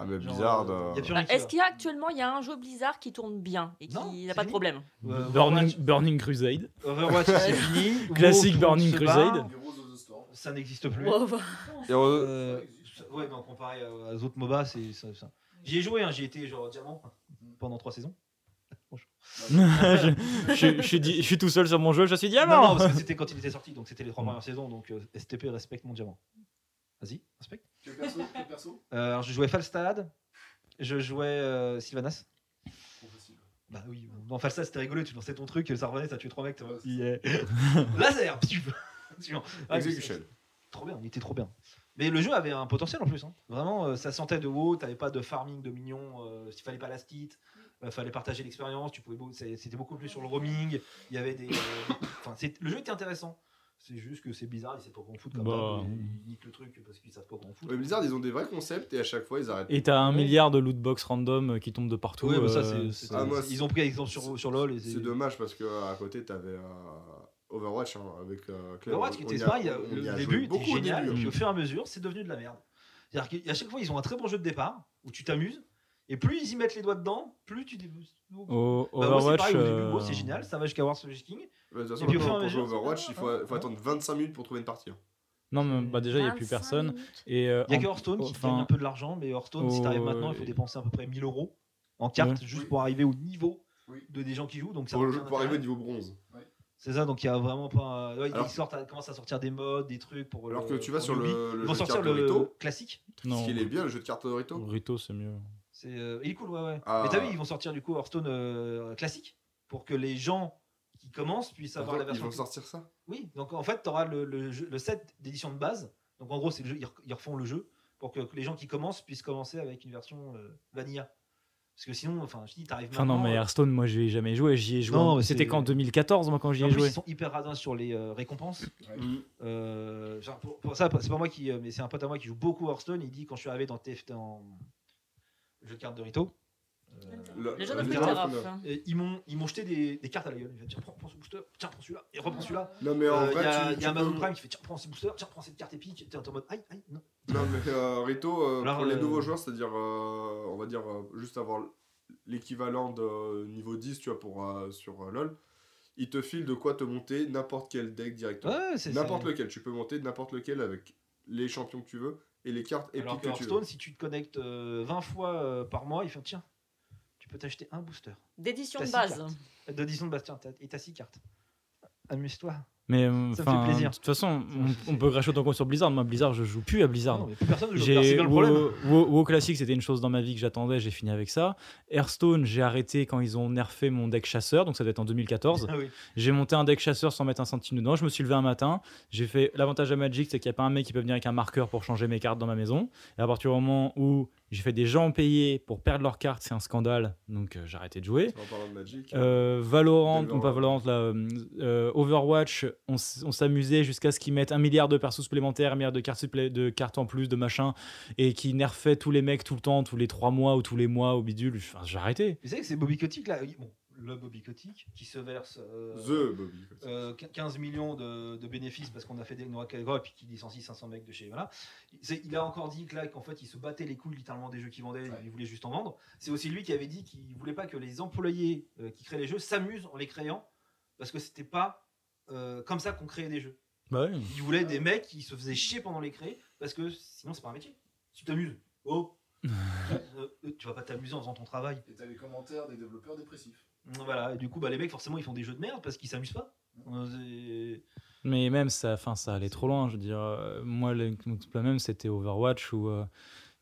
Ah, mais Genre, bizarre. euh, y a de... plus rien qui Bah, Est-ce va. qu'il y a actuellement il y a un jeu Blizzard qui tourne bien et qui Non, n'a c'est pas de fini. problème Euh, Burning, Overwatch- Burning Crusade. Overwatch, c'est fini. Classique WoW, tout le monde Burning se barre. Crusade. Heroes of the Storm. Ça n'existe plus. Et on- Euh, ouais, mais comparé à- aux autres MOBA, c'est ça. ça. J'y ai joué, hein, j'y étais genre diamant pendant trois saisons. je, je- je suis dit- je suis tout seul sur mon jeu, je suis dit ah non, non, non, parce que c'était quand il était sorti, donc c'était les trois premières saisons, donc euh, STP respecte mon diamant. Vas-y, respecte. Quel perso Quel perso Euh, alors, je jouais Falstad, je jouais euh, Sylvanas. Trop facile. Bah oui, dans Falstad c'était rigolo, tu lançais ton truc, ça revenait, ça tuait trois mecs. t'as- Ouais, c'est Yeah. Laser pfiou. Suivant. Ah, Execution. c'est- Trop bien, il était trop bien. Mais le jeu avait un potentiel en plus. hein. Vraiment, euh, ça sentait de haut, t'avais pas de farming de minions, euh, il fallait pas la stit, euh, fallait partager l'expérience, tu pouvais beau- c'est- c'était beaucoup plus sur le roaming, il y avait des. euh, Enfin, c'est- le jeu était intéressant. C'est juste que c'est bizarre, ils savent pas quoi en foutre comme Bah. ça, ils niquent le truc parce qu'ils savent pas quoi en foutre. Ouais, Blizzard, ils ont des vrais concepts et à chaque fois, ils arrêtent. Et t'as un milliard de lootbox random euh, qui tombent de partout. Ouais, mais ça, euh, c'est- c'est- Ah, moi, ils ont pris exemple c'est- sur, sur LoL. et C'est dommage parce que euh, à côté, t'avais euh, Overwatch hein, avec euh, Claire. Overwatch, On- qui on était y a- pareil, on y le a début joué était beaucoup au génial, début, puis hein. au fur et à mesure, c'est devenu de la merde. C'est-à-dire qu'à chaque fois, ils ont un très bon jeu de départ, où tu t'amuses, et plus ils y mettent les doigts dedans, plus tu débuses. au- Bah, moi, c'est Overwatch. pareil, au début, moi, euh, c'est génial, ça va jusqu'à War Surge King. Bah, De toute Et façon, puis au fur et maintenant, à pour jouer mesure, c'est- Overwatch, il faut, faut attendre 25 minutes pour trouver une partie. hein. Non, mais bah, déjà, il n'y a plus 25 personne. minutes. Et, euh, Il y a en- que Hearthstone qui enfin, gagne un peu de l'argent, mais Hearthstone, si t'arrives oh, maintenant, il faut et- dépenser à peu près 1000 euros en cartes, juste Oui. pour arriver au niveau Oui. de des gens qui jouent. Donc ça Pour, n'a le- aucun pour arriver au intérêt. niveau bronze. C'est ça, donc il y a vraiment pas. ouais, Alors- Ils sortent, à- commencent à sortir des modes, des trucs pour. Alors que le- tu vas pour sur lobby. le, le Ils jeu vont de sortir cartes le Dorito. classique. Ce non, qui est bien, le jeu de cartes Dorito. Rito, c'est mieux. C'est, euh, il est cool, ouais, ouais. Ah. Mais t'as vu, ils vont sortir du coup Hearthstone euh, classique pour que les gens qui commencent puissent avoir Attends, la Ils version. vont sortir ça Oui, donc en fait, t'auras le, le, jeu- le set d'édition de base. Donc en gros, c'est le jeu, ils, re- ils refont le jeu pour que, que les gens qui commencent puissent commencer avec une version euh, vanilla. Parce que sinon, enfin, je dis, t'arrives Enfin, maintenant. non, mais euh, Hearthstone, moi, j'y ai jamais joué. J'y ai joué. Non, en- mais C'était c'est- qu'en 2014, moi, quand j'y en ai plus, joué. ils sont hyper radins sur les euh, récompenses. Mm. Euh, genre, pour, pour ça, c'est pas moi qui, euh, mais c'est un pote à moi qui joue beaucoup Hearthstone. Il dit quand je suis arrivé dans TF dans le jeu de cartes Dorito. euh, Le- Les jeux le de Blizzard, Peter Hoff, le- hein. Et ils m'ont ils m'ont jeté des, des cartes à la gueule. Ils fait, tiens prends, prends ce booster, tiens prends celui-là, et reprends celui-là. Non, mais Euh, en Il y a, vrai, tu- il y a tu Amazon peux- Prime qui fait tiens prends ce booster, tiens prends cette carte épique. T'es en mode aïe aïe non. Non mais euh, Rito, euh, Alors, pour les euh, nouveaux joueurs, c'est-à-dire, euh, on va dire, euh, juste avoir l'équivalent de euh, niveau 10, tu vois, pour, euh, sur euh, LoL, il te file de quoi te monter n'importe quel deck directement. Ouais, c'est n'importe c'est- lequel, tu peux monter n'importe lequel avec les champions que tu veux et les cartes Alors épiques que que tu veux. Hearthstone, si tu te connectes euh, 20 fois euh, par mois, il fait tiens tu peux t'acheter un booster D'édition T'as de six base. cartes. d'audition de Bastien bah, t'as- et t'as 6 cartes. Amuse-toi. Mais euh, Ça me fait enfin, plaisir. de toute façon, on, on peut cracher autant qu'on sur Blizzard. Moi, Blizzard, je joue plus à Blizzard. Non, mais plus personne ne joue. C'est J'ai bien le WoW, problème. WoW- WoW classique, c'était une chose dans ma vie que j'attendais. J'ai fini avec ça. Hearthstone, j'ai arrêté quand ils ont nerfé mon deck chasseur, donc ça doit être en 2014. Ah oui. J'ai monté un deck chasseur sans mettre un centime dedans. Je me suis levé un matin. J'ai fait l'avantage à Magic, c'est qu'il n'y a pas un mec qui peut venir avec un marqueur pour changer mes cartes dans ma maison. Et à partir du moment où j'ai fait des gens payer pour perdre leurs cartes, c'est un scandale. Donc euh, j'ai arrêté de jouer. En parlant de Magic. Euh, Valorant, Valorant. non pas Valorant, là, euh, euh, Overwatch, on, s- on s'amusait jusqu'à ce qu'ils mettent un milliard de persos supplémentaires, un milliard de cartes, supplé- de cartes en plus, de machin, et qui nerfaient tous les mecs tout le temps, tous les trois mois ou tous les mois au bidule. Enfin, j'ai arrêté. Vous savez que c'est Bobby Kotick là. il- Bon, le Bobby Kotick qui se verse. euh, The Bobby. euh, quin- 15 millions de, de bénéfices parce qu'on a fait des Noah Calgary et puis qui licencie 500 mecs de chez voilà. C'est- Il a encore dit que là qu'en fait il se battait les couilles littéralement des jeux qui vendaient, Ouais. il voulait juste en vendre. C'est aussi lui qui avait dit qu'il voulait pas que les employés euh, qui créent les jeux s'amusent en les créant parce que c'était pas euh, comme ça qu'on créait des jeux. Bah oui. Ils voulaient des mecs qui se faisaient chier pendant les créés parce que sinon c'est pas un métier. Tu t'amuses. Oh Euh, euh, Tu vas pas t'amuser en faisant ton travail. Et t'as les commentaires des développeurs dépressifs. Voilà, et du coup, bah, les mecs, forcément, ils font des jeux de merde parce qu'ils s'amusent pas. Euh, c'est- Mais même ça, enfin, ça allait trop loin. Je veux dire, euh, moi, le le même, c'était Overwatch où euh,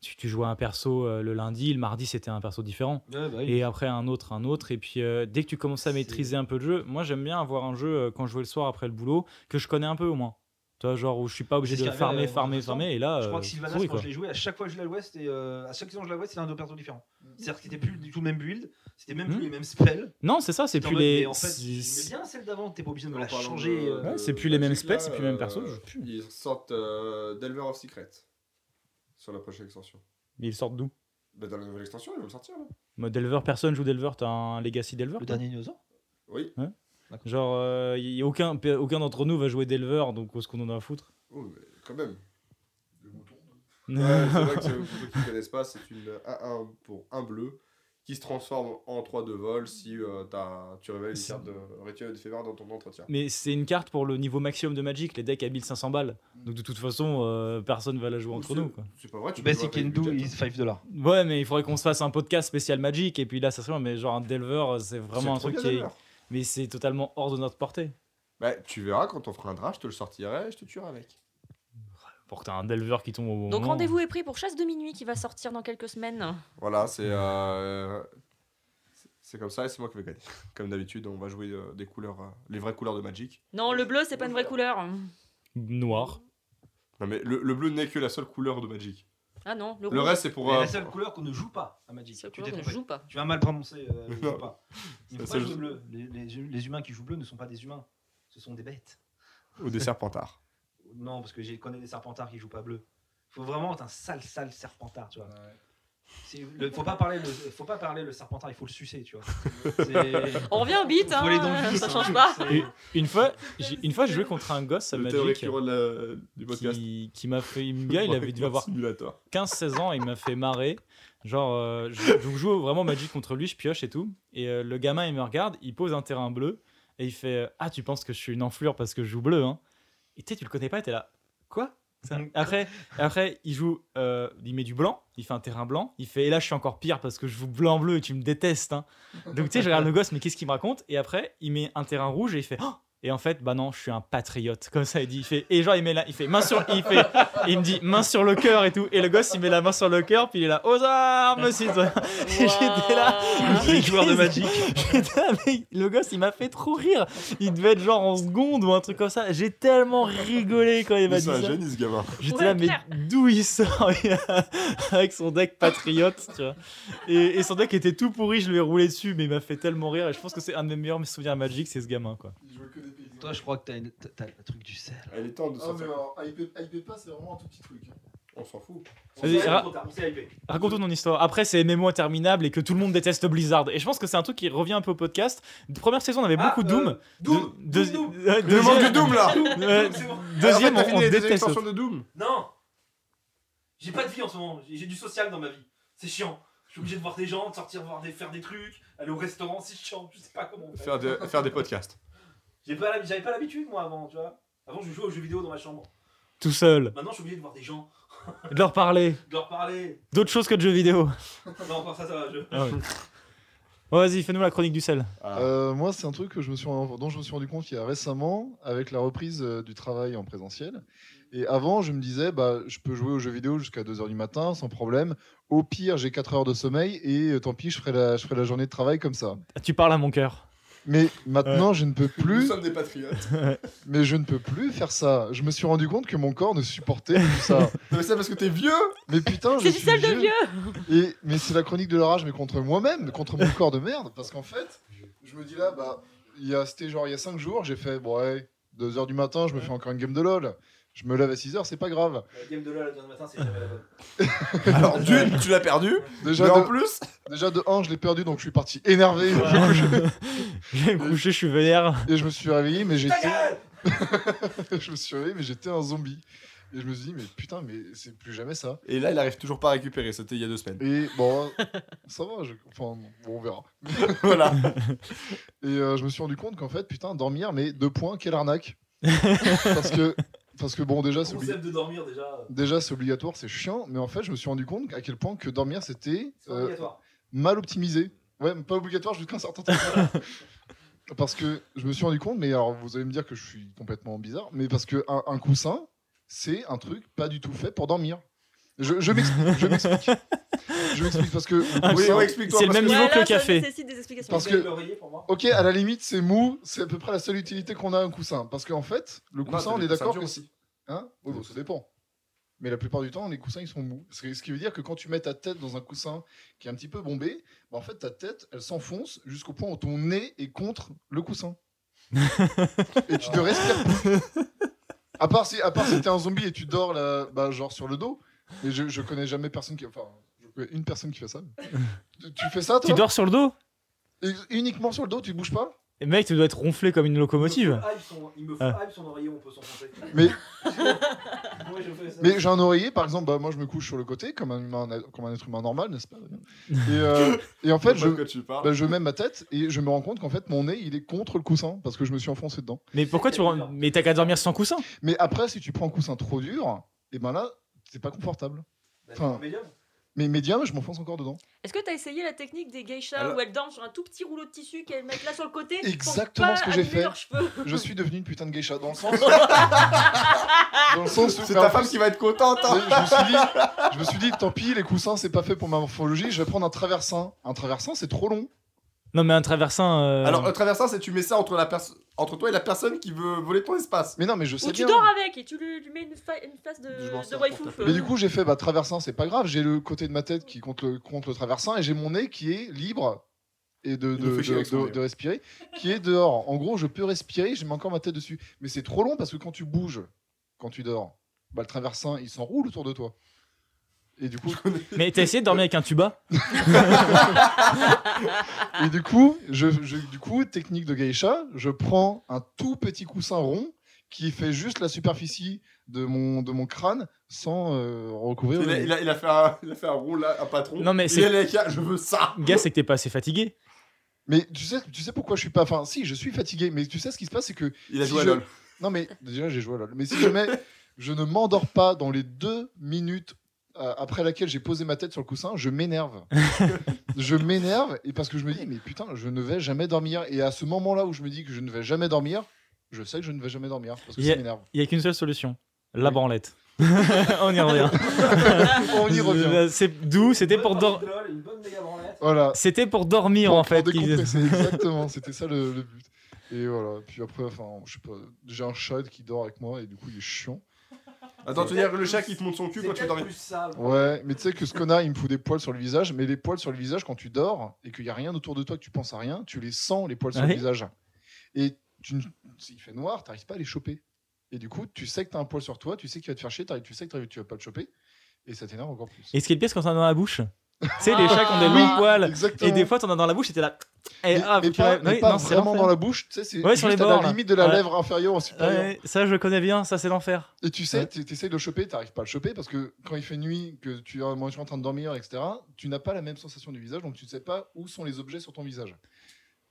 tu, tu jouais un perso euh, le lundi, le mardi, c'était un perso différent. Ouais, bah oui. Et après un autre, un autre. Et puis euh, dès que tu commences à C'est- maîtriser un peu le jeu, moi j'aime bien avoir un jeu euh, quand je joue le soir après le boulot que je connais un peu au moins. Tu vois, genre où je suis pas obligé C'est ce de qui farmer, arrivait, euh, farmer, en septembre. farmer. Et là, Je crois euh, que Sylvanas, souris, quand quoi. je l'ai joué, à chaque fois que je la l'ouest, et euh, à chaque saison que je la l'ouest, c'était un deux persos différents. Mm. C'est-à-dire que c'était plus du tout le même build, c'était même Hmm. plus les mêmes spells. Non, c'est ça, c'est T'es en plus mode, les. mais en fait, c'est- j'aimais bien celle d'avant, t'es pas obligé de me En la parlant changer. de- euh, Ouais, c'est de plus les mêmes Magic, specs, là, c'est plus les mêmes euh, persos, je- pue. Ils sortent euh, Delver of Secret sur la prochaine extension. Mais ils sortent d'où Bah, dans la nouvelle extension, ils vont le sortir là. Moi, Delver, personne joue Delver. T'as un Legacy Delver Le toi dernier dinosaure Oui. Genre, euh, y- y a aucun, pe- aucun d'entre nous va jouer Delver, donc où est-ce qu'on en a à foutre Oh, mais quand même. Le mouton. Ouais, c'est vrai que c'est- pour ceux qui ne connaissent pas, c'est une 1-1 pour un bleu qui se transforme en 3 de vol si euh, t'as- tu révèles une C'est- carte de rituel d'éphémère dans ton entretien. Mais c'est une carte pour le niveau maximum de Magic, les decks à 1500 balles. Donc de toute façon, euh, personne va la jouer entre C'est- nous. Quoi. Bah, C'est pas vrai, tu peux jouer Basic avec and le do budget, is 5 dollars. Ouais, mais il faudrait qu'on se fasse un podcast spécial Magic, et puis là, ça serait bien, mais genre un Delver, euh, c'est hein. vraiment un C'est trop truc bien, qui est. d'ailleurs. Mais c'est totalement hors de notre portée. Bah, tu verras quand on fera un draft, je te le sortirai et je te tuerai avec. Pour que t'as un Delver qui tombe au bon Donc moment. rendez-vous est pris pour Chasse de minuit qui va sortir dans quelques semaines. Voilà, Mmh. c'est. euh, c'est- C'est comme ça et c'est moi qui vais gagner. Comme d'habitude, on va jouer euh, des couleurs, euh, les vraies couleurs de Magic. Non, le bleu, c'est pas une Euh. vraie couleur. Noir. Non mais le, le bleu n'est que la seule couleur de Magic. Ah non, le, Le rouge, reste c'est pour. C'est euh, la seule couleur qu'on ne joue pas à Magic. c'est la Tu couleur t'es qu'on trompé. joue pas. Tu vas mal prononcer. euh, je Non. sais pas. Ça, Il ne faut c'est pas jouer juste- bleu. Les, les- les humains qui jouent bleu ne sont pas des humains. Ce sont des bêtes. Ou des serpentards. Non, parce que j'ai connais des serpentards qui jouent pas bleu. Faut vraiment être un sale, sale serpentard, tu vois. C'est- le- faut, pas parler le, faut pas parler le serpentard, il faut le sucer, tu vois. C'est- On revient au beat, hein, Faut aller dans le vif, ça hein. change pas. C'est- Et une fois, j'ai- une fois, je jouais contre un gosse à le théorique Magic du podcast. qui, qui m'a fait. une gars, il avait dû avoir Simulator. 15-16 ans, il m'a fait marrer. Genre, euh, je, je joue vraiment Magic contre lui, je pioche et tout. Et euh, le gamin, il me regarde, il pose un terrain bleu et il fait euh, Ah, tu penses que je suis une enflure parce que je joue bleu, hein Et tu sais, tu le connais pas, t'es là. Quoi Ça- après, après, il joue, euh, il met du blanc, il fait un terrain blanc, il fait et là je suis encore pire parce que je joue blanc bleu et tu me détestes. hein. Donc tu sais, je regarde le gosse, mais qu'est-ce qu'il me raconte Et après, il met un terrain rouge et il fait Oh et en fait, bah non, je suis un patriote, comme ça il dit. Il fait et genre il met là, il fait main sur, il fait, il me dit main sur le cœur et tout. Et le gosse il met la main sur le cœur, puis il est là aux armes, citoyens. J'étais là. Ouah. Les joueurs de Magic. J'étais là, mais le gosse il m'a fait trop rire. Il devait être genre en seconde ou un truc comme ça. J'ai tellement rigolé quand il m'a dit C'est ça. un génie ce gamin. J'étais Ouais, là, mais clair. d'où il sort avec son deck patriote, tu vois. Et, et son deck était tout pourri, je lui ai roulé dessus, mais il m'a fait tellement rire. Et je pense que c'est un de mes meilleurs souvenirs à Magic, c'est ce gamin, quoi. Ils jouaient que des paysans. Toi, je crois que t'as une- t'as- t'as le truc du sel. Elle est temps de Ah, mais sortir. alors, hype, hype pas, c'est vraiment un tout petit truc. hein. On s'en fout. Vas-y, ra- C'est hypé. Raconte-nous ton histoire. Après, c'est MMO interminable et que tout le monde déteste Blizzard. Et je pense que c'est un truc qui revient un peu au podcast. Première saison, on avait beaucoup Ah, Doom. euh, Doom Deux- Doom, Doom. euh, Le manque de deuxième- Doom là Euh, Doom, c'est bon. Deuxième, Ah, on, en fait, t'as fini on les deux déteste. extensions de Doom. Non J'ai pas de vie en ce moment, j'ai j'ai du social dans ma vie. C'est chiant. Je suis obligé de voir des gens, de sortir voir des, faire des trucs, aller au restaurant, c'est chiant, je sais pas comment. on fait. Faire, de- faire des podcasts. J'ai pas l'hab- J'avais pas l'habitude moi avant, tu vois. Avant je jouais aux jeux vidéo dans ma chambre. Tout seul. Maintenant je suis obligé de voir des gens, De leur parler. de leur parler. D'autres choses que de jeux vidéo. Non encore ça ça va, je. Ah ouais. Bon, vas-y, fais-nous la chronique du sel. Ah. Euh, moi, c'est un truc que je me suis, dont je me suis rendu compte il y a récemment avec la reprise euh, du travail en présentiel. Et avant, je me disais, bah, je peux jouer aux jeux vidéo jusqu'à 2h du matin sans problème. Au pire, j'ai 4 heures de sommeil et euh, tant pis, je ferai, la, je ferai la journée de travail comme ça. Ah, Tu parles à mon cœur. Mais maintenant, je ne peux Nous plus, sommes des patriotes. mais je ne peux plus faire ça. Je me suis rendu compte que mon corps ne supportait plus ça. Non, mais c'est parce que t'es vieux Mais putain, je C'est du suis sel de vieux. Et, mais c'est la chronique de leur âge, mais contre moi-même, contre mon corps de merde. Parce qu'en fait, je me dis là, bah, il y a- c'était genre il y a 5 jours, j'ai fait, bon, ouais, 2 heures du matin, je me fais encore une game de LoL. Je me lève à 6 heures, c'est pas grave. La Euh, game de LoL le matin c'est euh, jamais la bonne. Alors, d'une, tu l'as perdu. Déjà mais en de, plus, déjà de 1, je l'ai perdu, donc je suis parti énervé. Je vais me coucher, je suis vénère. Et je me suis réveillé, mais Ah. j'étais. je me suis réveillé, mais j'étais un zombie. Et je me suis dit, mais putain, mais c'est plus jamais ça. Et là, il arrive toujours pas à récupérer, c'était il y a deux semaines. Et bon, ça va, je- enfin, bon, on verra. voilà. Et euh, je me suis rendu compte qu'en fait, putain, dormir, mais deux points, quelle arnaque. parce que parce que bon déjà c'est obli- Concept de dormir déjà. euh, déjà c'est obligatoire, c'est chiant, mais en fait je me suis rendu compte à quel point que dormir c'était C'est euh, obligatoire. mal optimisé. Ouais, mais pas obligatoire jusqu'à un certain temps. parce que je me suis rendu compte, mais alors vous allez me dire que je suis complètement bizarre, mais parce que un, un coussin, c'est un truc pas du tout fait pour dormir. Je, je m'explique. Je m'explique. Je m'explique parce que le Un Oui, coussin- ouais, explique-toi. C'est le parce même Ah, que- niveau Voilà, que le ça café. nécessite des explications. Parce Vous que- allez le réveiller pour moi. Ok, à la limite, c'est mou, c'est à peu près la seule utilité qu'on a à un coussin. Parce qu'en fait, le Non, coussin, t'as on des est coussins d'accord durs que. aussi. Hein Oui, bon, ça dépend. Mais la plupart du temps, les coussins, ils sont mous. Ce qui ce qui veut dire que quand tu mets ta tête dans un coussin qui est un petit peu bombé, bah, en fait, ta tête, elle s'enfonce jusqu'au point où ton nez est contre le coussin. et tu ne respires plus. À part si, à part si t'es un zombie et tu dors là, bah, genre sur le dos. Mais je, je connais jamais personne qui. Enfin, je connais une personne qui fait ça. Tu, tu fais ça, toi Tu dors sur le dos Et Uniquement sur le dos, tu bouges pas Et Eh, Mec, tu dois être ronflé comme une locomotive. Il me faut hype son- Il me faut Ah. hype son oreiller, on peut s'enfoncer. Mais- Moi, je fais ça. Mais j'ai un oreiller, par exemple, bah, moi je me couche sur le côté comme un, humain- comme un être humain normal, n'est-ce pas Damien et, euh, et en fait, Je je, sais pas de quoi tu parles. bah, je mets ma tête et je me rends compte qu'en fait mon nez il est contre le coussin parce que je me suis enfoncé dedans. Mais pourquoi tu. rends- Mais t'as qu'à dormir sans coussin Mais après, si tu prends un coussin trop dur, et ben là c'est pas confortable. Bah, enfin, c'est médium. Mais médium, je m'enfonce encore dedans. Est-ce que t'as essayé la technique des geishas Alors- où elles dorment sur un tout petit rouleau de tissu qu'elles mettent là sur le côté pour Exactement pas ce que j'ai abîmer fait. leurs cheveux Je suis devenu une putain de geisha dans le sens. dans le sens où. C'est mais en ta femme plus, qui va être contente. mais je, me hein. suis dit, je me suis dit, tant pis, les coussins c'est pas fait pour ma morphologie, je vais prendre un traversin. Un traversin c'est trop long. Non, mais un traversin. euh, Alors, le traversin, c'est tu mets ça entre, la perso- entre toi et la personne qui veut voler ton espace. Mais non, mais je sais Ou tu bien. dors avec et tu lui, lui mets une, fa- une face de, Je m'en de sers waifu. euh. pour Mais du coup, j'ai fait bah, traversin, c'est pas grave. J'ai le côté de ma tête qui compte le, contre le traversin et j'ai mon nez qui est libre et de, Il nous de- fait chier de- avec son de- nez. hein. de respirer, qui est dehors. En gros, je peux respirer, j'ai encore ma tête dessus. Mais c'est trop long parce que quand tu bouges, quand tu dors, bah, le traversin il s'enroule autour de toi. Et du coup, Mais t'as essayé de dormir avec un tuba et du coup, je, je- du coup, technique de geisha, je prends un tout petit coussin rond qui fait juste la superficie de mon, de mon crâne sans euh, recouvrir. Il le- a, il a- il a fait un, il a fait un rond là, un patron. Non, mais Et c'est- elle est avec, ah, je veux ça. Gars, c'est que t'es pas assez fatigué. Mais tu sais, tu sais pourquoi je suis pas. Enfin, si, je suis fatigué, mais tu sais ce qui se passe, c'est que. Il a si joué à je- LOL. Non, mais déjà, j'ai joué à LOL. Mais si je mets. je ne m'endors pas dans les deux minutes euh, après laquelle j'ai posé ma tête sur le coussin, je m'énerve. je m'énerve, et parce que je me dis, mais putain, je ne vais jamais dormir. Et à ce moment-là où je me dis que je ne vais jamais dormir, je sais que je ne vais jamais dormir, parce que Yeah. ça m'énerve. Il y a qu'une seule solution la branlette. On y revient. Euh, On y revient. C'est d'où C'était Une pour bonne dor- partie de LOL, Une bonne méga branlette. Voilà. C'était pour dormir Pour- en pour fait. qu'ils- décompresser, exactement, c'était ça le, le but. Et voilà, puis après, enfin, je sais pas, j'ai un chat qui dort avec moi, et du coup, il est chiant. Attends, tu veux dire le chat qui te monte son cul C'est quand tu veux peut-être dormir plus ça. Ouais, mais tu sais que ce connard, il me fout des poils sur le visage, mais les poils sur le visage, quand tu dors et qu'il n'y a rien autour de toi, que tu penses à rien, tu les sens, les poils sur Ouais. le visage. Et tu, ne- s'il fait noir, tu n'arrives pas à les choper. Et du coup, tu sais que tu as un poil sur toi, tu sais qu'il va te faire chier, t'arrives- tu sais que t'arrives- tu vas pas le choper, et ça t'énerve encore plus. Et ce qui est le pire, c'est quand t'en as dans la bouche. tu sais, les chats qui ont des Ah, longs poils. Exactement. Et des fois, t'en as dans la bouche et t'es là. Et, Mais- ah, mais putain, pas, ouais, mais oui, pas non, c'est vraiment l'enfer. dans la bouche, tu sais, c'est Ouais, sur juste les à bords, la là. limite de la Ouais. lèvre inférieure en supérieure. Ouais, ça, je connais bien, ça, c'est l'enfer. Et tu sais, Ouais. tu essayes de le choper, t'arrives pas à le choper parce que quand il fait nuit, que tu es en moi, je suis en train de dormir, etc., tu n'as pas la même sensation du visage, donc tu ne sais pas où sont les objets sur ton visage.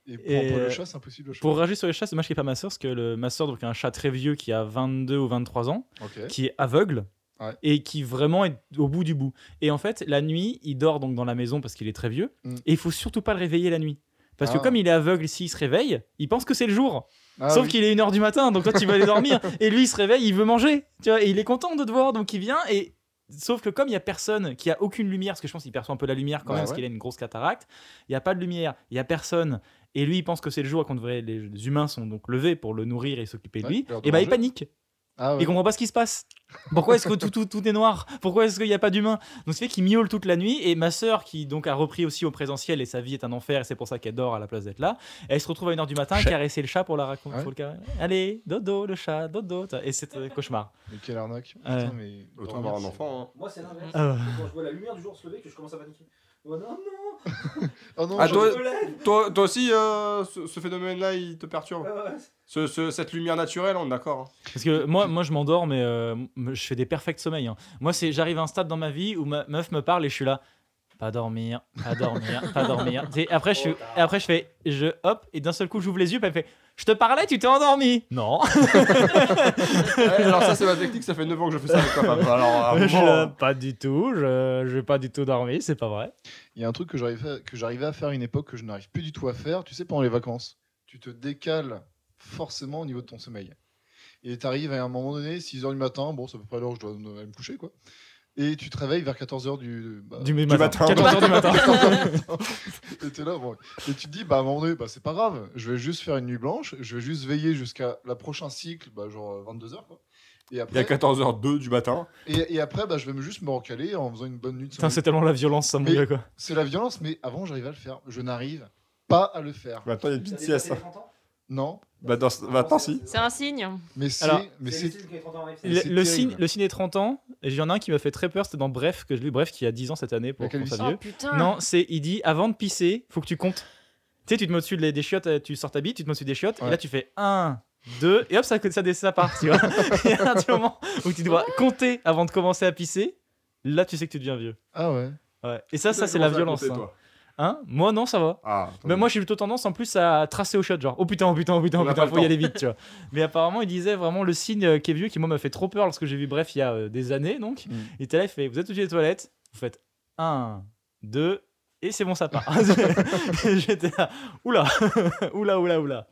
Et pour, Et pour le euh, chat, c'est impossible de choper. Pour réagir sur les chats, c'est dommage qu'il n'y ait pas ma soeur, parce que le, ma soeur, donc, a un chat très vieux qui a 22 ou 23 ans, Ok. qui est aveugle. Ouais. Et qui vraiment est au bout du bout. Et en fait, la nuit, il dort donc dans la maison parce qu'il est très vieux. Mm. Et il faut surtout pas le réveiller la nuit. Parce Ah. que comme il est aveugle, s'il se réveille, il pense que c'est le jour. Ah Sauf oui. qu'il est 1h du matin, donc toi tu vas aller dormir. et lui, il se réveille, il veut manger. Tu vois, et il est content de te voir, donc il vient. Et sauf que comme il y a personne qui a aucune lumière, parce que je pense qu'il perçoit un peu la lumière quand Bah même, parce ouais. qu'il a une grosse cataracte, il n'y a pas de lumière, il n'y a personne. Et lui, il pense que c'est le jour et qu'on devrait. Les les humains sont donc levés pour le nourrir et s'occuper de Ouais, lui. l'heure de Et bah, il manger. panique. Ah ouais. Il comprend pas ce qui se passe. Pourquoi est-ce que tout, tout, tout est noir Pourquoi est-ce qu'il n'y a pas d'humain Donc c'est fait qu'il miaule toute la nuit et ma sœur qui donc a repris aussi au présentiel et sa vie est un enfer et c'est pour ça qu'elle dort à la place d'être là, elle se retrouve à 1h du matin à Chat. caresser le chat pour la raconter. Ah ouais pour le caresser. Allez, dodo, le chat, dodo. Et c'est un cauchemar. Mais quelle arnaque. Ouais. Putain, mais... Autant dormir, avoir un c'est- enfant. hein. Moi, c'est l'inverse. Ah ouais. Quand je vois la lumière du jour se lever, que je commence à paniquer. Oh non, non, Ah non, Ah, je- toi- je me lève. hein. Toi, toi aussi, euh, ce, ce phénomène-là, il te perturbe. Ah ouais. Ce- ce- cette lumière naturelle, on est d'accord. hein. Parce que moi, moi je m'endors mais euh, je fais des perfects sommeils. hein. Moi c'est j'arrive à un stade dans ma vie où ma meuf me parle et je suis là. Pas dormir, pas dormir, pas dormir. Tu sais, après, je, suis- et après, je fais, je hop, et d'un seul coup, j'ouvre les yeux, puis elle fait, je te parlais, tu t'es endormi. Non. Ouais, alors ça c'est ma technique, ça fait 9 ans que je fais ça avec ma femme. Alors euh, à Ah un moment, Je- pas du tout, je, je vais pas du tout dormi, c'est pas vrai. Il y a un truc que j'arrivais à- que j'arrivais à faire à une époque que je n'arrive plus du tout à faire, tu sais, pendant les vacances. Tu te décales forcément au niveau de ton sommeil. Et tu arrives à un moment donné, 6h du matin, bon, c'est à peu près l'heure où je dois me me coucher, quoi. Et tu te réveilles vers 14h du, bah, Du, matin. 14h du matin. et t'es là, bon. Et tu te dis, bah, à un moment donné, bah, c'est pas grave, je vais juste faire une nuit blanche, je vais juste veiller jusqu'à la prochain cycle, bah, genre 22h, quoi. Et il est après, 14h02 du matin. et, et après bah, je vais me- juste me recaler en faisant une bonne nuit de Putain, sommeil. c'est tellement la violence, ça, mon Mais- gars, quoi. C'est la violence, mais avant, j'arrive à le faire. Je n'arrive pas à le faire. Maintenant il y a une petite sieste. Non, Bah, dans, maintenant si. C'est un signe. mais c'est. Alors, mais c'est. Le, c'est le terrible. signe, le signe des 30 ans, et il y en a un qui m'a fait très peur, c'était dans Bref, que je lis Bref, qui a 10 ans cette année, pour La qu'on calvitie. soit Oh vieux. putain. Non, c'est, il dit, avant de pisser, faut que tu comptes. Tu sais, tu te mets au-dessus de les- des chiottes, euh, tu sors ta bille, tu te mets au-dessus des chiottes, Ouais. et là tu fais 1, 2, et hop, ça, ça, ça, ça part, tu vois. Il y a un petit moment où tu dois compter avant de commencer à pisser, là tu sais que tu deviens vieux. Ah ouais. Ouais. Et ça, ça, c'est la violence. Toi. hein. Hein Moi, non, ça va. Ah, Mais moi, j'ai plutôt tendance en plus à tracer au shot, genre oh putain, oh putain, oh putain, On oh n'a putain, pas le faut y temps. aller vite, tu vois. Mais apparemment, il disait vraiment le signe euh, qui est vieux, qui moi m'a fait trop peur lorsque j'ai vu Bref il y a euh, des années, donc. Mm. Il était là, il fait Vous êtes au-dessus des toilettes, vous faites 1, 2, et c'est bon, ça part. J'étais là, oula, oula, oula, oula.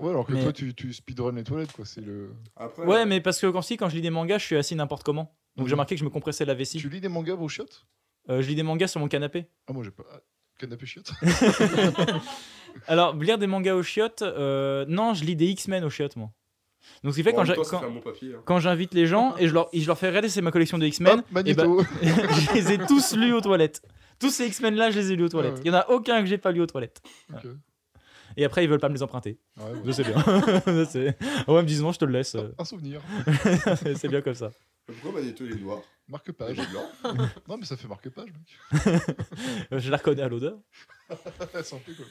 Ouais, alors que Mais- toi, tu, tu speedrun les toilettes, quoi. C'est le. Après, Ouais, mais parce que quand, si, quand je lis des mangas, je suis assis n'importe comment. Donc Mm. Mhm. j'ai remarqué que je me compressais la vessie. Tu lis des mangas aux chiottes Euh, je lis des mangas sur mon canapé. Ah, moi, j'ai pas. ah, Canapé chiottes Alors, lire des mangas aux chiottes, euh, non, je lis des X-Men aux chiottes, moi. Donc ce qui fait en quand même j'ai- temps, ça quand- fait un bon papier, hein. quand j'invite les gens et je leur, et je leur fais regarder c'est ma collection de X-Men, Hop, et ben, Magneto je les ai tous lus aux toilettes. Tous ces X-Men là, je les ai lus aux toilettes. ouais. Il y en a aucun que j'ai pas lu aux toilettes. Ok. Et après, ils veulent pas me les emprunter. Ouais, ouais. ben- Je sais bien. Je sais. ouais, ils me disent non, je te le laisse. euh, Un souvenir. c'est bien comme ça. Pourquoi Magneto il est noir Marque-page. Il est blanc. non, mais ça fait marque-page, mec. Euh, Je la reconnais à l'odeur. C'est un peu quoi.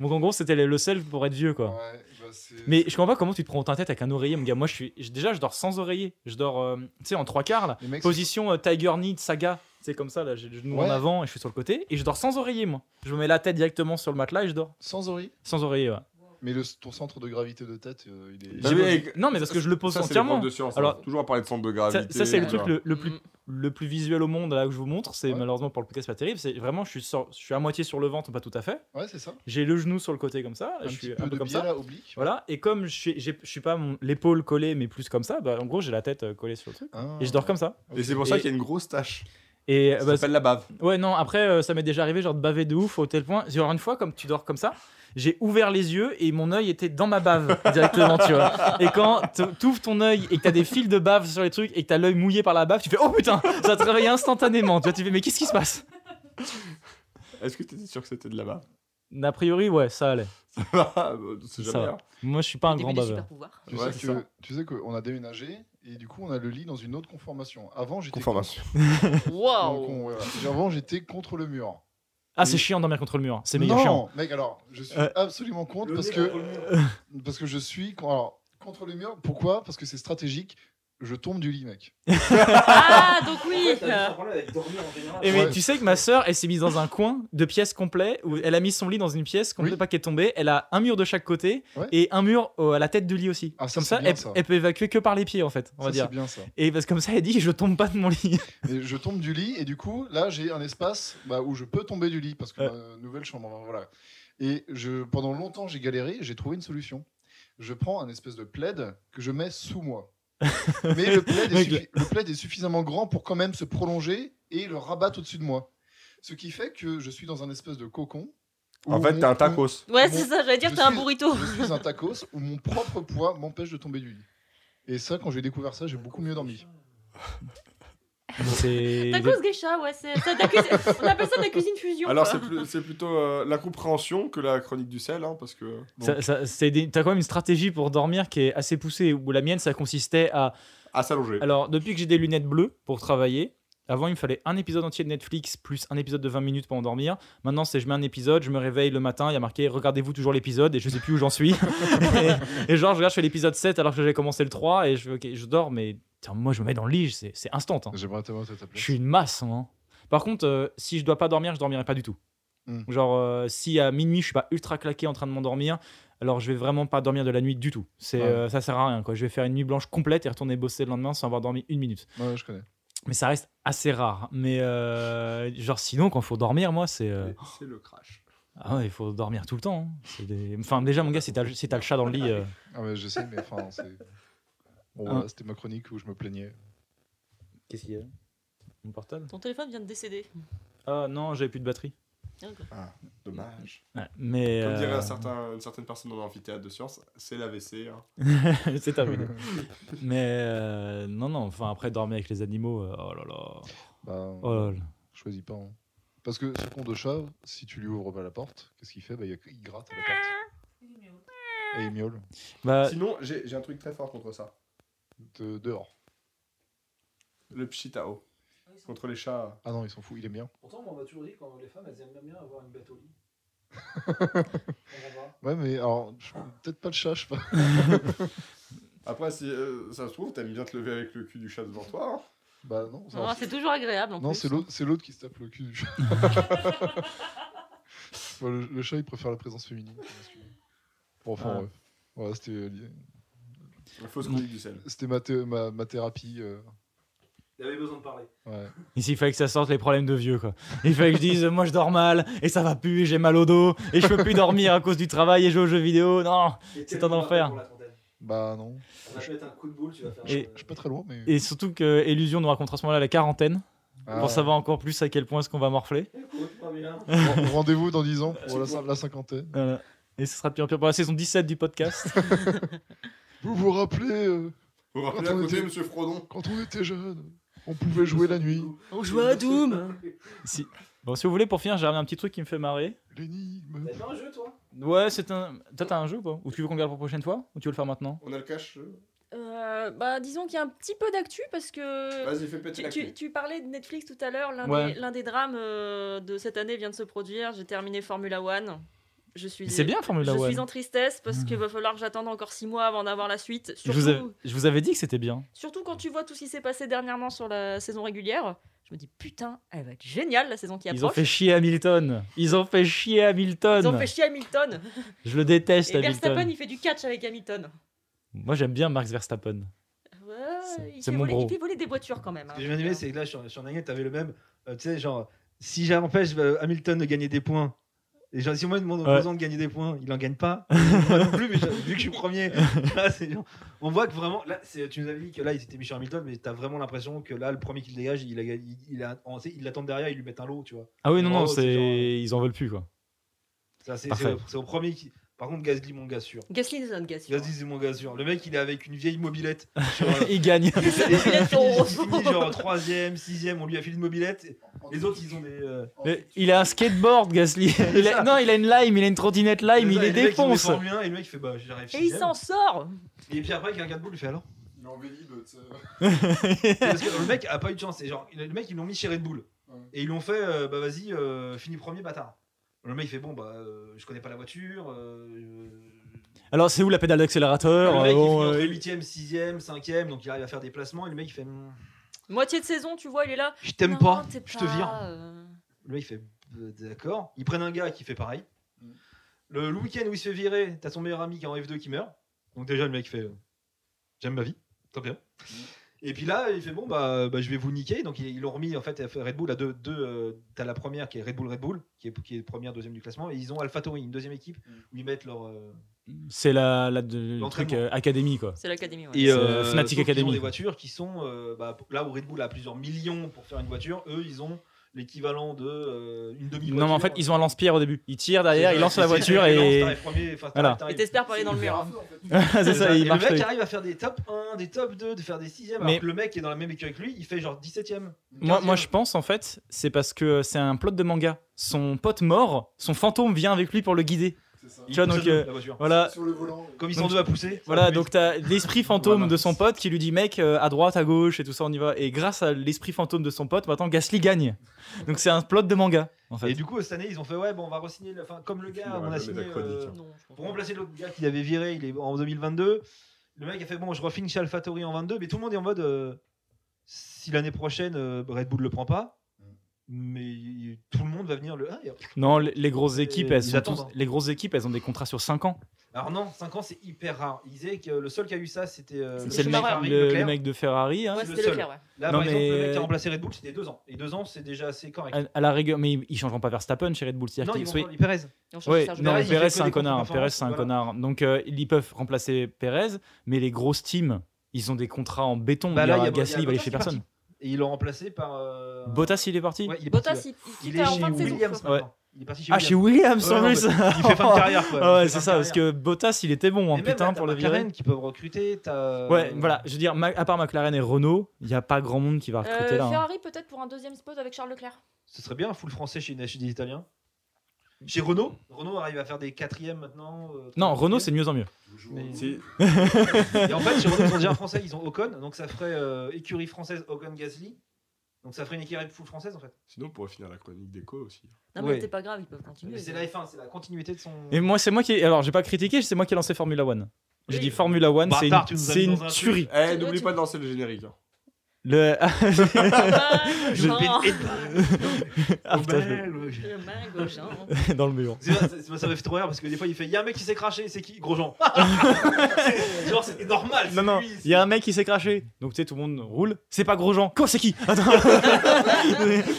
Bon, Donc en gros, c'était le le sel pour être vieux quoi. ouais. Ouais, bah, c'est- Mais je comprends pas comment tu te prends ta tête avec un oreiller, mon gars. Moi, je suis je- déjà, je dors sans oreiller. Je dors, euh, tu sais, en trois quarts là. Les mecs, Position euh, Tiger Need Saga. C'est comme ça là. J'ai le genou Ouais. en avant et je suis sur le côté et je dors sans oreiller moi. Je me mets la tête directement sur le matelas et je dors sans oreille. sans oreiller. ouais. Mais le, ton centre de gravité de tête, euh, il est. Bah oui, avec- Non, mais parce que je le pose ça, c'est les entièrement. profs de science. Alors- Alors, toujours à parler de centre de Ça, gravité. ça, c'est le tu truc vois. le, le plus, le plus visuel au monde là que je vous montre. C'est Ouais. malheureusement pour le podcast pas terrible. C'est vraiment, je suis, sur- je suis à moitié sur le ventre, pas tout à fait. Ouais, c'est ça. J'ai le genou sur le côté comme ça. Un Ah, je suis petit un peu peu de comme biais ça. là, oblique. Voilà. Et comme je suis, j'ai- je suis pas mon- l'épaule collée, mais plus comme ça, bah, en gros, j'ai la tête euh, collée sur le truc. Ah. Et je dors comme ça. Et c'est pour ça Et- qu'il y a une grosse tache. Et Ça bah, s'appelle la bave. Ouais, non, après, euh, ça m'est déjà arrivé, genre, de baver de ouf, au tel point. Genre, une fois, comme tu dors comme ça, j'ai ouvert les yeux et mon œil était dans ma bave directement, tu vois. Et quand t- t'ouvres ton œil et que t'as des fils de bave sur les trucs et que t'as l'œil mouillé par la bave, tu fais Oh putain, ça te réveille instantanément. Tu vois, tu fais Mais qu'est-ce qui se passe Est-ce que t'étais sûr que c'était de la bave A priori, ouais, ça allait. Ça C'est jamais. va. hein. Moi, je suis pas un grand Début des baveur. super pouvoirs. Tu, Ouais, sais c'est que, ça. tu sais qu'on a déménagé et du coup on a le lit dans une autre conformation. Avant j'étais Conformation. contre- Waouh. con- ouais, ouais. Avant j'étais contre le mur. Ah, c'est chiant de dormir contre le mur. C'est méga non, chiant. mec, alors je suis Euh, absolument contre parce que parce que je suis con- alors, contre le mur. Pourquoi Parce que c'est stratégique. Je tombe du lit, mec. Ah donc oui. Et mais Ouais. tu sais que ma sœur, elle s'est mise dans un coin de pièce complet où elle a mis son lit dans une pièce qu'on ne Oui. peut pas qu'elle est tombée. Elle a un mur de chaque côté Ouais. et un mur euh, à la tête du lit aussi. Ah, ça, comme c'est ça, bien, elle, ça. elle peut évacuer que par les pieds en fait, on va Ça, dire. C'est bien ça. Et parce que comme ça, elle dit je tombe pas de mon lit. Et je tombe du lit et du coup là j'ai un espace bah, où je peux tomber du lit parce que Ouais. ma nouvelle chambre voilà. Et je pendant longtemps j'ai galéré, j'ai trouvé une solution. Je prends un espèce de plaid que je mets sous moi. Mais le plaid, est Mec, suffi- le plaid est suffisamment grand pour quand même se prolonger et le rabattre au-dessus de moi. Ce qui fait que je suis dans un espèce de cocon. où En fait, mon- t'es un tacos. Ouais, Bon, c'est ça, j'allais dire, je t'es un suis- burrito. où- Je suis un tacos où mon propre poids m'empêche de tomber du lit. Et ça, quand j'ai découvert ça, j'ai beaucoup mieux dormi. C'est. Tacos geisha, ouais, c'est. ça, de la cuisine- On appelle ça de la cuisine fusion. Alors, quoi. c'est plus- c'est plutôt euh, la compréhension que la chronique du sel, hein, parce que. ça- ça- c'est des- T'as quand même une stratégie pour dormir qui est assez poussée. Où la mienne, ça consistait à. À s'allonger. Alors, depuis que j'ai des lunettes bleues pour travailler, avant, il me fallait un épisode entier de Netflix plus un épisode de 20 minutes pour endormir. Maintenant, c'est je mets un épisode, je me réveille le matin, il y a marqué Regardez-vous toujours l'épisode et je sais plus où j'en suis. et, et genre, je regarde, je fais l'épisode 7 alors que j'avais commencé le 3 et je, ok, je dors, mais putain, moi, je me mets dans le lit, c'est c'est instant. hein. J'aimerais tellement être à ta Je place. suis une masse. hein. Par contre, euh, si je dois pas dormir, je dormirai pas du tout. Mm. Genre, euh, si à minuit, je suis pas ultra claqué en train de m'endormir, alors je vais vraiment pas dormir de la nuit du tout. C'est Ouais. euh, ça sert à rien. Quoi. Je vais faire une nuit blanche complète et retourner bosser le lendemain sans avoir dormi une minute. Ouais, je connais. Mais ça reste assez rare. Mais euh, genre, sinon, quand faut dormir, moi, c'est euh, C'est le crash. ah ouais, il faut dormir tout le temps. hein. C'est des- Enfin, déjà, mon gars, si t'as si t'as le chat dans le lit. euh, Ah ouais, je sais, mais enfin, c'est. Bon, Hein. voilà, c'était ma chronique où je me plaignais. Qu'est-ce qu'il y a Mon portable Ton téléphone vient de décéder. Ah non, j'avais plus de batterie. Dommage. Ouais, mais Comme dirait euh, un certain- une certaine personne dans l'amphithéâtre de sciences, c'est l'AVC. hein. c'est terminé. mais euh, non, non. Enfin, après dormir avec les animaux, euh, oh là là, Bah, oh là là. choisis pas. hein. Parce que ce con de chat, si tu lui ouvres pas la porte, qu'est-ce qu'il fait bah, il y a- Il gratte à la porte. Et il miaule Bah, Sinon, j'ai j'ai un truc très fort contre ça. de, dehors. Le pchitao. Contre les chats. Ah non, il s'en fout, il aime bien. Pourtant, moi, on m'a toujours dit quand les femmes, elles aiment bien avoir une bête au lit. Ouais, mais alors, je- peut-être pas le chat, je sais pas. Après, si euh, ça se trouve, t'aimes bien te lever avec le cul du chat devant toi. hein. Bah non, ça- Non, Ah, c'est toujours agréable en non plus. hein. c'est l'autre c'est l'autre qui se tape le cul du chat. Ouais, le, le chat, il préfère la présence féminine. Bon, enfin, Ah. bref. Voilà, c'était euh, lié. La fausse chronique du sel. C'était ma, thé- ma, ma thérapie. euh, Il avait besoin de parler. ouais. Ici, il fallait que ça sorte les problèmes de vieux, quoi. Il fallait que je dise, moi je dors mal, et ça va plus, et j'ai mal au dos, et je peux plus dormir à cause du travail et jouer aux jeux vidéo, non Et C'est tellement un enfer. pour la trentaine. Bah non. On va te mettre un coup de boule, tu vas faire. Et- Je suis pas très loin, mais. Et surtout que Illusion nous raconte à ce moment-là la quarantaine, Ah. pour savoir encore plus à quel point est-ce qu'on va morfler. Écoute, pas bien. Ren- Rendez-vous dans 10 ans pour la, cin- la cinquantaine. Voilà. Euh, Et ce sera de pire en pire pour la saison 17 du podcast. Vous vous rappelez, euh, Vous vous rappelez à Attends, côté, mais- monsieur Frodon quand on était jeune, on pouvait jouer la nuit. On joue à Doom si. Bon, si vous voulez, pour finir, j'ai ramené un petit truc qui me fait marrer. L'énigme. T'as fait un jeu, toi Ouais, c'est un. Toi, t'as un jeu ou pas Ou tu veux qu'on le garde pour la prochaine fois Ou tu veux le faire maintenant On a le cash euh Euh, bah, disons qu'il y a un petit peu d'actu parce que Vas-y, fais péter tu, la tu- clé. tu parlais de Netflix tout à l'heure. L'un Ouais. des, l'un des drames euh, de cette année vient de se produire. J'ai terminé Formula One. Je suis. C'est bien Formula Je One. Ah. suis en tristesse parce qu'il va falloir que j'attende encore six mois avant d'avoir la suite. Je Surtout, vous, av- je vous avais dit que c'était bien. surtout quand tu vois tout ce qui s'est passé dernièrement sur la saison régulière, je me dis putain, elle va être géniale la saison qui Ils ont approche. fait chier Hamilton. Ils ont fait chier Hamilton. Ils ont fait chier Hamilton. Je le déteste, Et Verstappen, Hamilton. il fait du catch avec Hamilton. Moi, j'aime bien Max Verstappen. Ouais, C'est- il, c'est fait mon voler, bro. il fait voler des voitures quand même. Ce hein. que j'ai bien aimé, c'est que là, sur, sur Nugget, t'avais le même. euh, tu sais, genre, si j'empêche euh, Hamilton de gagner des points, et genre, si moi, je demande aux Ouais. opposant de gagner des points, il en gagne pas. moi non plus, mais je- vu que je suis premier. là, c'est genre- on voit que vraiment, là, c'est- tu nous avais dit que là, ils s'étaient mis sur Hamilton, mais t'as vraiment l'impression que là, le premier qu'il dégage, il, a, il, il a- on sait, ils l'attendent derrière, ils lui mettent un lot, tu vois. Ah oui, non, Oh, non, c'est c'est... genre, euh, ils en veulent plus, quoi. Ça, C'est Parfait. c'est au, c'est au premier qui. Par contre, Gasly, mon gars sûr. Gasly, c'est un gars sûr. Gasly, c'est mon gars sûr. Le mec, il est avec une vieille mobilette. Sur, euh, Ils gagnent. il finit- il finit genre Gasly, 3ème, 6ème, on lui a filé une mobilette. Les autres, ils ont des. euh, Le- Il a un skateboard, Gasly. Il a- Non, il a une lime, il a une trottinette lime, Ah, il Et les le mec, ils ont des défonce. Formule 1, et le mec, il fait bah, j'arrive Et il sixième. s'en sort Et puis après, il y a un gars de boule, il fait alors. Il est en vélib, tu sais. Parce que le mec a pas eu de chance. Et genre, le mec, ils l'ont mis chez Red Bull. Ouais. Et ils l'ont fait, euh, bah vas-y, euh, finis premier, bâtard. Le mec, il fait bon, bah euh, je connais pas la voiture. euh, Alors, c'est où la pédale d'accélérateur le mec, euh, bon, il euh, finit entre 8ème, 6ème, 5ème, donc il arrive à faire des placements. Et le mec, il fait hmm, Moitié de saison, tu vois, il est là. je t'aime Non, pas, t'es je te vire. euh, Le mec, il fait euh, d'accord. Ils prennent un gars qui fait pareil. Mm. Le, le week-end où il se fait virer, t'as son meilleur ami qui est en F2 qui meurt. Donc déjà, le mec fait euh, J'aime ma vie, tant bien. Mm. Et puis là, il fait Bon, bah, bah, je vais vous niquer. Donc ils ils l'ont remis en fait à Red Bull à deux. deux euh, t'as la première qui est Red Bull, Red Bull, qui est, qui est première, deuxième du classement. Et ils ont AlphaTauri, une deuxième équipe Mm. où ils mettent leur. euh, C'est la, la de- le L'entraînement. truc euh, académie, quoi. C'est l'académie, ouais. Et euh, Fnatic sauf qu'ils Academy. ont des voitures qui sont euh, bah, là où Red Bull a plusieurs millions pour faire une voiture. Eux, ils ont l'équivalent de euh, une demi. Non, mais en fait, ils ont un lance-pierre au début. Ils tirent derrière, C'est ils ça, lancent c'est- la c'est- voiture c'est- et. t'arrives premier, enfin, Voilà. t'arrives- Et t'espères pas aller dans le mur. hein. Grave, en fait. c'est ça, Et ils le marchent. mec arrive à faire des top 1, des top 2, de faire des 6ème, Mais- alors que le mec qui est dans la même écurie que lui, il fait genre 17ème. Moi, moi, je pense, en fait, c'est parce que c'est un plot de manga. Son pote mort, son fantôme vient avec lui pour le guider. C'est ça. Tu vois, donc, euh, la voiture. Voilà, Sur le volant. Comme ils donc- sont deux à pousser. ça Voilà, abuse. donc t'as l'esprit fantôme Voilà. de son pote qui lui dit mec euh, à droite, à gauche et tout ça, on y va. Et grâce à l'esprit fantôme de son pote, maintenant Gasly gagne. Donc c'est un plot de manga en fait. Et du coup, cette année, ils ont fait ouais, bon, on va re-signer, le- enfin, comme le Il gars, aura on a jamais signé. la chronique, euh, hein. Non, je pense Pour pas. remplacer l'autre gars qu'il avait viré il est en 2022, le mec a fait bon, je refine chez AlphaTauri en 22, mais tout le monde est en mode euh, si l'année prochaine euh, Red Bull le prend pas, mais il- tout le monde va venir le. Ah, et- Non, les, les grosses équipes, elles Ils sont attendent, tous- hein. les grosses équipes, elles ont des contrats sur 5 ans. Alors non, 5 ans c'est hyper rare. Ils disaient que le seul qui a eu ça c'était. euh, C'est C'est le, le mec- Ferrari, le- Leclerc. le mec de Ferrari. hein. Ouais, le c'était seul. Leclerc, ouais. Là Non, par exemple le mais- mec qui a remplacé Red Bull c'était 2 ans. Et 2 ans c'est déjà assez correct. À, à la rigueur, mais ils, ils changeront pas Verstappen chez Red Bull. non, C'est-à-dire ils qu'ils- vont oui. prendre Perez. Ils ont changé Ouais, Sergio non, Perez. Perez, il fait Perez que c'est un des connard. Perez contre-performances, c'est un voilà. connard. Donc euh, ils peuvent remplacer Perez, mais les grosses teams, ils ont des contrats en béton. Bah il là, y il aura y a- Gasly, il y a il va aller Bottas chez qui est personne. Et ils l'ont remplacé par. euh, Bottas, il est parti. ouais, il est parti, Bottas, ouais. il, il Il quitte est à en chez fin de saison. Williams Ouais. maintenant. Il est parti chez Ah, chez Williams. Williams Ouais, en non, plus. Il fait fin de carrière quoi. Ah Il ouais, fait fin c'est de ça, parce carrière. que Bottas, il était bon, hein, Et même, putain, là, pour t'as le virer. McLaren qui peuvent recruter. t'as- euh, Ouais, voilà, je veux dire, ma- à part McLaren et Renault, il n'y a pas grand monde qui va Euh, recruter là. hein. Ferrari peut-être pour un deuxième spot avec Charles Leclerc. Ce serait bien un full français chez, chez des Italiens. Chez Renault, Renault arrive à faire des quatrièmes maintenant. euh, Non, troisième. Renault, c'est de mieux en mieux. Toujours. Mais- C'est- Et en fait, chez Renault, ils ont déjà un français, ils ont Ocon, donc ça ferait euh, écurie française Ocon Gasly. Donc ça ferait une écurie full française en fait. Sinon, on pourrait finir la chronique d'écho aussi. Non, Ouais. mais c'est pas grave, ils peuvent continuer. Mais c'est la F1, c'est la continuité de son. Et moi, c'est moi qui. Alors, j'ai pas critiqué, c'est moi qui ai lancé Formula One. J'ai Oui. dit Formula One, c'est Bâtard, Bah, tu une, nous as c'est mis une dans un truc. tuerie. Eh, n'oublie pas de lancer le générique. hein. Le... Ah, Je- gauchant. Ah, putain, je Belle, Le ouais. hein. main gauchant. l'ai- dans le mur. C'est vrai, c'est- ça me fait trop rire parce que des fois il fait il y a un mec qui s'est craché, c'est qui Gros Jean. Genre c'était normal. c'est Non, non, lui, il y a un mec qui s'est craché. Donc, tu sais, tout le monde roule. C'est pas Grosjean. Quoi, c'est qui Attends.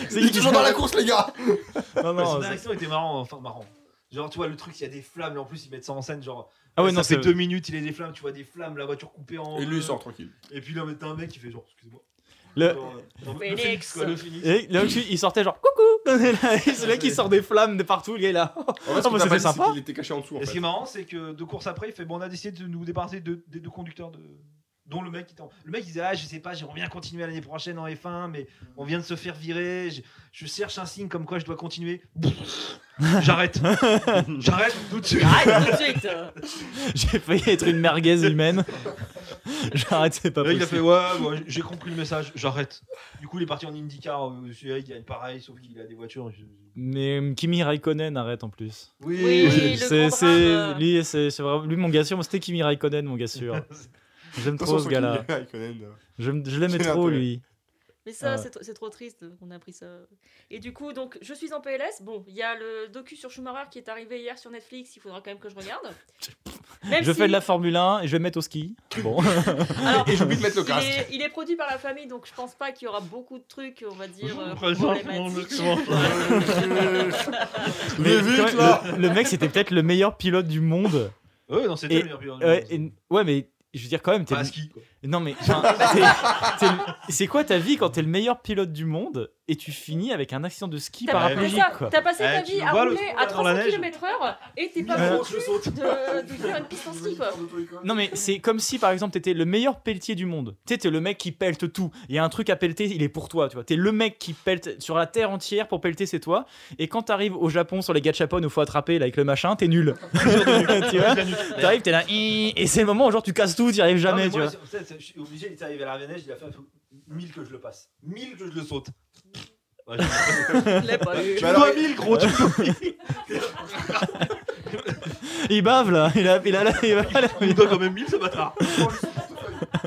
c'est Il est qui toujours dans la course, les gars Non, Ouais, non, son c'est- accident était marrant, enfin marrant. Genre, tu vois, le truc, il y a des flammes, et en plus, ils mettent ça en scène. Genre, Ah, ouais, ça non, fait c'est. deux minutes, il y a des flammes, tu vois, des flammes, la voiture coupée en. Et lui, deux. il sort tranquille. Et puis là, mais t'as un mec qui fait genre, excuse-moi. Le... genre, euh, genre, Phoenix. quoi, le Phoenix. Et là, au-dessus, il sortait genre coucou. c'est mec qui sort des flammes de partout, le gars, là. En vrai, ce Ah, qu'on bah, c'était a pas dit, c'est sympa. qu'il était caché en dessous. En Et ce qui fait. est marrant, c'est que deux courses après, il fait bon, on a décidé de nous débarrasser de- des deux conducteurs de. Dont le mec qui était en- Le mec il disait Ah, je sais pas, j'aimerais bien continuer l'année prochaine en F1, mais on vient de se faire virer. Je, je cherche un signe comme quoi je dois continuer. J'arrête. J'arrête tout de suite. Arrête tout de suite. J'ai failli être une merguez humaine. J'arrête, c'est pas Là, il possible. a fait ouais, moi, j'ai compris le message, j'arrête. Du coup, il est parti en IndyCar. euh, celui-là, il gagne pareil, sauf qu'il a des voitures. je- Mais hum, Kimi Raikkonen arrête en plus. Oui, Oui, le euh, c'est grand c'est- brave. lui, c'est c'est vraiment lui mon gars sûr. Moi, C'était Kimi Raikkonen, mon gars sûr. J'aime Attention, trop ce son gars-là. Kimi Raikkonen, euh, Je, je l'aimais C'est un trop peu- lui. Mais ça, Ah ouais. c'est tr- c'est trop triste, on a appris ça. Et du coup, donc, je suis en PLS. Bon, il y a le docu sur Schumacher qui est arrivé hier sur Netflix, il faudra quand même que je regarde. Même Je si- fais de la Formule 1 et je vais me mettre au ski. Bon. alors, Et j'oublie de mettre le il, casque. est, il est produit par la famille, donc je pense pas qu'il y aura beaucoup de trucs, on va Je dire, vous euh, présente mon problématiques. Mais vite, quand même, là. le, le mec, c'était peut-être le meilleur pilote du monde. Ouais, non, c'était Et- le meilleur pilote du Euh, monde. et- ouais, mais je veux dire quand même, t'es Pas à le- ski, quoi. non mais enfin, t'es- t'es le- c'est quoi ta vie quand t'es le meilleur pilote du monde et tu finis avec un accident de ski T'as pas fait paraplégique ça, quoi. t'as passé Bah, Eh, ta tu vie nous à vois, le rouler à trou, là, dans la 300 neige. km/h et t'es pas Euh, convaincu je saute. de, de faire une piste en ski quoi. Non mais c'est comme si par exemple t'étais le meilleur pelletier du monde. Tu sais, T'es le mec qui pelte tout. Il y a un truc à pelleter, il est pour toi, tu vois. T'es le mec qui pelte sur la terre entière pour pelleter, c'est toi. Et quand t'arrives au Japon sur les gachapon où faut attraper là, avec le machin, t'es nul. tu vois T'arrives, t'es là, Hi et c'est le moment où genre tu casses tout, t'y arrives jamais, Non, tu mais moi, vois. c'est- c'est- c'est- Je suis obligé, il est arrivé à la Vénège, il a fait faut- 1000 que je le passe. 1000 que je le saute. Ouais, je- Je l'ai pas eu. tu Bah alors, dois 1000, gros, tu Il bave là, il a, il a, il a- il a- me dois quand même 1000, ce bâtard.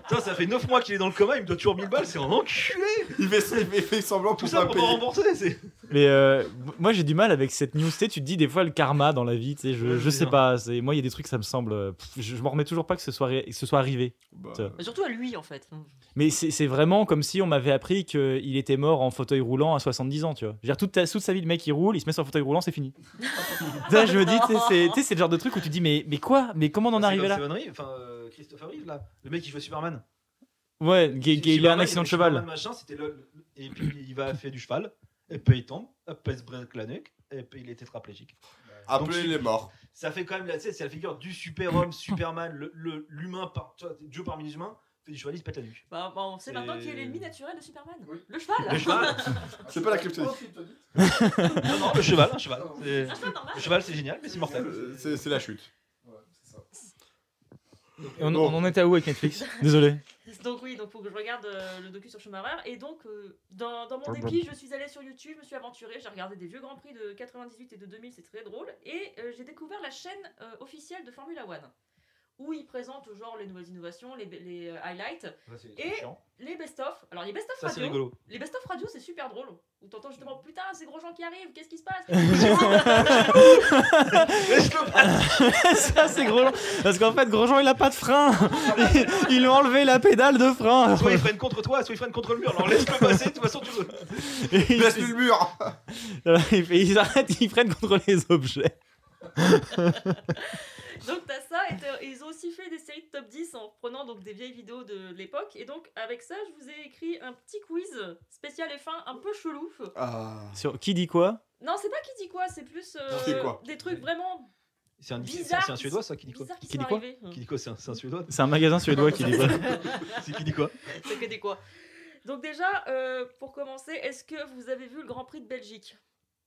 Putain, ça fait 9 mois qu'il est dans le coma, il me doit toujours 1000 balles, c'est un enculé. Il fait, il fait semblant Tout pour ça pas pour pas payer. rembourser. c'est- Mais euh, moi j'ai du mal avec cette news, tu sais, tu te dis des fois le karma dans la vie, tu sais, je, Ouais, je c'est sais bien. pas, c'est moi il y a des trucs ça me semble, euh, pff, je, je m'en remets toujours pas que ce soit, ré- que ce soit arrivé. Bah, Tiens. Mais Surtout à lui en fait. Mais c'est c'est vraiment comme si on m'avait appris qu'il était mort en fauteuil roulant à 70 ans, tu vois. Je veux dire, toute, ta- toute sa vie, le mec il roule, il se met sur un fauteuil roulant, c'est fini. Là, je me dis, tu sais, c'est- tu sais, c'est le genre de truc où tu dis, mais, mais quoi Mais comment on en est C'est arrivé comme là Steven Reeve, Enfin, euh, Christopher Reeve, là. Le mec qui joue Superman. Ouais, gay- Si- gay, si il a un Superman, accident de il fait Superman, cheval. machin, c'était le- le- Et puis il va faire du cheval, et puis il tombe, et puis il se brise la nuque, et puis il est tétraplégique. Appelez les morts. Ça fait quand même, la- tu sais, c'est la figure du super-homme, Superman, le- le- l'humain, par... tu vois, Dieu parmi les humains, fait du cheval, il se pète la nuque. Bah, bah, on sait C'est- maintenant qui est l'ennemi naturel de Superman. Oui. Le cheval. Le cheval, C'est pas la kryptonite. non, non, le cheval, un cheval. Non. Bah, c'est- Un cheval normal. Le cheval, c'est génial, mais c'est mortel. Euh, C'est c'est la chute. Ouais, c'est ça. On, Bon. on en était à où avec Netflix Désolé. Donc oui, donc faut que je regarde euh, le docu sur Schumacher. Et donc, euh, dans, dans mon dépit, je suis allée sur YouTube, je me suis aventurée, j'ai regardé des vieux Grands Prix de 98 et de 2000, c'est très drôle. Et euh, j'ai découvert la chaîne euh, officielle de Formula One, où ils présentent genre les nouvelles innovations, les, les euh, highlights, Ça, c'est Et- chiant. les best-of. Alors les best-of Ça, c'est radio, rigolo. les best-of radio c'est super drôle. Où t'entends justement putain ces gros gens qui arrivent, qu'est-ce qui se passe ça, c'est Grosjean. Parce qu'en fait, Grosjean, il a pas de frein. Ils lui ont enlevé la pédale de frein. Soit ils freinent contre toi, soit ils freinent contre le mur. Alors laisse-le passer, de toute façon, tu veux. Et ils, Laisse le mur ils- ils arrêtent, ils prennent contre les objets. Donc t'as ça, et t'as- et ils ont aussi fait des séries de top 10 en prenant donc des vieilles vidéos de l'époque. Et donc avec ça, je vous ai écrit un petit quiz spécial F1 un peu chelou. Ah. Sur qui dit quoi Non, c'est pas qui dit quoi, c'est plus euh, C'est quoi des trucs vraiment C'est un, c'est bizarres. un Suédois, ça, qui dit quoi bizarres qui, Qui sont dit quoi arrivés. Qui dit quoi C'est un, c'est un Suédois C'est un magasin suédois qui dit quoi C'est qui dit quoi C'est que des quoi Donc déjà, euh, pour commencer, est-ce que vous avez vu le Grand Prix de Belgique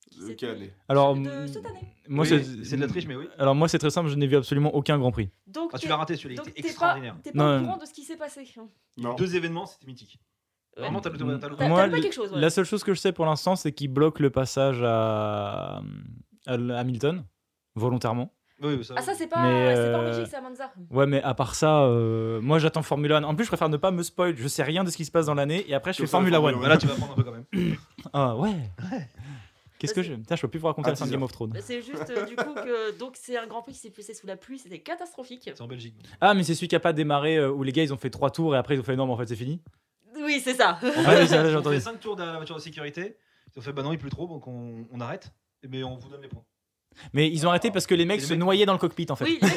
Qui s'est Quelle tenu année Alors, de cette année. moi, Oui, c'est- c'est de la triche, mais oui. Alors, moi, c'est très simple, je n'ai vu absolument aucun Grand Prix. Donc Ah, tu t'es- l'as raté, celui-là. donc Il était t'es pas, extraordinaire. t'es pas au Non. courant de ce qui s'est passé. Non. Deux événements, c'était mythique. Ouais. Vraiment, t'as le Mm. t'as le- T'as Moi, t'as pas le- quelque chose. ouais. La seule chose que je sais pour l'instant, c'est qu'ils bloquent le passage à, à l- Hamilton, volontairement. Oui, oui, ça, Ah ça c'est pas, Mais, c'est pas en euh, Belgique, c'est à Monza. Ouais, mais à part ça, euh, moi, j'attends Formule 1. En plus, je préfère ne pas me spoil. Je sais rien de ce qui se passe dans l'année et après, je Sauf fais Formula la 1. Formule Voilà, tu vas prendre un peu quand même. Ah ouais. Qu'est-ce que Vas-y. je. Putain, je peux plus vous raconter Ah, la fin de teaser. Game of Thrones. Bah, C'est juste euh, du coup que donc c'est un Grand Prix qui s'est passé sous la pluie, c'était catastrophique. C'est en Belgique. Ah, mais c'est celui qui a pas démarré euh, où les gars ils ont fait trois tours et après ils ont fait non, mais en fait c'est fini. Oui, c'est ça. Ah oui, ça, j'ai Ils ont entendu. fait 5 tours derrière la voiture de sécurité. Ils ont fait bah non, il pleut trop, donc on, on arrête. Mais on vous donne les points. Mais ils ont arrêté parce que les mecs les se mecs- noyaient dans le cockpit en fait. Oui, les-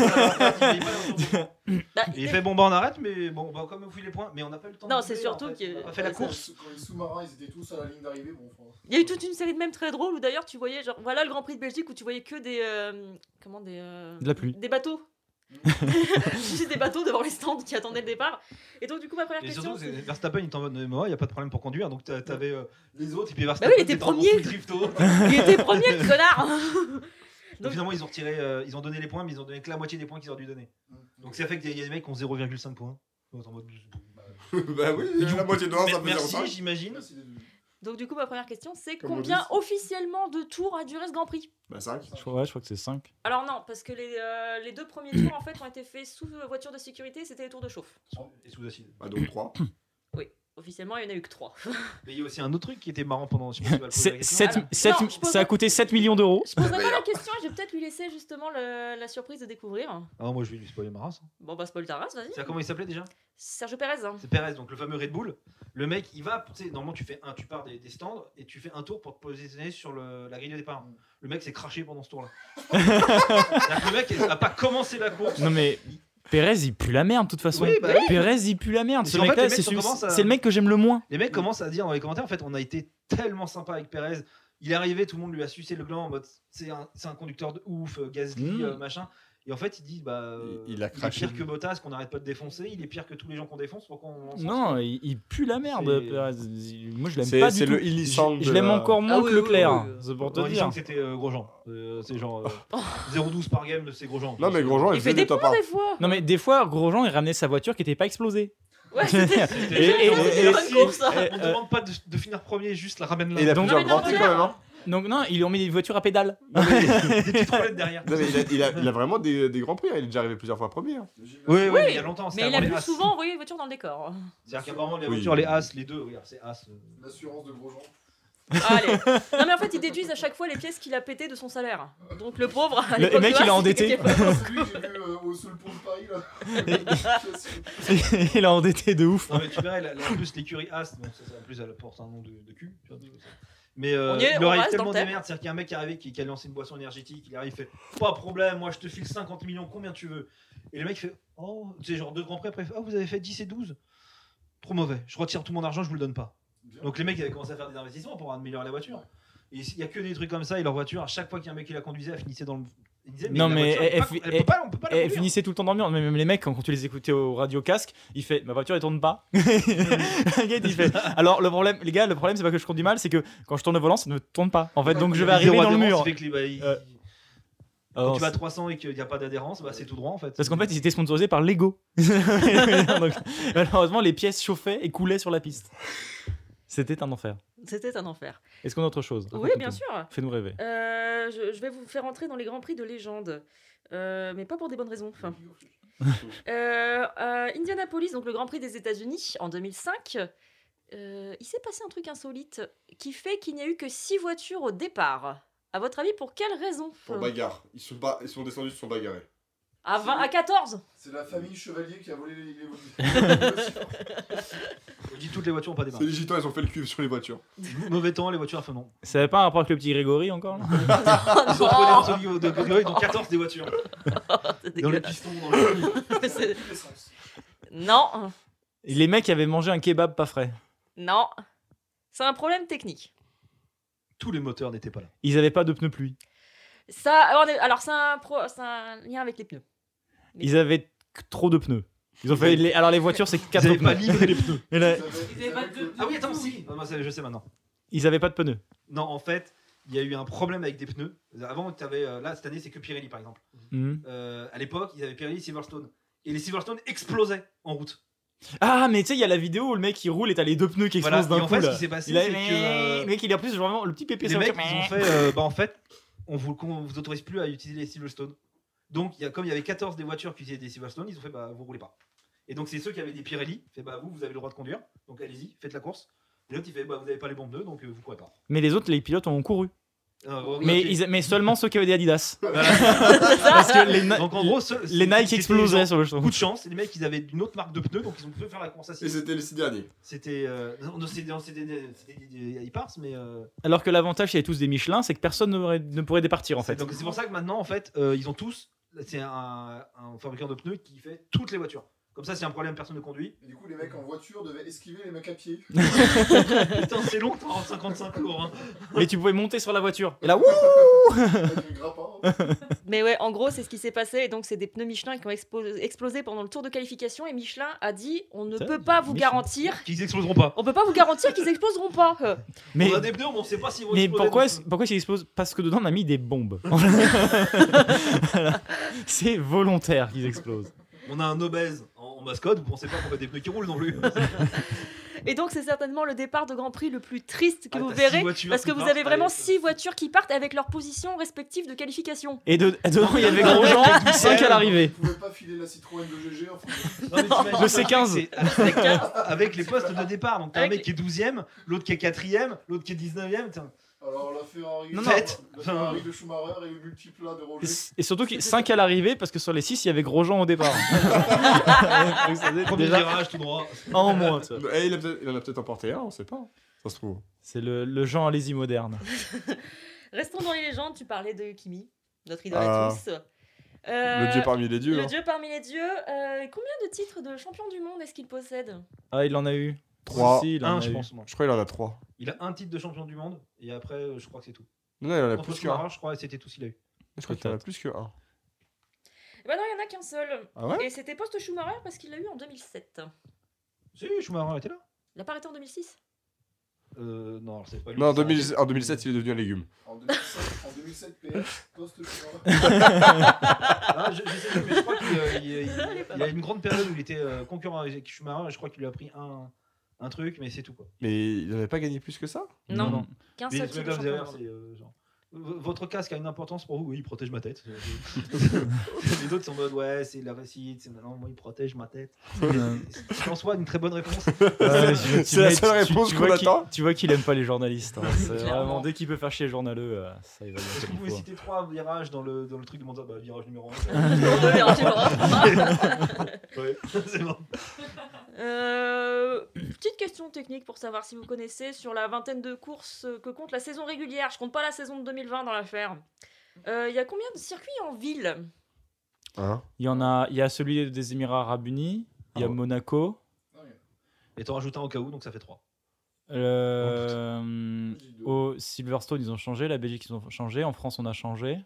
bah, Et il fait bon bah on arrête, mais bon bah comme vous fouille les points, mais on n'a pas eu le temps. Non, de c'est jouer, en surtout fait. que- On a fait la Ouais, course. Quand les sous-marins, ils étaient tous à la ligne d'arrivée, bon, enfin, Mm. Il y a eu toute une série de mèmes très drôles où d'ailleurs tu voyais genre voilà le Grand Prix de Belgique où tu voyais que des euh, comment des euh, De la pluie. des bateaux juste des bateaux devant les stands qui attendaient le départ et donc du coup ma première Et question surtout, c'est- c'est- Verstappen il était en mode il n'y a pas de problème pour conduire, donc t'a- t'avais euh, les autres et puis Verstappen. Bah oui, il était en premier. full drifto. il était premier le connard Donc finalement ils ont retiré, euh, ils ont donné les points, mais ils ont donné que la moitié des points qu'ils auraient dû donner. Donc ça fait qu'il y a- il y a des mecs qui ont 0,5 points. Donc, en mode, bah oui, la moitié de l'an, ça peut dire Merci, ça. j'imagine. merci d'être venu. donc du coup ma première question c'est Comme on combien dit. officiellement de tours a duré ce Grand Prix Bah 5. Je crois- ouais, je crois que c'est 5. alors non parce que les, euh, les deux premiers tours en fait ont été faits sous euh, voiture de sécurité c'était les tours de chauffe Et sous acide. Bah donc 3. officiellement il y en a eu que trois Mais il y a aussi un autre truc qui était marrant pendant. je sais pas si tu vas le poser la question. Alors, non, je pose ça a la- coûté 7 millions d'euros. je poserai pas la Merde. question je vais peut-être lui laisser justement le- la surprise de découvrir Ah, moi je vais lui spoiler ma race. bon bah spoil ta race, vas-y C'est comment il s'appelait déjà Sergio Perez hein. C'est Perez, donc le fameux Red Bull. Le mec, il va, tu sais, normalement tu fais un, tu pars des, des stands et tu fais un tour pour te positionner sur le- la grille de départ. Le mec s'est craché pendant ce tour-là. C'est-à-dire que le mec n'a pas commencé la course. Non mais Perez il pue la merde de toute façon. Oui, bah oui. Pérez il pue la merde. Mais Ce en fait, mec-là, les c'est mecs celui- sont tendance à- c'est le mec que j'aime le moins. Les mecs commencent à dire dans les commentaires, en fait, on a été tellement sympa avec Perez. Il est arrivé, tout le monde lui a sucé le gland en mode c'est un, c'est un conducteur de ouf, euh, Gasly, Mm. euh, machin. Et en fait, il dit bah, euh, Il- il a craché. est pire que Bottas, qu'on n'arrête pas de défoncer. Il est pire que tous les gens qu'on défonce. Pourquoi on on s'en Non, il, il pue la merde. C'est- Perez. Il- Moi je l'aime C'est- pas du c'est tout. le Illy Sand je de je l'aime la- encore moins Ah que oui, oui, Leclerc. oui, oui. C'est pour te On dit dire. que c'était euh, Grosjean. Euh, c'est genre euh, 0,12 par game de ces Grosjean. Non mais Grosjean, il il fait faisait des des top points 1. des fois Non mais des fois Grosjean il ramenait sa voiture qui n'était pas explosée. Ouais, c'était- C'était- Et- et- on et- était et- si- course, ça. hein. On et- ne demande pas de, de finir premier, juste la ramène là. Et il a Donc- plusieurs Non, mais grands non, prix mais quand même. Hein. Donc non, ils lui ont mis des voitures à pédale. Des petites roulettes derrière. Non, mais il, a, il, a, il a vraiment des, des grands prix. hein. Il est déjà arrivé plusieurs fois premier. hein. Le Gilles- Oui, oui, Oui, mais il y a longtemps. c'était Mais il a avant les plus As. souvent envoyé les voitures dans le décor. C'est-à-dire qu'apparemment, les Oui. voitures, les As, les deux, regarde, c'est As. euh, L'assurance de Grosjean. Ah, Allez. Non mais en fait, ils déduisent à chaque fois les pièces qu'il a pétées de son salaire. Donc le pauvre. à Le l'époque mec, de il est As, endetté. était- C'est lui que j'ai vu euh, au- sur le pont de Paris, là. il a endetté de ouf. Non, mais tu verrais, la- la- en plus, l'écurie As, bon, ça, ça, en plus, elle porte un nom de, de cul. tu vois, parce que ça- Mais euh, On y est, il on leur arrive reste dans tellement le des thème. merdes. C'est-à-dire qu'il y a un mec qui est arrivé qui, qui a lancé une boisson énergétique. Il arrive, il fait Pas de problème, moi je te file 50 millions, combien tu veux Et le mec fait Oh, tu sais, genre deux grands prix après, il fait, oh, vous avez fait 10 et 12 Trop mauvais, je retire tout mon argent, je vous le donne pas. Bien. Donc les mecs ils avaient commencé à faire des investissements pour améliorer la voiture. Et il y a que des trucs comme ça et leur voiture à chaque fois qu'il y a un mec qui la conduisait, elle finissait dans le il disait, Non, la mais voiture, elle elle- peut pas- elle- elle peut pas- on peut pas la Et conduire. finissait tout le temps dans le mur. Même les mecs, quand tu les écoutais au radio casque, il fait Ma voiture, elle tourne pas. Le gars, il fait, Alors, le problème, les gars, le problème, c'est pas que je conduis mal, c'est que quand je tourne le volant, ça ne tourne pas. En fait, donc je vais Zéro arriver dans le adhérence, mur. ça fait que les- bah, il- Euh, Quand Alors, tu vas à 300 et qu'il n'y a pas d'adhérence, bah, c'est tout droit en fait. Parce qu'en fait, ils étaient sponsorisés par Lego. Donc, malheureusement, les pièces chauffaient et coulaient sur la piste. C'était un enfer. C'était un enfer. Est-ce qu'on a autre chose Oui, Raconte-nous. bien sûr. Fais-nous rêver. Euh, je, je vais vous faire entrer dans les grands prix de légende. Euh, mais pas pour des bonnes raisons. Enfin, Euh, euh, Indianapolis, donc le Grand Prix des États-Unis en 2005, euh, il s'est passé un truc insolite qui fait qu'il n'y a eu que 6 voitures au départ. À votre avis, pour quelle raison Pour bagarre. Ils sont, ba- ils sont descendus, ils se sont bagarrés. À 20, à 14 C'est la famille Chevalier qui a volé les, les Je dis toutes les voitures ont pas C'est démarré. les gitans, ils ont fait le cuivre sur les voitures. Mauvais temps, les voitures à feu non. Ça n'avait pas un rapport avec le petit Grégory encore là Ils ont prenés entre Guillaume de Grégory, donc 14 des voitures. C'est Dans les dégueulasse. pistons, dans le C'est- L'essence. Non, Et Les mecs avaient mangé un kebab pas frais. non. C'est un problème technique. Tous les moteurs n'étaient pas là. Ils avaient pas de pneus pluie. Ça, alors, on est- alors, c'est un, pro- c'est un lien avec les pneus. Ils avaient que trop de pneus. Ils ont fait les- alors les voitures c'est Ils 4 avaient pneus. pas livré les pneus. Et là, Ils avaient- Ils avaient pas de- le- Ah oui, attends, si. Ah, moi, ça, je sais maintenant. ils avaient pas de pneus. Non, en fait, il y a eu un problème avec des pneus. Avant, t'avais, euh, là, cette année, c'est que Pirelli, par exemple. Mhm. Euh, à l'époque, ils avaient Pirelli Silverstone. Et les Silverstone explosaient en route. Ah mais tu sais il y a la vidéo où le mec il roule et t'as les deux pneus qui explosent Voilà. Et d'un en coup fait, ce là. qui s'est passé, Il a c'est que. euh, mec il a plus vraiment le petit pépé les sur le mecs, truc. ils ont fait. euh, bah, en fait, on vous, qu'on vous autorise plus à utiliser les Silverstone. Donc, il y a, comme il y avait 14 des voitures qui utilisaient des Silverstone, ils ont fait, bah, vous roulez pas. Et donc, c'est ceux qui avaient des Pirelli, fait, bah, vous, vous avez le droit de conduire, donc allez-y, faites la course. Et l'autre, il fait, bah, vous avez pas les bons pneus, donc euh, vous courez pas. Mais les autres les pilotes ont couru. Euh, voilà, Mais, ok. ils- mais seulement ceux qui avaient des Adidas. C'est ça Parce que les, Na- Donc, en gros, ceux- les c'était Nike des explosaient gens- sur le champ. Coup de chance, les mecs, ils avaient une autre marque de pneus, donc ils ont pu faire la course à Et six. c'était les six derniers. C'était. euh, non, non, c'était- non, c'était des- c'était des- des Hypars, mais. euh, Alors que l'avantage, s'il y avait tous des Michelin, c'est que personne n'aurait- ne pourrait départir en C'est- fait. Donc c'est pour ça que maintenant, en fait, euh, ils ont tous. C'est un, un fabricant de pneus qui fait toutes les voitures. Comme ça, c'est un problème, personne ne conduit. Et Du coup, les mecs en voiture devaient esquiver les mecs à pied. Putain, c'est long, 55 cours. hein. Mais tu pouvais monter sur la voiture. Et là, wouh avec le grappin. Mais ouais, en gros, c'est ce qui s'est passé. Et donc, c'est des pneus Michelin qui ont expo- explosé pendant le tour de qualification. Et Michelin a dit on ne Ça, peut pas vous Michelin. garantir. Qu'ils exploseront pas. On peut pas vous garantir qu'ils exploseront pas. Euh, Mais, On a des pneus, mais on sait pas s'ils vont mais exploser, pourquoi, donc, euh, pourquoi s'il explose Parce que dedans, on a mis des bombes. c'est volontaire qu'ils explosent. On a un obèse en, en mascotte, vous pensez pas qu'on a des pneus qui roulent non plus. Et donc, c'est certainement le départ de Grand Prix le plus triste que Ah, vous t'as six verrez. voitures Parce qui que vous partent, euh, avez vraiment allez, six voitures qui partent avec leurs positions respectives de qualification. Et de, dedans, il y avait Grosjean, 5 à l'arrivée. Ils pouvaient pas filer la Citroën de GG. Enfin, Non, mais t'imagines, Le C15. c'est Avec, avec les postes de départ. Donc t'as un Avec mec qui est 12ème, l'autre qui est 4ème, l'autre qui est 19ème. tiens. alors la Ferrari, Non, non. Faites. la Ferrari de Schumacher et le multiplat de Roger. Et surtout 5 à l'arrivée, parce que sur les 6, il y avait Grosjean au départ. Donc, ça faisait Premier déjà virage tout droit. un en moins. ça. Eh, il, a peut-être- il en a peut-être emporté un, on sait pas. hein. Ça se trouve. C'est le, le Jean Alési moderne. Restons dans les légendes. Tu parlais de Kimi, notre idole à Ah. tous. Euh, Le dieu parmi les dieux. le hein. dieu parmi les dieux. Euh, combien de titres de champion du monde est-ce qu'il possède Ah, il en a eu. Trois. Si, il en Un, a je eu. pense. moi. Je crois qu'il en a trois. Il a un titre de champion du monde, et après, euh, je crois que c'est tout. Non, non, il en a Contre plus qu'un. Schumacher, je crois, et c'était tout ce qu'il a eu. Je crois qu'il en a plus qu'un. Bah non, il y en a qu'un seul. Ah ouais Et c'était post Schumacher parce qu'il l'a eu en 2007. Si, Schumacher était là. Il a pas arrêté en 2006 Euh, non, alors c'est pas lui. Non, en, ça. 2000 en 2007, il est devenu un légume. En 2007, en 2007 PS, poste Ah, je, je sais plus, mais je crois qu'il euh, il- il- Il est pas il a une grande période où il était euh, concurrent avec Schumacher et je crois qu'il lui a pris un, un truc, mais c'est tout quoi. Mais il n'avait pas gagné plus que ça Non, non. qu'un Mais seul ce titre de mec-là, vous avez champion. l'air, c'est, euh, genre, v- votre casque a une importance pour vous Oui, il protège ma tête. Les autres sont en mode ouais, c'est la réussite, c'est non, moi il protège ma tête. C'est en soi une très bonne réponse. Ouais, Euh, C'est Euh, la tu- seule tu- réponse tu qu'on vois qu'il- attend. Tu vois qu'il aime pas les journalistes. hein. C'est Clairement. vraiment dès qu'il peut faire chier le journaleux, euh, ça il va bien Est-ce faire que une vous pouvez fois. citer trois virages dans le, dans le truc de Monza Bah, virage numéro 1. Non, c'est bon. ouais, c'est bon. Euh, Petite question technique pour savoir si vous connaissez sur la vingtaine de courses que compte la saison régulière. Je compte pas la saison de 2020 dans l'affaire. Euh, Il y a combien de circuits en ville Hein Il y en a, il y a celui des Émirats Arabes Unis, il y a Ah ouais. Monaco, Et t'en rajoutes un au cas où, donc ça fait trois. Oh, euh, au Silverstone ils ont changé, la Belgique ils ont changé, en France on a changé.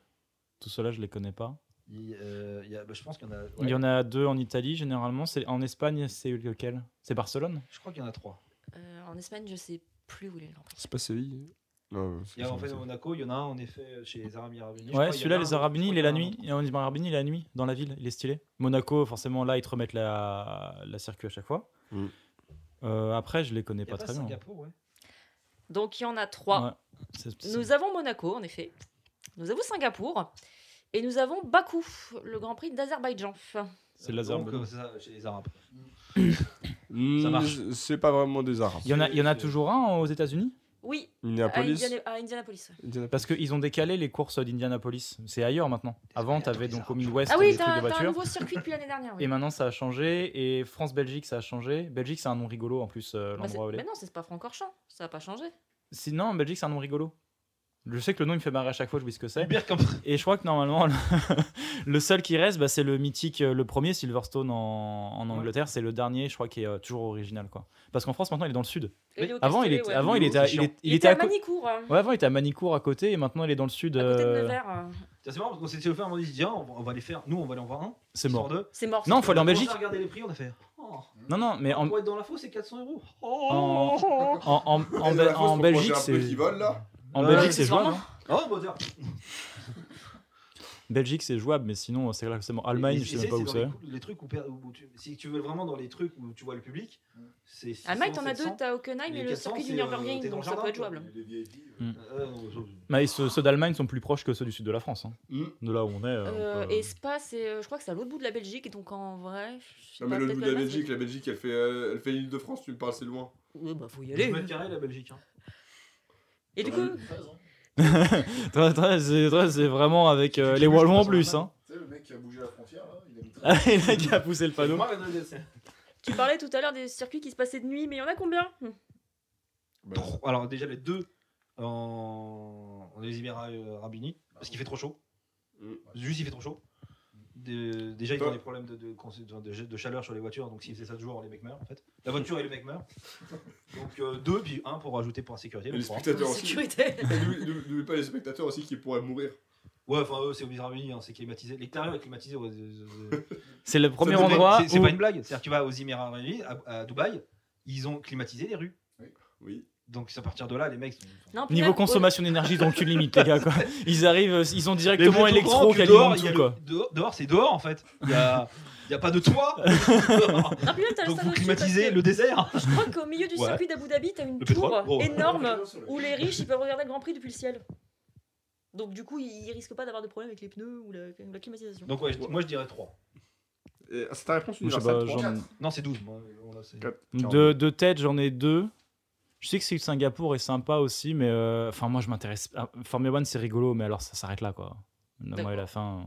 Tout cela je les connais pas. Il, euh, il y a- bah, je pense qu'il y en a. ouais. Il y en a deux en Italie généralement, c'est en Espagne c'est lequel C'est Barcelone. Je crois qu'il y en a trois. Euh, En Espagne, je sais plus où il est le Grand Prix. C'est pas Séville Non, Il y a en fait à Monaco, il y en a un en effet euh, chez les Arabes Arabes Unis. Je crois Ouais, qu'il y en celui-là a un- les Arabes Unis, je il est crois la qu'il y en a nuit. Et en Émirats Arabes Unis, il est la nuit dans la ville, il est stylé. Monaco forcément là ils te remettent la la circuit à chaque fois. Mm. Euh, après je les connais un. Il y a pas très bien. Singapour, ouais. Donc il y en a trois. Ouais. C'est- c'est- Nous avons Monaco, en effet. Nous avons Singapour. Et nous avons Bakou, le Grand Prix d'Azerbaïdjan. C'est le laser. Donc, Benon. euh, c'est ça, chez les Arabes. Hmm, marche. C'est pas vraiment des arabes. Il y en a, il y en a toujours un aux États-Unis Oui, à, Indianapolis. Indiana- à Indianapolis. Ah ouais. parce qu'ils ont décalé les courses d'Indianapolis. C'est ailleurs maintenant. Avant, t'avais donc au Midwest Ah oui, des trucs t'as de t'as un voitures. nouveau circuit depuis l'année dernière. oui. Et maintenant, ça a changé. Et France-Belgique, ça a changé. Belgique, c'est un nom rigolo en plus, euh, Bah, c'est- l'endroit où elle mais est. non, c'est pas Francorchamps, ça a pas changé. Sinon, Belgique, c'est un nom rigolo. Je sais que le nom, il me fait marrer à chaque fois, je dis ce que c'est. Bien comme Et je crois que normalement, le, le seul qui reste, bah, c'est le mythique, euh, le premier Silverstone en, en Angleterre. C'est le dernier, je crois, qui est euh, toujours original. quoi. Parce qu'en France, maintenant, il est dans le sud. Et est au Avant, il Castellet, était, ouais. avant, il Il est était, au- à- c'est il chiant. est- Il il était à, co- Manicourt, hein, ouais, avant, il était à Manicourt à côté, et maintenant, il est dans le sud. à côté de euh, Nevers. hein. Tiens, C'est marrant parce qu'on s'était offert, on a dit tiens, on va, on va les faire, nous on va aller en voir un. C'est mort. histoire de- C'est mort. Non, faut aller en Belgique. On a regardé les prix, on a fait. Oh, Non, non, mais en, pour être dans l'info, c'est 400 euros. en, Oh, en, en- en Bel- en Belgique, c'est Qui vole là en Euh, Ouais, Belgique, c'est jouable. accessoirement. hein. oh bah, tiens. Belgique, c'est jouable, mais sinon, c'est là que c'est mort. Et- Allemagne, et je sais c'est- même pas c'est où dans c'est. les cou- Les trucs où, per- où tu- si tu veux vraiment dans les trucs où tu vois le public, Hmm. c'est. Allemagne, t'en as 600, deux, t'as Hockenheim et Les le 400, circuit du c'est, euh, Nürburgring, t'es dans donc le ça peut jardin, être jouable. Les VIP. Mm. Euh, non, je- Mais ceux, ceux d'Allemagne sont plus proches que ceux du sud de la France. hein. Mm. De là où on est. euh, Euh, on peut- et Spa, c'est, euh, je crois que c'est à l'autre bout de la Belgique, et donc en vrai. je Non, Ah, sais mais pas, le peut-être bout de pas la mal, Belgique, la Belgique, elle fait, euh, elle fait l'île de France, tu me parles, c'est loin. mais- Ouais, bah faut y 12 aller. mètres carrés la Belgique. hein. Et du Ouais, coup, une phase, hein. Très, très, c'est très- c'est vraiment avec euh, Tu les bouges Wallons en pas sur la plus. Hein. Tu sais, le mec qui a bougé la frontière, là, il aime très Ah, et là, qui a poussé le panneau. Moi, les deux, c'est- tu parlais tout à l'heure des circuits qui se passaient de nuit, mais il y en a combien Trop- Alors déjà les deux en, en les Émirats euh, Arabes Unis parce qu'il fait trop chaud. Bah Mm. Juste il fait trop chaud. De- déjà ils Toi- ont des problèmes de, de, de- de- de chaleur sur les voitures donc s'ils faisaient ça de jour les mecs meurent en fait. La voiture et les mecs meurent. Donc euh, deux puis un pour rajouter pour la sécurité. Et donc les trois. spectateurs aussi. Sécurité. Et n'oublie- N'oublie n'oublie pas les spectateurs aussi qui pourraient mourir. Ouais enfin eux c'est aux Émirats Arabes Unis hein, c'est climatisé. L'extérieur est climatisé. aux- aux- aux- C'est le premier C'est- endroit. C'est c'est où- pas une blague. C'est-à-dire que tu vas aux Émirats Arabes Unis à, à Dubaï ils ont climatisé les rues. Oui. Donc à partir de là les mecs sont... Non, puis Niveau même, consommation d'énergie, ils ont aucune limite, les gars. Quoi. Ils arrivent, euh, ils ont Mais vous directement êtes au électro courant qui que dehors, alimente il y a tout. le- Quoi. dehors, dehors, c'est dehors en fait. Il y a, il y a pas de toit. au- Non, puis même, t'as le stade Donc vous aussi, climatisez parce le désert. que Je crois qu'au milieu du Ouais. circuit d'Abu Dhabi, t'as une Le pétrole, Oh. tour gros. énorme bien. où les riches ils peuvent regarder le Grand Prix depuis le ciel. Donc du coup, ils risquent pas d'avoir de problème avec les pneus ou la, la climatisation. Donc ouais, je- moi je dirais 3. Et C'est ta réponse Je sais universelle. pas, toi j'en- Non, c'est 12. moi, on a- c'est- Quatre. De, de tête, j'en ai deux. Je sais que c'est que Singapour est sympa aussi, mais euh, enfin moi je m'intéresse. à- Formule 1 c'est rigolo, mais alors ça s'arrête là quoi. Le mois et la fin.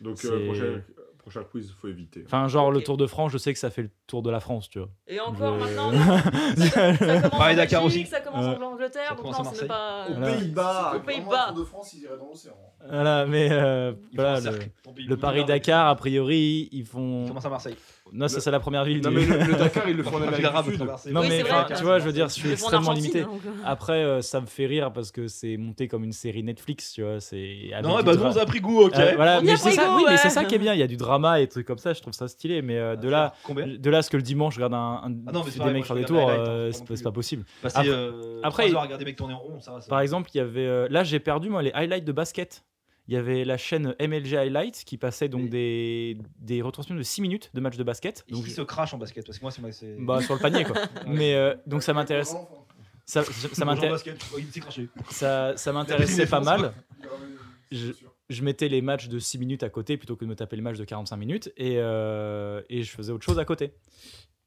Donc, C'est- euh, prochain, prochain quiz, faut éviter. Enfin genre le Ok. Tour de France, je sais que ça fait le Tour de la France, tu vois. Et encore Je- maintenant, non, ça commence en Paris-Dakar Belgique, aussi. ça commence Ouais. en Angleterre, Ça donc commence à Oh. non, c'est même pas. euh, Aux Voilà. Pays-Bas Au Aux Pays-Bas. Pays-Bas. de France, ils iraient dans l'océan. hein. Voilà, mais euh, Ils font un voilà, le, cercle. Tant pis, le ils Paris-Dakar, a priori, ils font. Ils commencent à Marseille. Non, ça c'est la première ville. Non, du- mais le, le Dakar, ils le font en Ils Amérique l'arabe du Sud. traverser. Non, Oui, mais c'est vrai, enfin, t'as tu raison. vois, je veux dire, je suis Ils le font en extrêmement Argentine, limité. donc, euh. Après, euh, ça me fait rire parce que c'est monté comme une série Netflix, tu vois. C'est avec Non, du bah dra- non, ça a pris goût, ok. Euh, voilà, On y a mais c'est pris ça, goût, oui, mais ouais. c'est ça qui est bien. Il y a du drama et des trucs comme ça. Je trouve ça stylé, mais euh, de là, Combien de là, à ce que le dimanche, je regarde un, un- Ah non, mais c'est des pareil, mecs moi, faire je des regarde tours, les highlights, euh, hein, c'est non pas- plus. c'est pas possible. Passer Après- euh, après, trois il- heures à regarder mec tourner en rond, ça va. ça va. Par exemple, il y avait, euh, là, j'ai perdu moi les highlights de basket. Il y avait la chaîne MLG Highlights qui passait donc Oui. des, des retransmissions de 6 minutes de matchs de basket. Et Donc, qui se crache en basket Parce que moi, c'est ma- c'est. bah, sur le panier quoi. mais euh, donc ça m'intéresse. Enfin, Ça, ça, ça Bonjour, m'intér- basket. Oh, Il s'est craché. ça- ça La m'intéressait prime pas défense, mal. il y aurait- Je- c'est sûr. Je mettais les matchs de 6 minutes à côté plutôt que de me taper le match de 45 minutes et, euh, et je faisais autre chose à côté.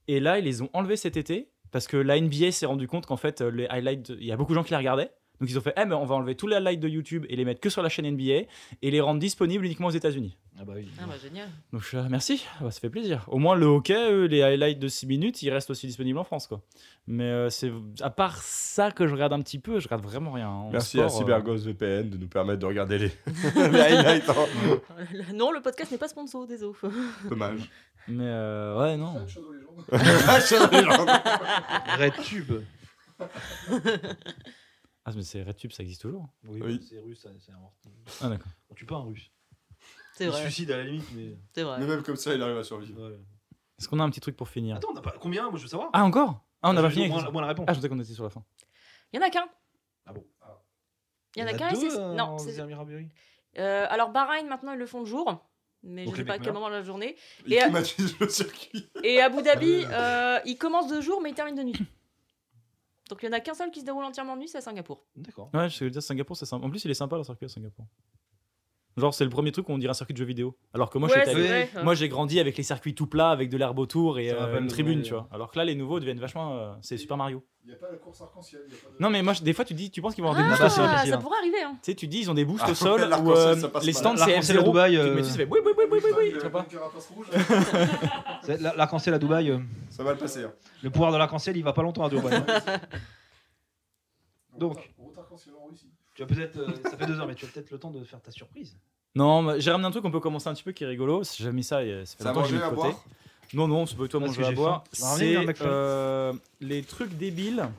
Et là, ils les ont enlevés cet été parce que la NBA s'est rendu compte qu'en fait, euh, les highlights, il y a beaucoup de gens qui les regardaient. Donc ils ont fait, eh, mais on va enlever tous les highlights de YouTube et les mettre que sur la chaîne NBA et les rendre disponibles uniquement aux États-Unis. Ah bah oui. Ah bah génial. Donc je suis là, merci, Ah bah, ça fait plaisir. Au moins le hockey, eux, les highlights de 6 minutes, ils restent aussi disponibles en France. quoi. Mais euh, c'est à part ça que je regarde un petit peu, je regarde vraiment rien. En Merci sport, à euh, CyberGhost VPN de nous permettre de regarder les, les highlights. hein. Non, le podcast n'est pas sponsor, désolé. Dommage. Mais euh, ouais, non. Fred Shadow Legends. Red Tube. Ah, mais c'est RedTube, ça existe toujours. Oui, bah, Oui. c'est russe, ça, c'est un- Ah, d'accord. On tue pas un russe. C'est Il se vrai, suicide à la limite, mais. c'est Mais vrai. même comme ça, il arrive à survivre. Ouais. Est-ce qu'on a un petit truc pour finir Attends, on a pas... combien Moi, je veux savoir. Ah, encore Ah, on n'a pas fini avec Moi, ça. la- moi, la réponse. Ah, je pensais qu'on était sur la fin. Il y en a qu'un. Ah bon. Ah. Il y en a qu'un et c'est. euh, Non, aux c'est- Émirats Arabes Unis. Euh, alors Bahreïn, maintenant, ils le font le jour. Mais Donc je les sais pas à mecs quel meurent. moment de la journée. Il Et à- climatise le circuit. Et Abu Dhabi, euh, ils commencent de jour, mais ils terminent de nuit. Donc il y en a qu'un seul qui se déroule entièrement de nuit, c'est à Singapour. D'accord. Ouais, je veux dire, Singapour, c'est sympa. En plus, il est sympa le circuit à Singapour. Genre, c'est le premier truc où on dirait un circuit de jeux vidéo. Alors que moi, ouais, j'étais c'est allé- vrai. hein. moi, j'ai grandi avec les circuits tout plats, avec de l'herbe autour et Ça euh, rappelle une le tribune, monde. tu vois. Alors que là, les nouveaux deviennent vachement. euh, c'est Super Mario. Il n'y a pas la course arc-en-ciel. il y a pas de- Non, mais moi, je- des fois, tu dis, tu penses qu'ils vont avoir des Ah, boosts au sol. c'est ça difficile. pourrait arriver. Hein. Tu sais, tu dis, ils ont des boosts au Ah, sol ou l'arc-en-ciel, euh, ça passe les mal. stands, c'est L'arc-en-ciel à F0. Dubaï, Tu- Mais euh, tu fais, oui, oui, oui, oui, oui, oui. Il Tu a vois pas pas une carapace rouge. C'est- la- L'arc-en-ciel à Dubaï, euh, Ça va le passer. hein. le pouvoir de l'arc-en-ciel, il va pas longtemps à Dubaï. hein. Donc. Route- Route arc-en-ciel en Russie. tu vas peut-être, euh, ça fait deux heures, mais tu as peut-être le temps de faire ta surprise. Non, mais j'ai ramené un truc qu'on peut commencer un petit peu qui est rigolo. Si J'ai mis ça, et, euh, ça fait Ça a longtemps que j'ai mangé mis de à côté. boire. Non, non, c'est pas toi Parce manger que à j'ai boire. faim. Tu m'as ramené un C'est McFly. euh, les trucs débiles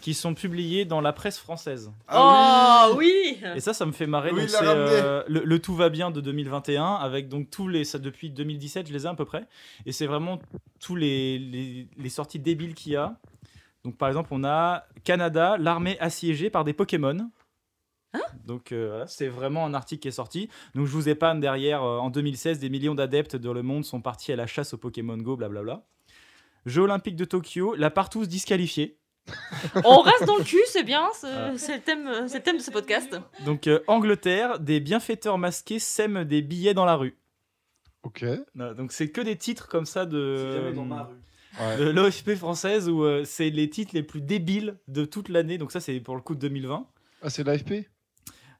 qui sont publiés dans la presse française. Ah oh oui, Et ça, ça me fait marrer. Oui, donc il l'a c'est ramené. euh, le, le tout va bien de 2021 avec donc tous les ça, depuis 2017, je les ai à peu près. Et c'est vraiment tous les, les, les sorties débiles qu'il y a. Donc par exemple, on a Canada, l'armée assiégée par des Pokémon. donc euh, voilà, c'est vraiment un article qui est sorti. Donc je vous épargne derrière. euh, en 2016, des millions d'adeptes dans le monde sont partis à la chasse aux Pokémon Go, blablabla. Jeux olympiques de Tokyo, la partouze disqualifiée. on reste dans le cul, c'est bien, c'est Ah. c'est le thème, euh, c'est le thème de ce podcast. Donc euh, Angleterre, des bienfaiteurs masqués sèment des billets dans la rue. Ok. Non, donc c'est que des titres comme ça de, euh, rue. de l'OFP française où euh, c'est les titres les plus débiles de toute l'année. Donc ça c'est pour le coup de 2020. Ah, c'est l'AFP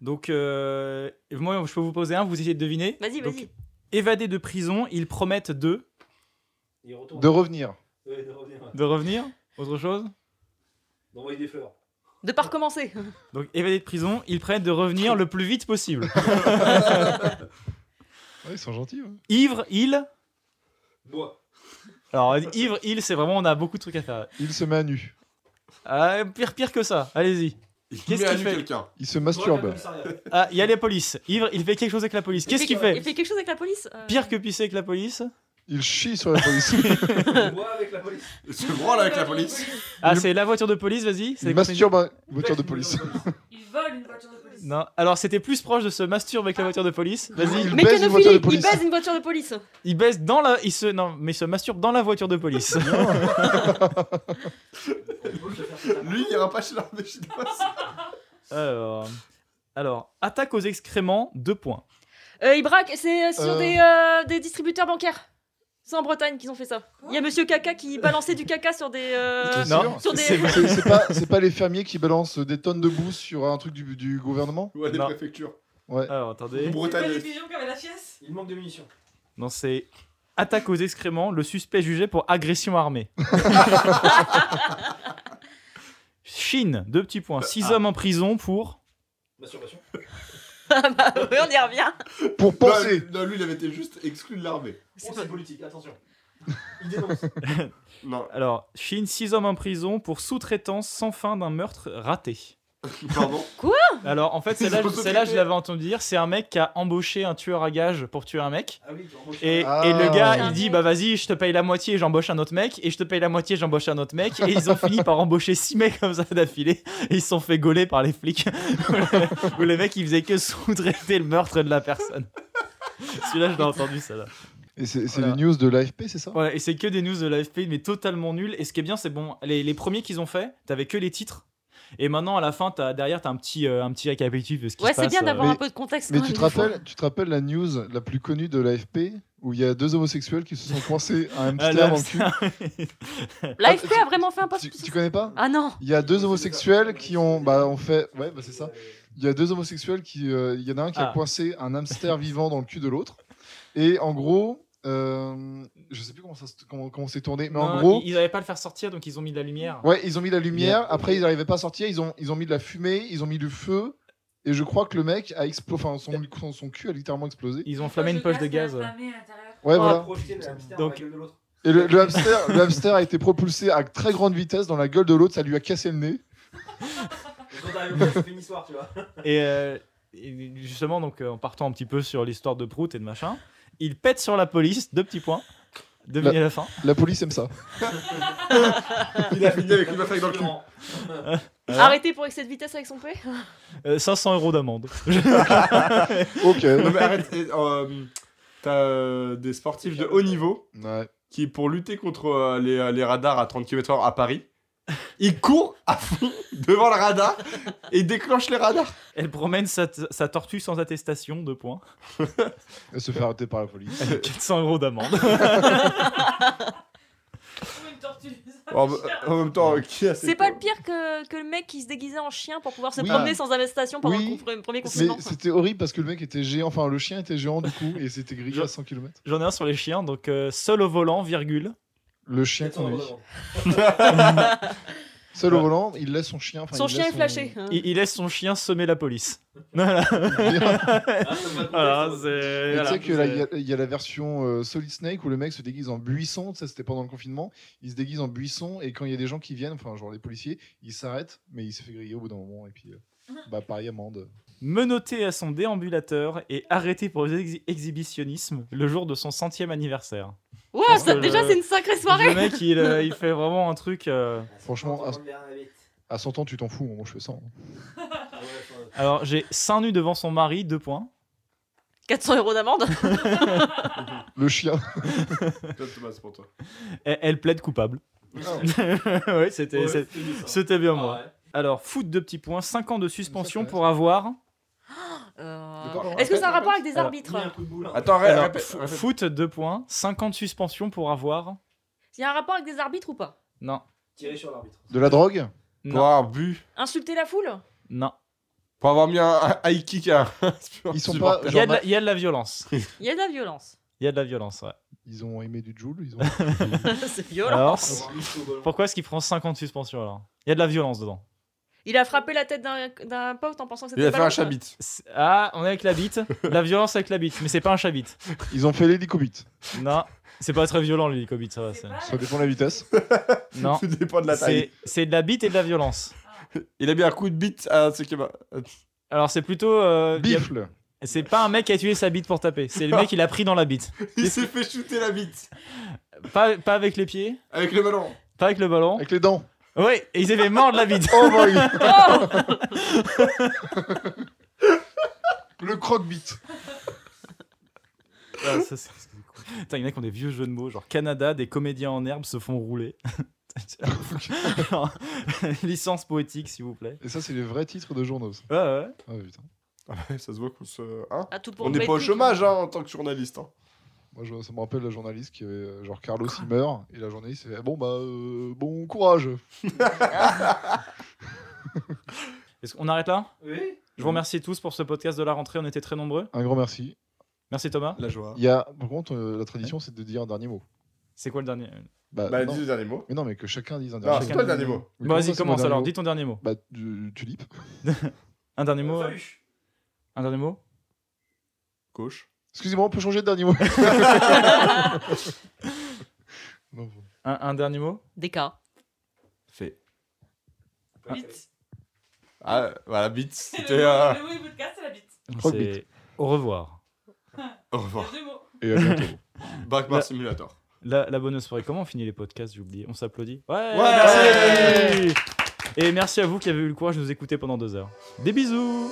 Donc euh, moi je peux vous poser un, vous essayez de deviner. Vas-y, Donc, vas-y. Évadés de prison, ils promettent de Il retourne. De revenir. Ouais, de revenir, ouais. de revenir. Autre chose. D'envoyer des fleurs. De pas recommencer. Donc évadés de prison, ils promettent de revenir le plus vite possible. Ouais, ils sont gentils. ouais. Ivre, il. Bois. Alors ivre, il, c'est vraiment on a beaucoup de trucs à faire. Il se met à nu. Ah, pire pire que ça. Allez-y. Il Qu'est-ce met à qu'il nu fait quelqu'un. Il se masturbe. Ah il y a les polices. Ivre, il fait quelque chose avec la police. Qu'est-ce qu'il Il fait fait quelque chose avec la police euh, Pire que pisser avec la police. Il chie sur la police. Bois avec la police. Il se branle avec la police. Ah, Il- c'est la voiture de police, vas-y. c'est Il masturbe à- une voiture de police. Ils volent une voiture de police. Non, alors c'était plus proche de se masturber avec la voiture de police. Vas-y. Il baise une Mécanophilie, voiture de il police. baise une voiture de police. Il baisse dans la. Il se... Non, mais il se masturbe dans la voiture de police. Lui, il ira pas chez l'armée chinoise. alors... alors, attaque aux excréments, deux points. Euh, ils braquent, c'est euh, ce sont Euh. Des, euh, des distributeurs bancaires. C'est en Bretagne qu'ils ont fait ça. Il y a monsieur Caca qui balançait du caca sur des. euh, C'est non. sûr sur des... C'est- C'est c'est pas, c'est pas les fermiers qui balancent des tonnes de boue sur un truc du, du gouvernement Ou à des Non. préfectures. Alors, attendez. C'est pas les Bretagne. pigeons qui avaient la chiasse Il manque de munitions. Non, c'est attaque aux excréments, le suspect jugé pour agression armée. Chine, deux petits points. Six hommes en prison pour. Masturbation. Ah oui, on y revient. Pour penser. Non, lui, il avait été juste exclu de l'armée. C'est Outil politique, attention. Il dénonce. Non, Alors, Chine, six hommes en prison pour sous-traitance sans fin d'un meurtre raté. pardon. Alors en fait, Ils celle-là, ont celle-là, je sauté. l'avais entendu dire, c'est un mec qui a embauché un tueur à gage pour tuer un mec. Ah oui, tu embauches. Et, Ah. et le gars, Ah. il dit Bah vas-y, je te paye la moitié, j'embauche un autre mec, et je te paye la moitié, j'embauche un autre mec. Et ils ont fini par embaucher six mecs comme ça d'affilée, et ils se sont fait gauler par les flics. Où les mecs, ils faisaient que sous-traiter le meurtre de la personne. Celui-là, je l'ai entendu, ça là. Et c'est c'est Voilà. les news de l'AFP, c'est ça Voilà, et c'est que des news de l'AFP, mais totalement nul. Et ce qui est bien, c'est bon, les, les premiers qu'ils ont fait, t'avais que les titres. Et maintenant, à la fin, as, derrière, t'as un petit, euh, un petit récapitulatif de ce qui Ouais, se passe. c'est bien euh, d'avoir mais- un peu de contexte. Mais quand tu même. te, rappelles, tu te rappelles la news la plus connue de l'AFP où il y a deux homosexuels qui se sont coincés à un Ah, hamster le dans le cul L'AFP a vraiment fait un Tu, post. tu connais pas Ah non. Il y a deux homosexuels qui ont. Bah, on fait. Ouais, bah, c'est ça. Il y a deux homosexuels qui. euh, Il y en a un qui Ah. a coincé un hamster vivant dans le cul de l'autre. Et en gros. euh, je sais plus comment ça se- comment, comment c'est tourné, mais en Non, gros. ils n'avaient pas à le faire sortir, donc ils ont mis de la lumière. Ouais, ils ont mis la lumière. Après, ils n'arrivaient pas à sortir. Ils ont, ils ont mis de la fumée. Ils ont mis du feu. Et je crois que le mec a explosé. Enfin, son, son, son cul a littéralement explosé. Ils ont enflammé une poche de gaz. euh. Ouais, Oh, On va voilà. projeter le hamster Donc- dans la gueule de l'autre. Et le, le hamster, le hamster a été propulsé à très grande vitesse dans la gueule de l'autre. Ça lui a cassé le nez. Et Quand t'arrives au bout, c'est une histoire, tu vois. Et, euh, et justement, donc euh, en partant un petit peu sur l'histoire de Prout et de machin, ils pètent sur la police, deux petits points. Devinez la fin. La police aime ça. Il a fini avec une affaire dans le cul. Absolument. Alors, Arrêté pour excès de vitesse avec son P euh, 500 euros d'amende. Ok. Non, mais arrête. et, euh, T'as euh, des sportifs de haut niveau Ouais. qui, pour lutter contre euh, les, euh, les radars à 30 km/h à Paris, il court à fond devant le radar et déclenche les radars. Elle promène sa, sa tortue sans attestation, deux points. Elle se fait arrêter par la police. 400 euros d'amende. Ou une tortue. En, en même temps, qui a C'est pas le pire que, que le mec qui se déguisait en chien pour pouvoir se Oui. promener sans attestation pendant Oui. le confre- premier Mais confinement. c'était horrible parce que le mec était géant, enfin le chien était géant du coup et c'était grillé à Je- 100 km. J'en ai un sur les chiens, donc euh, seul au volant, virgule. Le chien Attends, qu'on est. vraiment. Seul au volant, il laisse son chien. enfin, Son il chien laisse est son- flashé. hein. Il, il laisse son chien semer la police. Voilà, Ah, ça m'a voilà, coupé, ça. c'est- Et voilà, tu sais qu'il y, a- c'est- il y a- il y a la version euh, Solid Snake où le mec se déguise en buisson, ça c'était pendant le confinement, il se déguise en buisson et quand il y a des gens qui viennent, enfin genre les policiers, il s'arrête mais il se fait griller au bout d'un moment et puis euh, bah pareil amende. Menotté à son déambulateur et arrêté pour exhi- exhibitionnisme le jour de son centième anniversaire. Ouah, ça- que déjà, le- c'est une sacrée Le soirée. mec, il, euh, il fait vraiment un truc. euh, Franchement, à, à 100 ans tu t'en fous, moi je fais hein. 100. Ah Alors, j'ai seins nu devant son mari, deux points. 400 euros d'amende. Le chien. Toi, Thomas, c'est pour toi. Elle, elle plaide coupable. oui, c'était c'est- Ouais, c'est ça. c'était bien moi. Ah ouais. Alors, foot de petits points, 5 ans de suspension Ça, ça pour avoir. Euh, D'accord, on Est-ce que c'est un répète, rapport avec des Alors, arbitres Mis un coup de boule. Attends, ré- Alors, répète. fo- répète. foot, deux points, 5 ans de suspension pour avoir. Il y a un rapport avec des arbitres ou pas Non, Tirer sur l'arbitre. De la drogue non, Pour avoir bu. Insulter la foule non. Pour avoir mis un un high kick à un Ils sont supporter. pas- Il y, Genre a de ma- la- il y a de la violence. Il y a de la violence. Il y a de la violence, ouais. Ils ont aimé du Joule, ils ont c'est violent. Alors, Pour c'est- avoir mis au ballon. pourquoi est-ce qu'il prend 5 ans de suspension alors Il y a de la violence dedans. Il a frappé la tête d'un- d'un pote en pensant que Il c'était a pas fait un l'autre. chabit. C'est- Ah, on est avec la bite. La violence avec la bite, mais c'est pas un chabit. ils ont fait l'hélicobite. Non, c'est pas très violent l'hélicobite, ça bah, va. C'est c'est- pas Ça dépend de la vitesse. Non, Tout dépend de la taille. c'est c'est de la bite et de la violence. Il a mis un coup de bite à ce qui Alors c'est plutôt... euh, il y a- Bifle. c'est pas un mec qui a tué sa bite pour taper, c'est le mec qui l'a pris dans la bite. Il s'est fait shooter la bite. Pas, pas avec les pieds, Avec le ballon. pas avec le ballon. Avec les dents. Oui, et il s'est fait mordre la bite. Oh my God. Oh Le croque-bite. Ah, ça, c'est- c'est cool. Putain, il y en a qui ont des vieux jeux de mots, genre Canada, des comédiens en herbe se font rouler. Alors, Licence poétique, s'il vous plaît. Et ça c'est les vrais titres de journaux. ça. Ouais, ouais. Ah putain. Ça se voit qu'on se. hein Ah, tout pour On n'est pas au Belgique. chômage hein, en tant que journaliste. hein. Moi, je- ça me rappelle la journaliste qui avait euh, genre Carlos il meurt et la journaliste elle fait bon bah euh, bon courage. Est-ce qu'on arrête là Oui. Je vous remercie tous pour ce podcast de la rentrée, on était très nombreux. Un grand merci. Merci Thomas. La joie. Il y a par contre euh, la tradition c'est de dire un dernier mot. C'est quoi le dernier Bah, Euh, Bah, non. dis Ah, le dernier mot. Mais non mais que chacun dise un Non, dernier c'est mot. toi le dernier mot. Bon, Mais comment ça, Bah, vas-y, c'est commence mon dernier alors, mot dis ton dernier mot. Bah tu, tu lipes. Un dernier mot euh, Salut. Un dernier mot Gauche. Excusez-moi on peut changer de dernier mot. Non, faut- un, un dernier mot Des cas. Fait. Bite. Ah, voilà, bite. C'était. euh, Le mot du podcast, c'est la bite. crois que C'est au revoir. Au Il y revoir. a deux mots. Et à bientôt. Backman La- Simulator. La, la bonne soirée. Comment on finit les podcasts J'ai oublié. On s'applaudit. Ouais, Ouais merci Et merci à vous qui avez eu le courage de nous écouter pendant deux heures. Des bisous